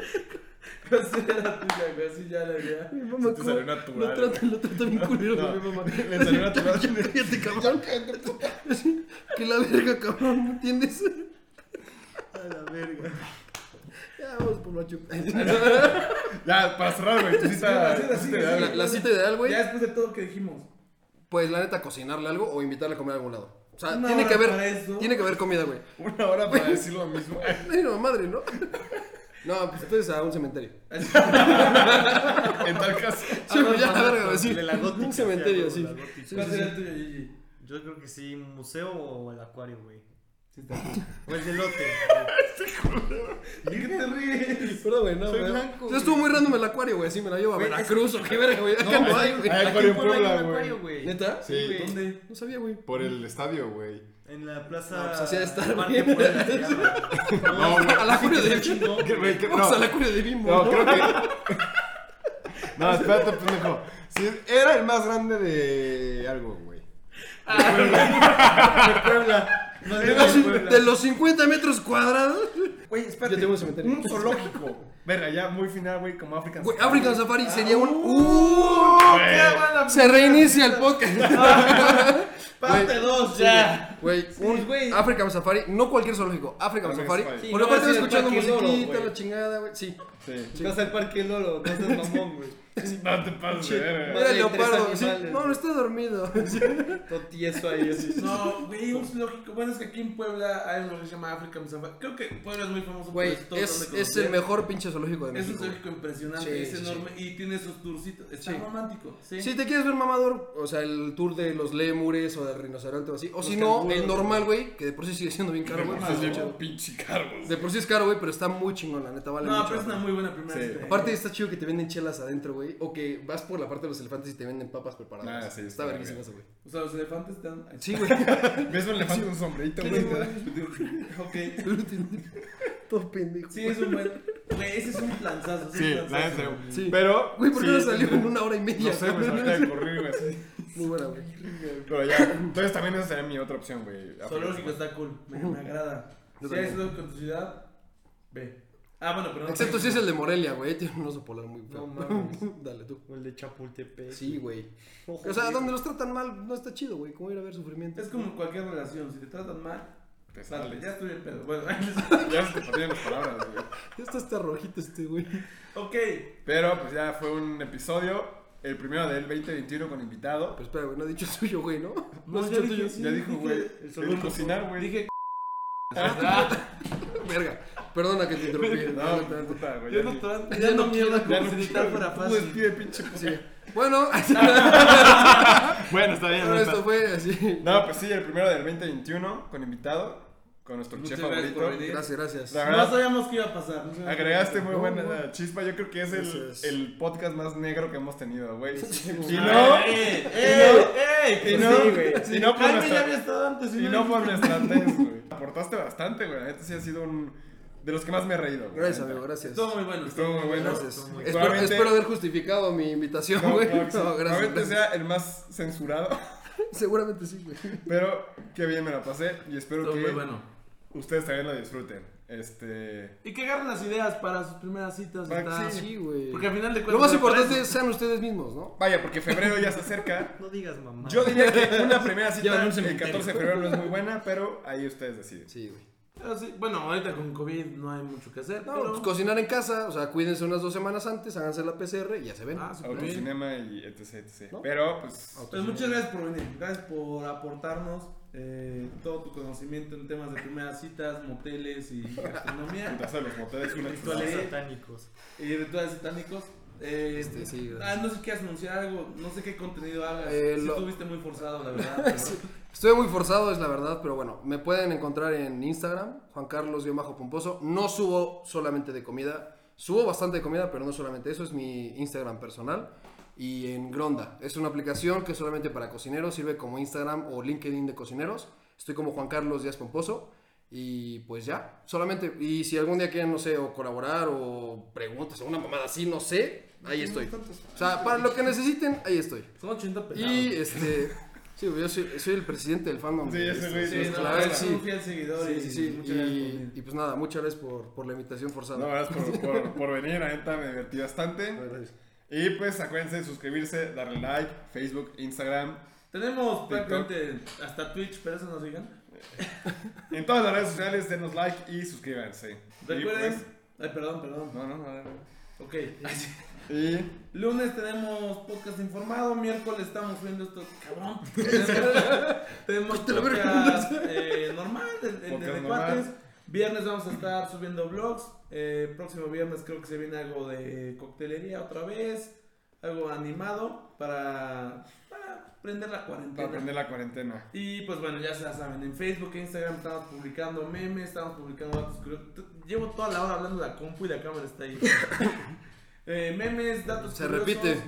[SPEAKER 1] Así era la tuya, güey, así ya la idea.
[SPEAKER 2] Mi mamá,
[SPEAKER 3] Se te salió
[SPEAKER 2] ¿cómo?
[SPEAKER 3] natural,
[SPEAKER 2] Lo trata, lo trata bien culero,
[SPEAKER 3] No,
[SPEAKER 2] güey, mi mamá.
[SPEAKER 3] Le salió una
[SPEAKER 2] Ya,
[SPEAKER 3] terraza.
[SPEAKER 2] Cállate, cabrón. Que la verga, cabrón, ¿me entiendes?
[SPEAKER 4] A la verga.
[SPEAKER 2] Ya, vamos por macho.
[SPEAKER 3] Ya, para cerrar, güey. tu cita-
[SPEAKER 1] Sí, sí, sí,
[SPEAKER 3] tu cita
[SPEAKER 1] sí,
[SPEAKER 3] de
[SPEAKER 1] sí,
[SPEAKER 3] algo.
[SPEAKER 2] La, la cita ideal, güey,
[SPEAKER 1] Ya después de todo que dijimos.
[SPEAKER 2] pues la neta, cocinarle algo o invitarle a comer a algún lado. O sea,
[SPEAKER 1] Una
[SPEAKER 2] tiene
[SPEAKER 1] hora
[SPEAKER 2] que,
[SPEAKER 1] para
[SPEAKER 2] haber,
[SPEAKER 1] eso.
[SPEAKER 2] tiene que haber comida, güey.
[SPEAKER 3] Una hora para decir lo mismo.
[SPEAKER 2] Ay, no, madre, ¿no? No, pues entonces a un cementerio.
[SPEAKER 3] En tal caso.
[SPEAKER 2] Sí, güey, ya la verga, güey, sí.
[SPEAKER 4] De la gótica,
[SPEAKER 2] Un cementerio,
[SPEAKER 4] sí,
[SPEAKER 2] sí. Sí,
[SPEAKER 4] algo de la gótica.
[SPEAKER 1] ¿Cuál
[SPEAKER 2] sí,
[SPEAKER 1] sería
[SPEAKER 2] sí.
[SPEAKER 1] el tuyo, Gigi?
[SPEAKER 4] Yo creo que sí, museo o el acuario, güey.
[SPEAKER 1] Sí, está.
[SPEAKER 4] O el delote.
[SPEAKER 1] ¿De qué te ríes?
[SPEAKER 2] Perdón, güey, no,
[SPEAKER 4] Soy
[SPEAKER 2] güey.
[SPEAKER 4] blanco,
[SPEAKER 2] Ya estuvo muy random el acuario, güey. Así me la llevo a
[SPEAKER 4] Güey,
[SPEAKER 2] Veracruz o qué verga, güey. Acá no hay, güey.
[SPEAKER 3] Hay
[SPEAKER 4] Aquí
[SPEAKER 3] acuario en
[SPEAKER 4] en Puebla hay
[SPEAKER 3] Puebla,
[SPEAKER 4] un acuario,
[SPEAKER 3] güey.
[SPEAKER 4] güey.
[SPEAKER 2] ¿Neta?
[SPEAKER 4] Sí, güey.
[SPEAKER 1] ¿Dónde?
[SPEAKER 2] No sabía, güey.
[SPEAKER 3] Por el estadio, güey.
[SPEAKER 4] En la plaza.
[SPEAKER 2] No, pues así ha de estar,
[SPEAKER 4] Parque
[SPEAKER 2] güey.
[SPEAKER 4] Puebla se llama.
[SPEAKER 3] No, güey.
[SPEAKER 2] Al acuario de
[SPEAKER 4] chingón,
[SPEAKER 3] Que, güey, que-
[SPEAKER 2] Vamos
[SPEAKER 3] no.
[SPEAKER 2] al acuario de Bimbo.
[SPEAKER 3] No, creo que. No, espérate, pendejo. Sí, era el más grande de algo, güey.
[SPEAKER 4] Puebla. No
[SPEAKER 2] De
[SPEAKER 4] digo
[SPEAKER 2] los,
[SPEAKER 4] en Puebla.
[SPEAKER 2] de los 50 metros cuadrados.
[SPEAKER 3] Güey, espérate.
[SPEAKER 2] Yo tengo un cementerio.
[SPEAKER 3] Un zoológico. Verga, ya muy final, güey, como African
[SPEAKER 2] Güey,
[SPEAKER 3] Safari.
[SPEAKER 2] African Safari sería un.
[SPEAKER 4] Oh.
[SPEAKER 2] ¡Uh!
[SPEAKER 4] pues,
[SPEAKER 2] Se reinicia el podcast.
[SPEAKER 1] Parte 2 ya.
[SPEAKER 2] Güey, un
[SPEAKER 1] güey.
[SPEAKER 2] African Safari, no cualquier zoológico, African
[SPEAKER 3] African
[SPEAKER 2] Safari. Porque
[SPEAKER 3] Safari.
[SPEAKER 4] Sí,
[SPEAKER 2] Por
[SPEAKER 4] no,
[SPEAKER 2] lo cual
[SPEAKER 4] así de
[SPEAKER 2] escuchando
[SPEAKER 4] Parque Loro,
[SPEAKER 2] musiquita,
[SPEAKER 4] güey.
[SPEAKER 2] la chingada, güey. Sí.
[SPEAKER 3] Sí.
[SPEAKER 4] Vas al Parque Lolo, no seas mamón, güey.
[SPEAKER 3] No te pases de verga.
[SPEAKER 2] Mira,
[SPEAKER 4] Madre,
[SPEAKER 2] leopardo.
[SPEAKER 4] tres
[SPEAKER 2] sí.
[SPEAKER 4] animales,
[SPEAKER 2] No, no
[SPEAKER 4] güey.
[SPEAKER 2] está dormido. Sí.
[SPEAKER 4] Todo tieso ahí, así.
[SPEAKER 1] No, güey, un lógico. Bueno, es que aquí en Puebla hay uno que se llama África Safari. Creo que Puebla es muy famoso
[SPEAKER 2] Güey,
[SPEAKER 1] por esto,
[SPEAKER 2] es,
[SPEAKER 1] donde
[SPEAKER 2] es el
[SPEAKER 1] conocí.
[SPEAKER 2] mejor pinche zoológico de
[SPEAKER 1] Es un
[SPEAKER 2] México. güey.
[SPEAKER 1] zoológico impresionante,
[SPEAKER 2] Sí,
[SPEAKER 1] es
[SPEAKER 2] sí, sí.
[SPEAKER 1] enorme y tiene sus tourcitos. Está
[SPEAKER 2] Sí.
[SPEAKER 1] romántico, sí.
[SPEAKER 2] Si te quieres ver mamador, o sea, el tour de los lémures o del rinoceronte o así, o si no, el normal, güey, que de por sí sigue siendo bien caro, güey.
[SPEAKER 3] Más bien pinche caro, güey.
[SPEAKER 2] De por sí es caro, güey, pero está muy chingón, la neta, vale
[SPEAKER 1] No,
[SPEAKER 2] mucho
[SPEAKER 1] pero
[SPEAKER 2] la
[SPEAKER 1] es
[SPEAKER 2] pena.
[SPEAKER 1] una muy buena primera
[SPEAKER 3] Sí.
[SPEAKER 1] cita.
[SPEAKER 2] Aparte está chido que te venden chelas adentro, güey. O que vas por la parte de los elefantes y te venden papas preparadas.
[SPEAKER 3] Ah,
[SPEAKER 2] está
[SPEAKER 3] sí, está
[SPEAKER 2] verguísimo
[SPEAKER 3] bien.
[SPEAKER 2] eso, güey.
[SPEAKER 1] O sea, los elefantes están.
[SPEAKER 2] Sí, güey.
[SPEAKER 3] Ves un elefante con un sombrerito, güey. te da-
[SPEAKER 1] ok.
[SPEAKER 2] Todo pendejo.
[SPEAKER 1] Sí, es un buen. Güey, ese es un planzazo. ese es
[SPEAKER 3] Sí,
[SPEAKER 1] un
[SPEAKER 3] la
[SPEAKER 1] planzazo,
[SPEAKER 3] neta,
[SPEAKER 1] güey.
[SPEAKER 3] güey.
[SPEAKER 2] Sí.
[SPEAKER 3] Pero.
[SPEAKER 2] Güey, ¿por qué
[SPEAKER 3] sí,
[SPEAKER 2] no salió en
[SPEAKER 3] No
[SPEAKER 2] una hora y media?
[SPEAKER 3] sé, güey, se me acaba de correr, güey. así.
[SPEAKER 2] Muy buena, güey.
[SPEAKER 3] Pero ya. Entonces también esa sería mi otra opción, güey.
[SPEAKER 1] Zoológico está cool. Me, me agrada.
[SPEAKER 2] Yo
[SPEAKER 1] Si
[SPEAKER 2] también.
[SPEAKER 1] es lo con tu ciudad, ve. Ah, bueno, pero no.
[SPEAKER 2] Excepto si es el de Morelia, güey. Tiene un oso polar muy
[SPEAKER 5] No
[SPEAKER 2] feo.
[SPEAKER 5] mames.
[SPEAKER 2] Dale tú.
[SPEAKER 5] O el de Chapultepec.
[SPEAKER 2] Sí, güey.
[SPEAKER 5] Ojo,
[SPEAKER 2] O sea,
[SPEAKER 5] güey.
[SPEAKER 2] donde los tratan mal, no está chido, güey. ¿Cómo ir a ver sufrimiento?
[SPEAKER 1] Es como cualquier relación. Si te tratan mal,
[SPEAKER 2] Pues
[SPEAKER 3] Te
[SPEAKER 1] dale.
[SPEAKER 3] sales.
[SPEAKER 1] Ya estoy el pedo. Bueno,
[SPEAKER 3] Ya se te perdieron las palabras, güey.
[SPEAKER 2] Esto está rojito este, güey.
[SPEAKER 1] ok.
[SPEAKER 3] Pero pues ya fue un episodio, el primero del 2021 con invitado.
[SPEAKER 2] Pero espera, güey, no ha dicho el suyo, güey, ¿no?
[SPEAKER 1] No,
[SPEAKER 2] has
[SPEAKER 1] ya
[SPEAKER 2] dicho el
[SPEAKER 1] dije,
[SPEAKER 2] tuyo.
[SPEAKER 1] sí.
[SPEAKER 3] Ya dijo, güey,
[SPEAKER 1] dije, el
[SPEAKER 3] el
[SPEAKER 1] zoológico.
[SPEAKER 3] cocinar, güey.
[SPEAKER 1] Dije,
[SPEAKER 2] Verga. Perdona que te interrumpí.
[SPEAKER 3] No,
[SPEAKER 2] No, no, no.
[SPEAKER 3] puta, güey.
[SPEAKER 1] yo
[SPEAKER 3] Ya
[SPEAKER 1] no
[SPEAKER 3] ni-
[SPEAKER 1] tra-
[SPEAKER 2] Ya
[SPEAKER 1] ya
[SPEAKER 2] no
[SPEAKER 1] no mierda
[SPEAKER 3] ya
[SPEAKER 1] como
[SPEAKER 3] no
[SPEAKER 1] si fuera
[SPEAKER 3] Tú
[SPEAKER 1] fácil.
[SPEAKER 3] despide, pinche puta.
[SPEAKER 2] Sí. Bueno,
[SPEAKER 6] Bueno, está bien.
[SPEAKER 2] bueno,
[SPEAKER 6] no está-
[SPEAKER 2] esto fue así.
[SPEAKER 3] No, pues sí, el primero del 2021 con invitado, con nuestro
[SPEAKER 1] Muchas
[SPEAKER 3] chef
[SPEAKER 1] gracias
[SPEAKER 3] favorito.
[SPEAKER 1] por venir.
[SPEAKER 2] Gracias, gracias.
[SPEAKER 3] La
[SPEAKER 1] No
[SPEAKER 3] verdad,
[SPEAKER 1] sabíamos qué iba a pasar. no sabíamos.
[SPEAKER 3] agregaste muy
[SPEAKER 2] No,
[SPEAKER 3] buena
[SPEAKER 2] güey.
[SPEAKER 3] chispa. Yo creo que es el,
[SPEAKER 2] Gracias.
[SPEAKER 3] el podcast más negro que hemos tenido, güey.
[SPEAKER 2] Sí,
[SPEAKER 3] Si
[SPEAKER 2] güey.
[SPEAKER 3] no,
[SPEAKER 1] ¡Eh!
[SPEAKER 3] no,
[SPEAKER 1] ¡Eh!
[SPEAKER 3] si
[SPEAKER 1] ¡Eh!
[SPEAKER 3] no, si no por
[SPEAKER 1] Carmen ya
[SPEAKER 3] nuestra,
[SPEAKER 1] había estado antes.
[SPEAKER 3] si no por nuestra tez, güey. Aportaste bastante, güey. La neta sí ha sido un de los que más me he reído. güey.
[SPEAKER 2] Gracias, amigo, gracias.
[SPEAKER 1] Estuvo muy bueno.
[SPEAKER 3] Estuvo muy bueno.
[SPEAKER 2] Gracias.
[SPEAKER 3] Muy-
[SPEAKER 2] Espero,
[SPEAKER 3] Probablemente-
[SPEAKER 2] espero haber justificado mi invitación,
[SPEAKER 3] No,
[SPEAKER 2] güey.
[SPEAKER 3] claro que sí.
[SPEAKER 2] No, gracias.
[SPEAKER 3] Probablemente sea el más censurado,
[SPEAKER 2] Seguramente sí, güey.
[SPEAKER 3] pero qué bien me la pasé y espero
[SPEAKER 1] Estuvo
[SPEAKER 3] que
[SPEAKER 1] muy bueno.
[SPEAKER 3] ustedes también lo disfruten. Este,
[SPEAKER 1] Y que agarren las ideas para sus primeras citas.
[SPEAKER 3] Para-
[SPEAKER 1] está-
[SPEAKER 3] sí.
[SPEAKER 2] Sí, güey.
[SPEAKER 1] Ah, Porque al final de cuentas.
[SPEAKER 2] Lo más
[SPEAKER 1] me
[SPEAKER 2] importante
[SPEAKER 1] parece-
[SPEAKER 2] es sean ustedes mismos, ¿no?
[SPEAKER 3] vaya, porque febrero ya se acerca.
[SPEAKER 5] No digas mamá.
[SPEAKER 3] Yo diría que una primera
[SPEAKER 5] Llevan un
[SPEAKER 3] cita el
[SPEAKER 5] cementerio.
[SPEAKER 3] 14 de febrero no es muy buena, pero ahí ustedes deciden.
[SPEAKER 2] Sí, güey.
[SPEAKER 1] Pero Ah, sí, Bueno, ahorita con COVID no hay mucho que hacer.
[SPEAKER 2] No,
[SPEAKER 1] pero...
[SPEAKER 2] pues cocinar en casa, o sea, cuídense unas dos semanas antes, háganse la PCR y ya se ven.
[SPEAKER 1] Ah, súper bien.
[SPEAKER 3] Autocinema y etc, etc.
[SPEAKER 2] ¿No?
[SPEAKER 3] Pero pues
[SPEAKER 1] Pues muchas gracias por venir, gracias por aportarnos eh, todo tu conocimiento en temas de primeras citas, moteles y gastronomía
[SPEAKER 3] putazo de los moteles una
[SPEAKER 1] Vale.
[SPEAKER 5] Rituales satánicos.
[SPEAKER 1] y rituales satánicos. Eh,
[SPEAKER 2] Este, sí, gracias.
[SPEAKER 1] ah, no sé qué anunciar algo, no sé qué contenido hagas.
[SPEAKER 2] Eh,
[SPEAKER 1] sí
[SPEAKER 2] lo-
[SPEAKER 1] estuviste muy forzado, la verdad. pero-
[SPEAKER 2] Estuve muy forzado, es la verdad, pero bueno, me pueden encontrar en Instagram, Juan Carlos Pomposo. No subo solamente de comida, subo bastante de comida, pero no solamente eso, es mi Instagram personal. Y en Gronda, es una aplicación que es solamente para cocineros, sirve como Instagram o LinkedIn de cocineros. Estoy como Juan Carlos Díaz Pomposo. Y pues ya, solamente, y si algún día quieren, no sé, o colaborar o preguntas o una mamada así, no sé, ahí estoy. O sea, para lo que necesiten, ahí estoy.
[SPEAKER 1] Son 80 pesos.
[SPEAKER 2] Y este. Sí, güey, yo soy, soy el presidente del fandom.
[SPEAKER 3] Sí,
[SPEAKER 2] de
[SPEAKER 3] ese
[SPEAKER 2] estos,
[SPEAKER 3] güey,
[SPEAKER 2] de
[SPEAKER 3] sí,
[SPEAKER 2] estos, pues,
[SPEAKER 3] no,
[SPEAKER 2] la verdad,
[SPEAKER 1] es
[SPEAKER 2] sí.
[SPEAKER 1] un fiel seguidor
[SPEAKER 2] Sí,
[SPEAKER 1] y
[SPEAKER 2] sí, sí.
[SPEAKER 1] muchas gracias por venir.
[SPEAKER 2] Y, y pues nada, muchas gracias por, por la invitación forzada.
[SPEAKER 3] No, gracias por, por, por venir, la neta me divertí bastante.
[SPEAKER 2] Gracias.
[SPEAKER 3] Y pues acuérdense de suscribirse, darle like, Facebook, Instagram,
[SPEAKER 1] Tenemos prácticamente hasta Twitch, pero eso nos digan.
[SPEAKER 3] en todas las redes sociales, denos like y suscríbanse. Y,
[SPEAKER 1] Recuerden.
[SPEAKER 3] pues,
[SPEAKER 1] Ay, perdón, perdón.
[SPEAKER 3] no, no, no, no, no.
[SPEAKER 1] Ok.
[SPEAKER 3] Y
[SPEAKER 1] Lunes tenemos podcast informado, miércoles estamos viendo esto, cabrón. Tenemos- tenemos
[SPEAKER 2] Te lo voy a
[SPEAKER 1] podcast eh, normal, el, el
[SPEAKER 3] Podcast
[SPEAKER 1] de
[SPEAKER 3] normal.
[SPEAKER 1] cuates. Viernes vamos a estar subiendo vlogs. eh, próximo viernes creo que se viene algo de coctelería otra vez, algo animado para, para prender la
[SPEAKER 3] para
[SPEAKER 1] cuarentena.
[SPEAKER 3] aprender la cuarentena.
[SPEAKER 1] Y pues bueno, ya se la saben, en Facebook e Instagram estamos publicando memes, estamos publicando datos curiosos. T- Llevo toda la hora hablando de la compu y la cámara está ahí. Eh, memes, datos
[SPEAKER 2] Se
[SPEAKER 1] curiosos.
[SPEAKER 2] repite.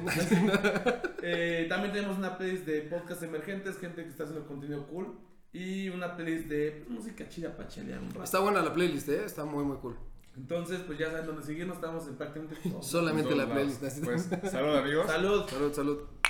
[SPEAKER 1] Eh, también tenemos una playlist de podcast emergentes, gente que está haciendo contenido cool. Y una playlist de pues, música chida para chelear un rato.
[SPEAKER 2] Está buena la playlist, ¿eh? Está muy, muy cool.
[SPEAKER 1] Entonces, pues ya saben dónde seguirnos, estamos en prácticamente todo.
[SPEAKER 2] Solamente
[SPEAKER 3] Pues, En
[SPEAKER 2] la
[SPEAKER 3] todos lados.
[SPEAKER 2] playlist.
[SPEAKER 3] Pues, salud amigos.
[SPEAKER 1] Salud.
[SPEAKER 2] Salud, salud.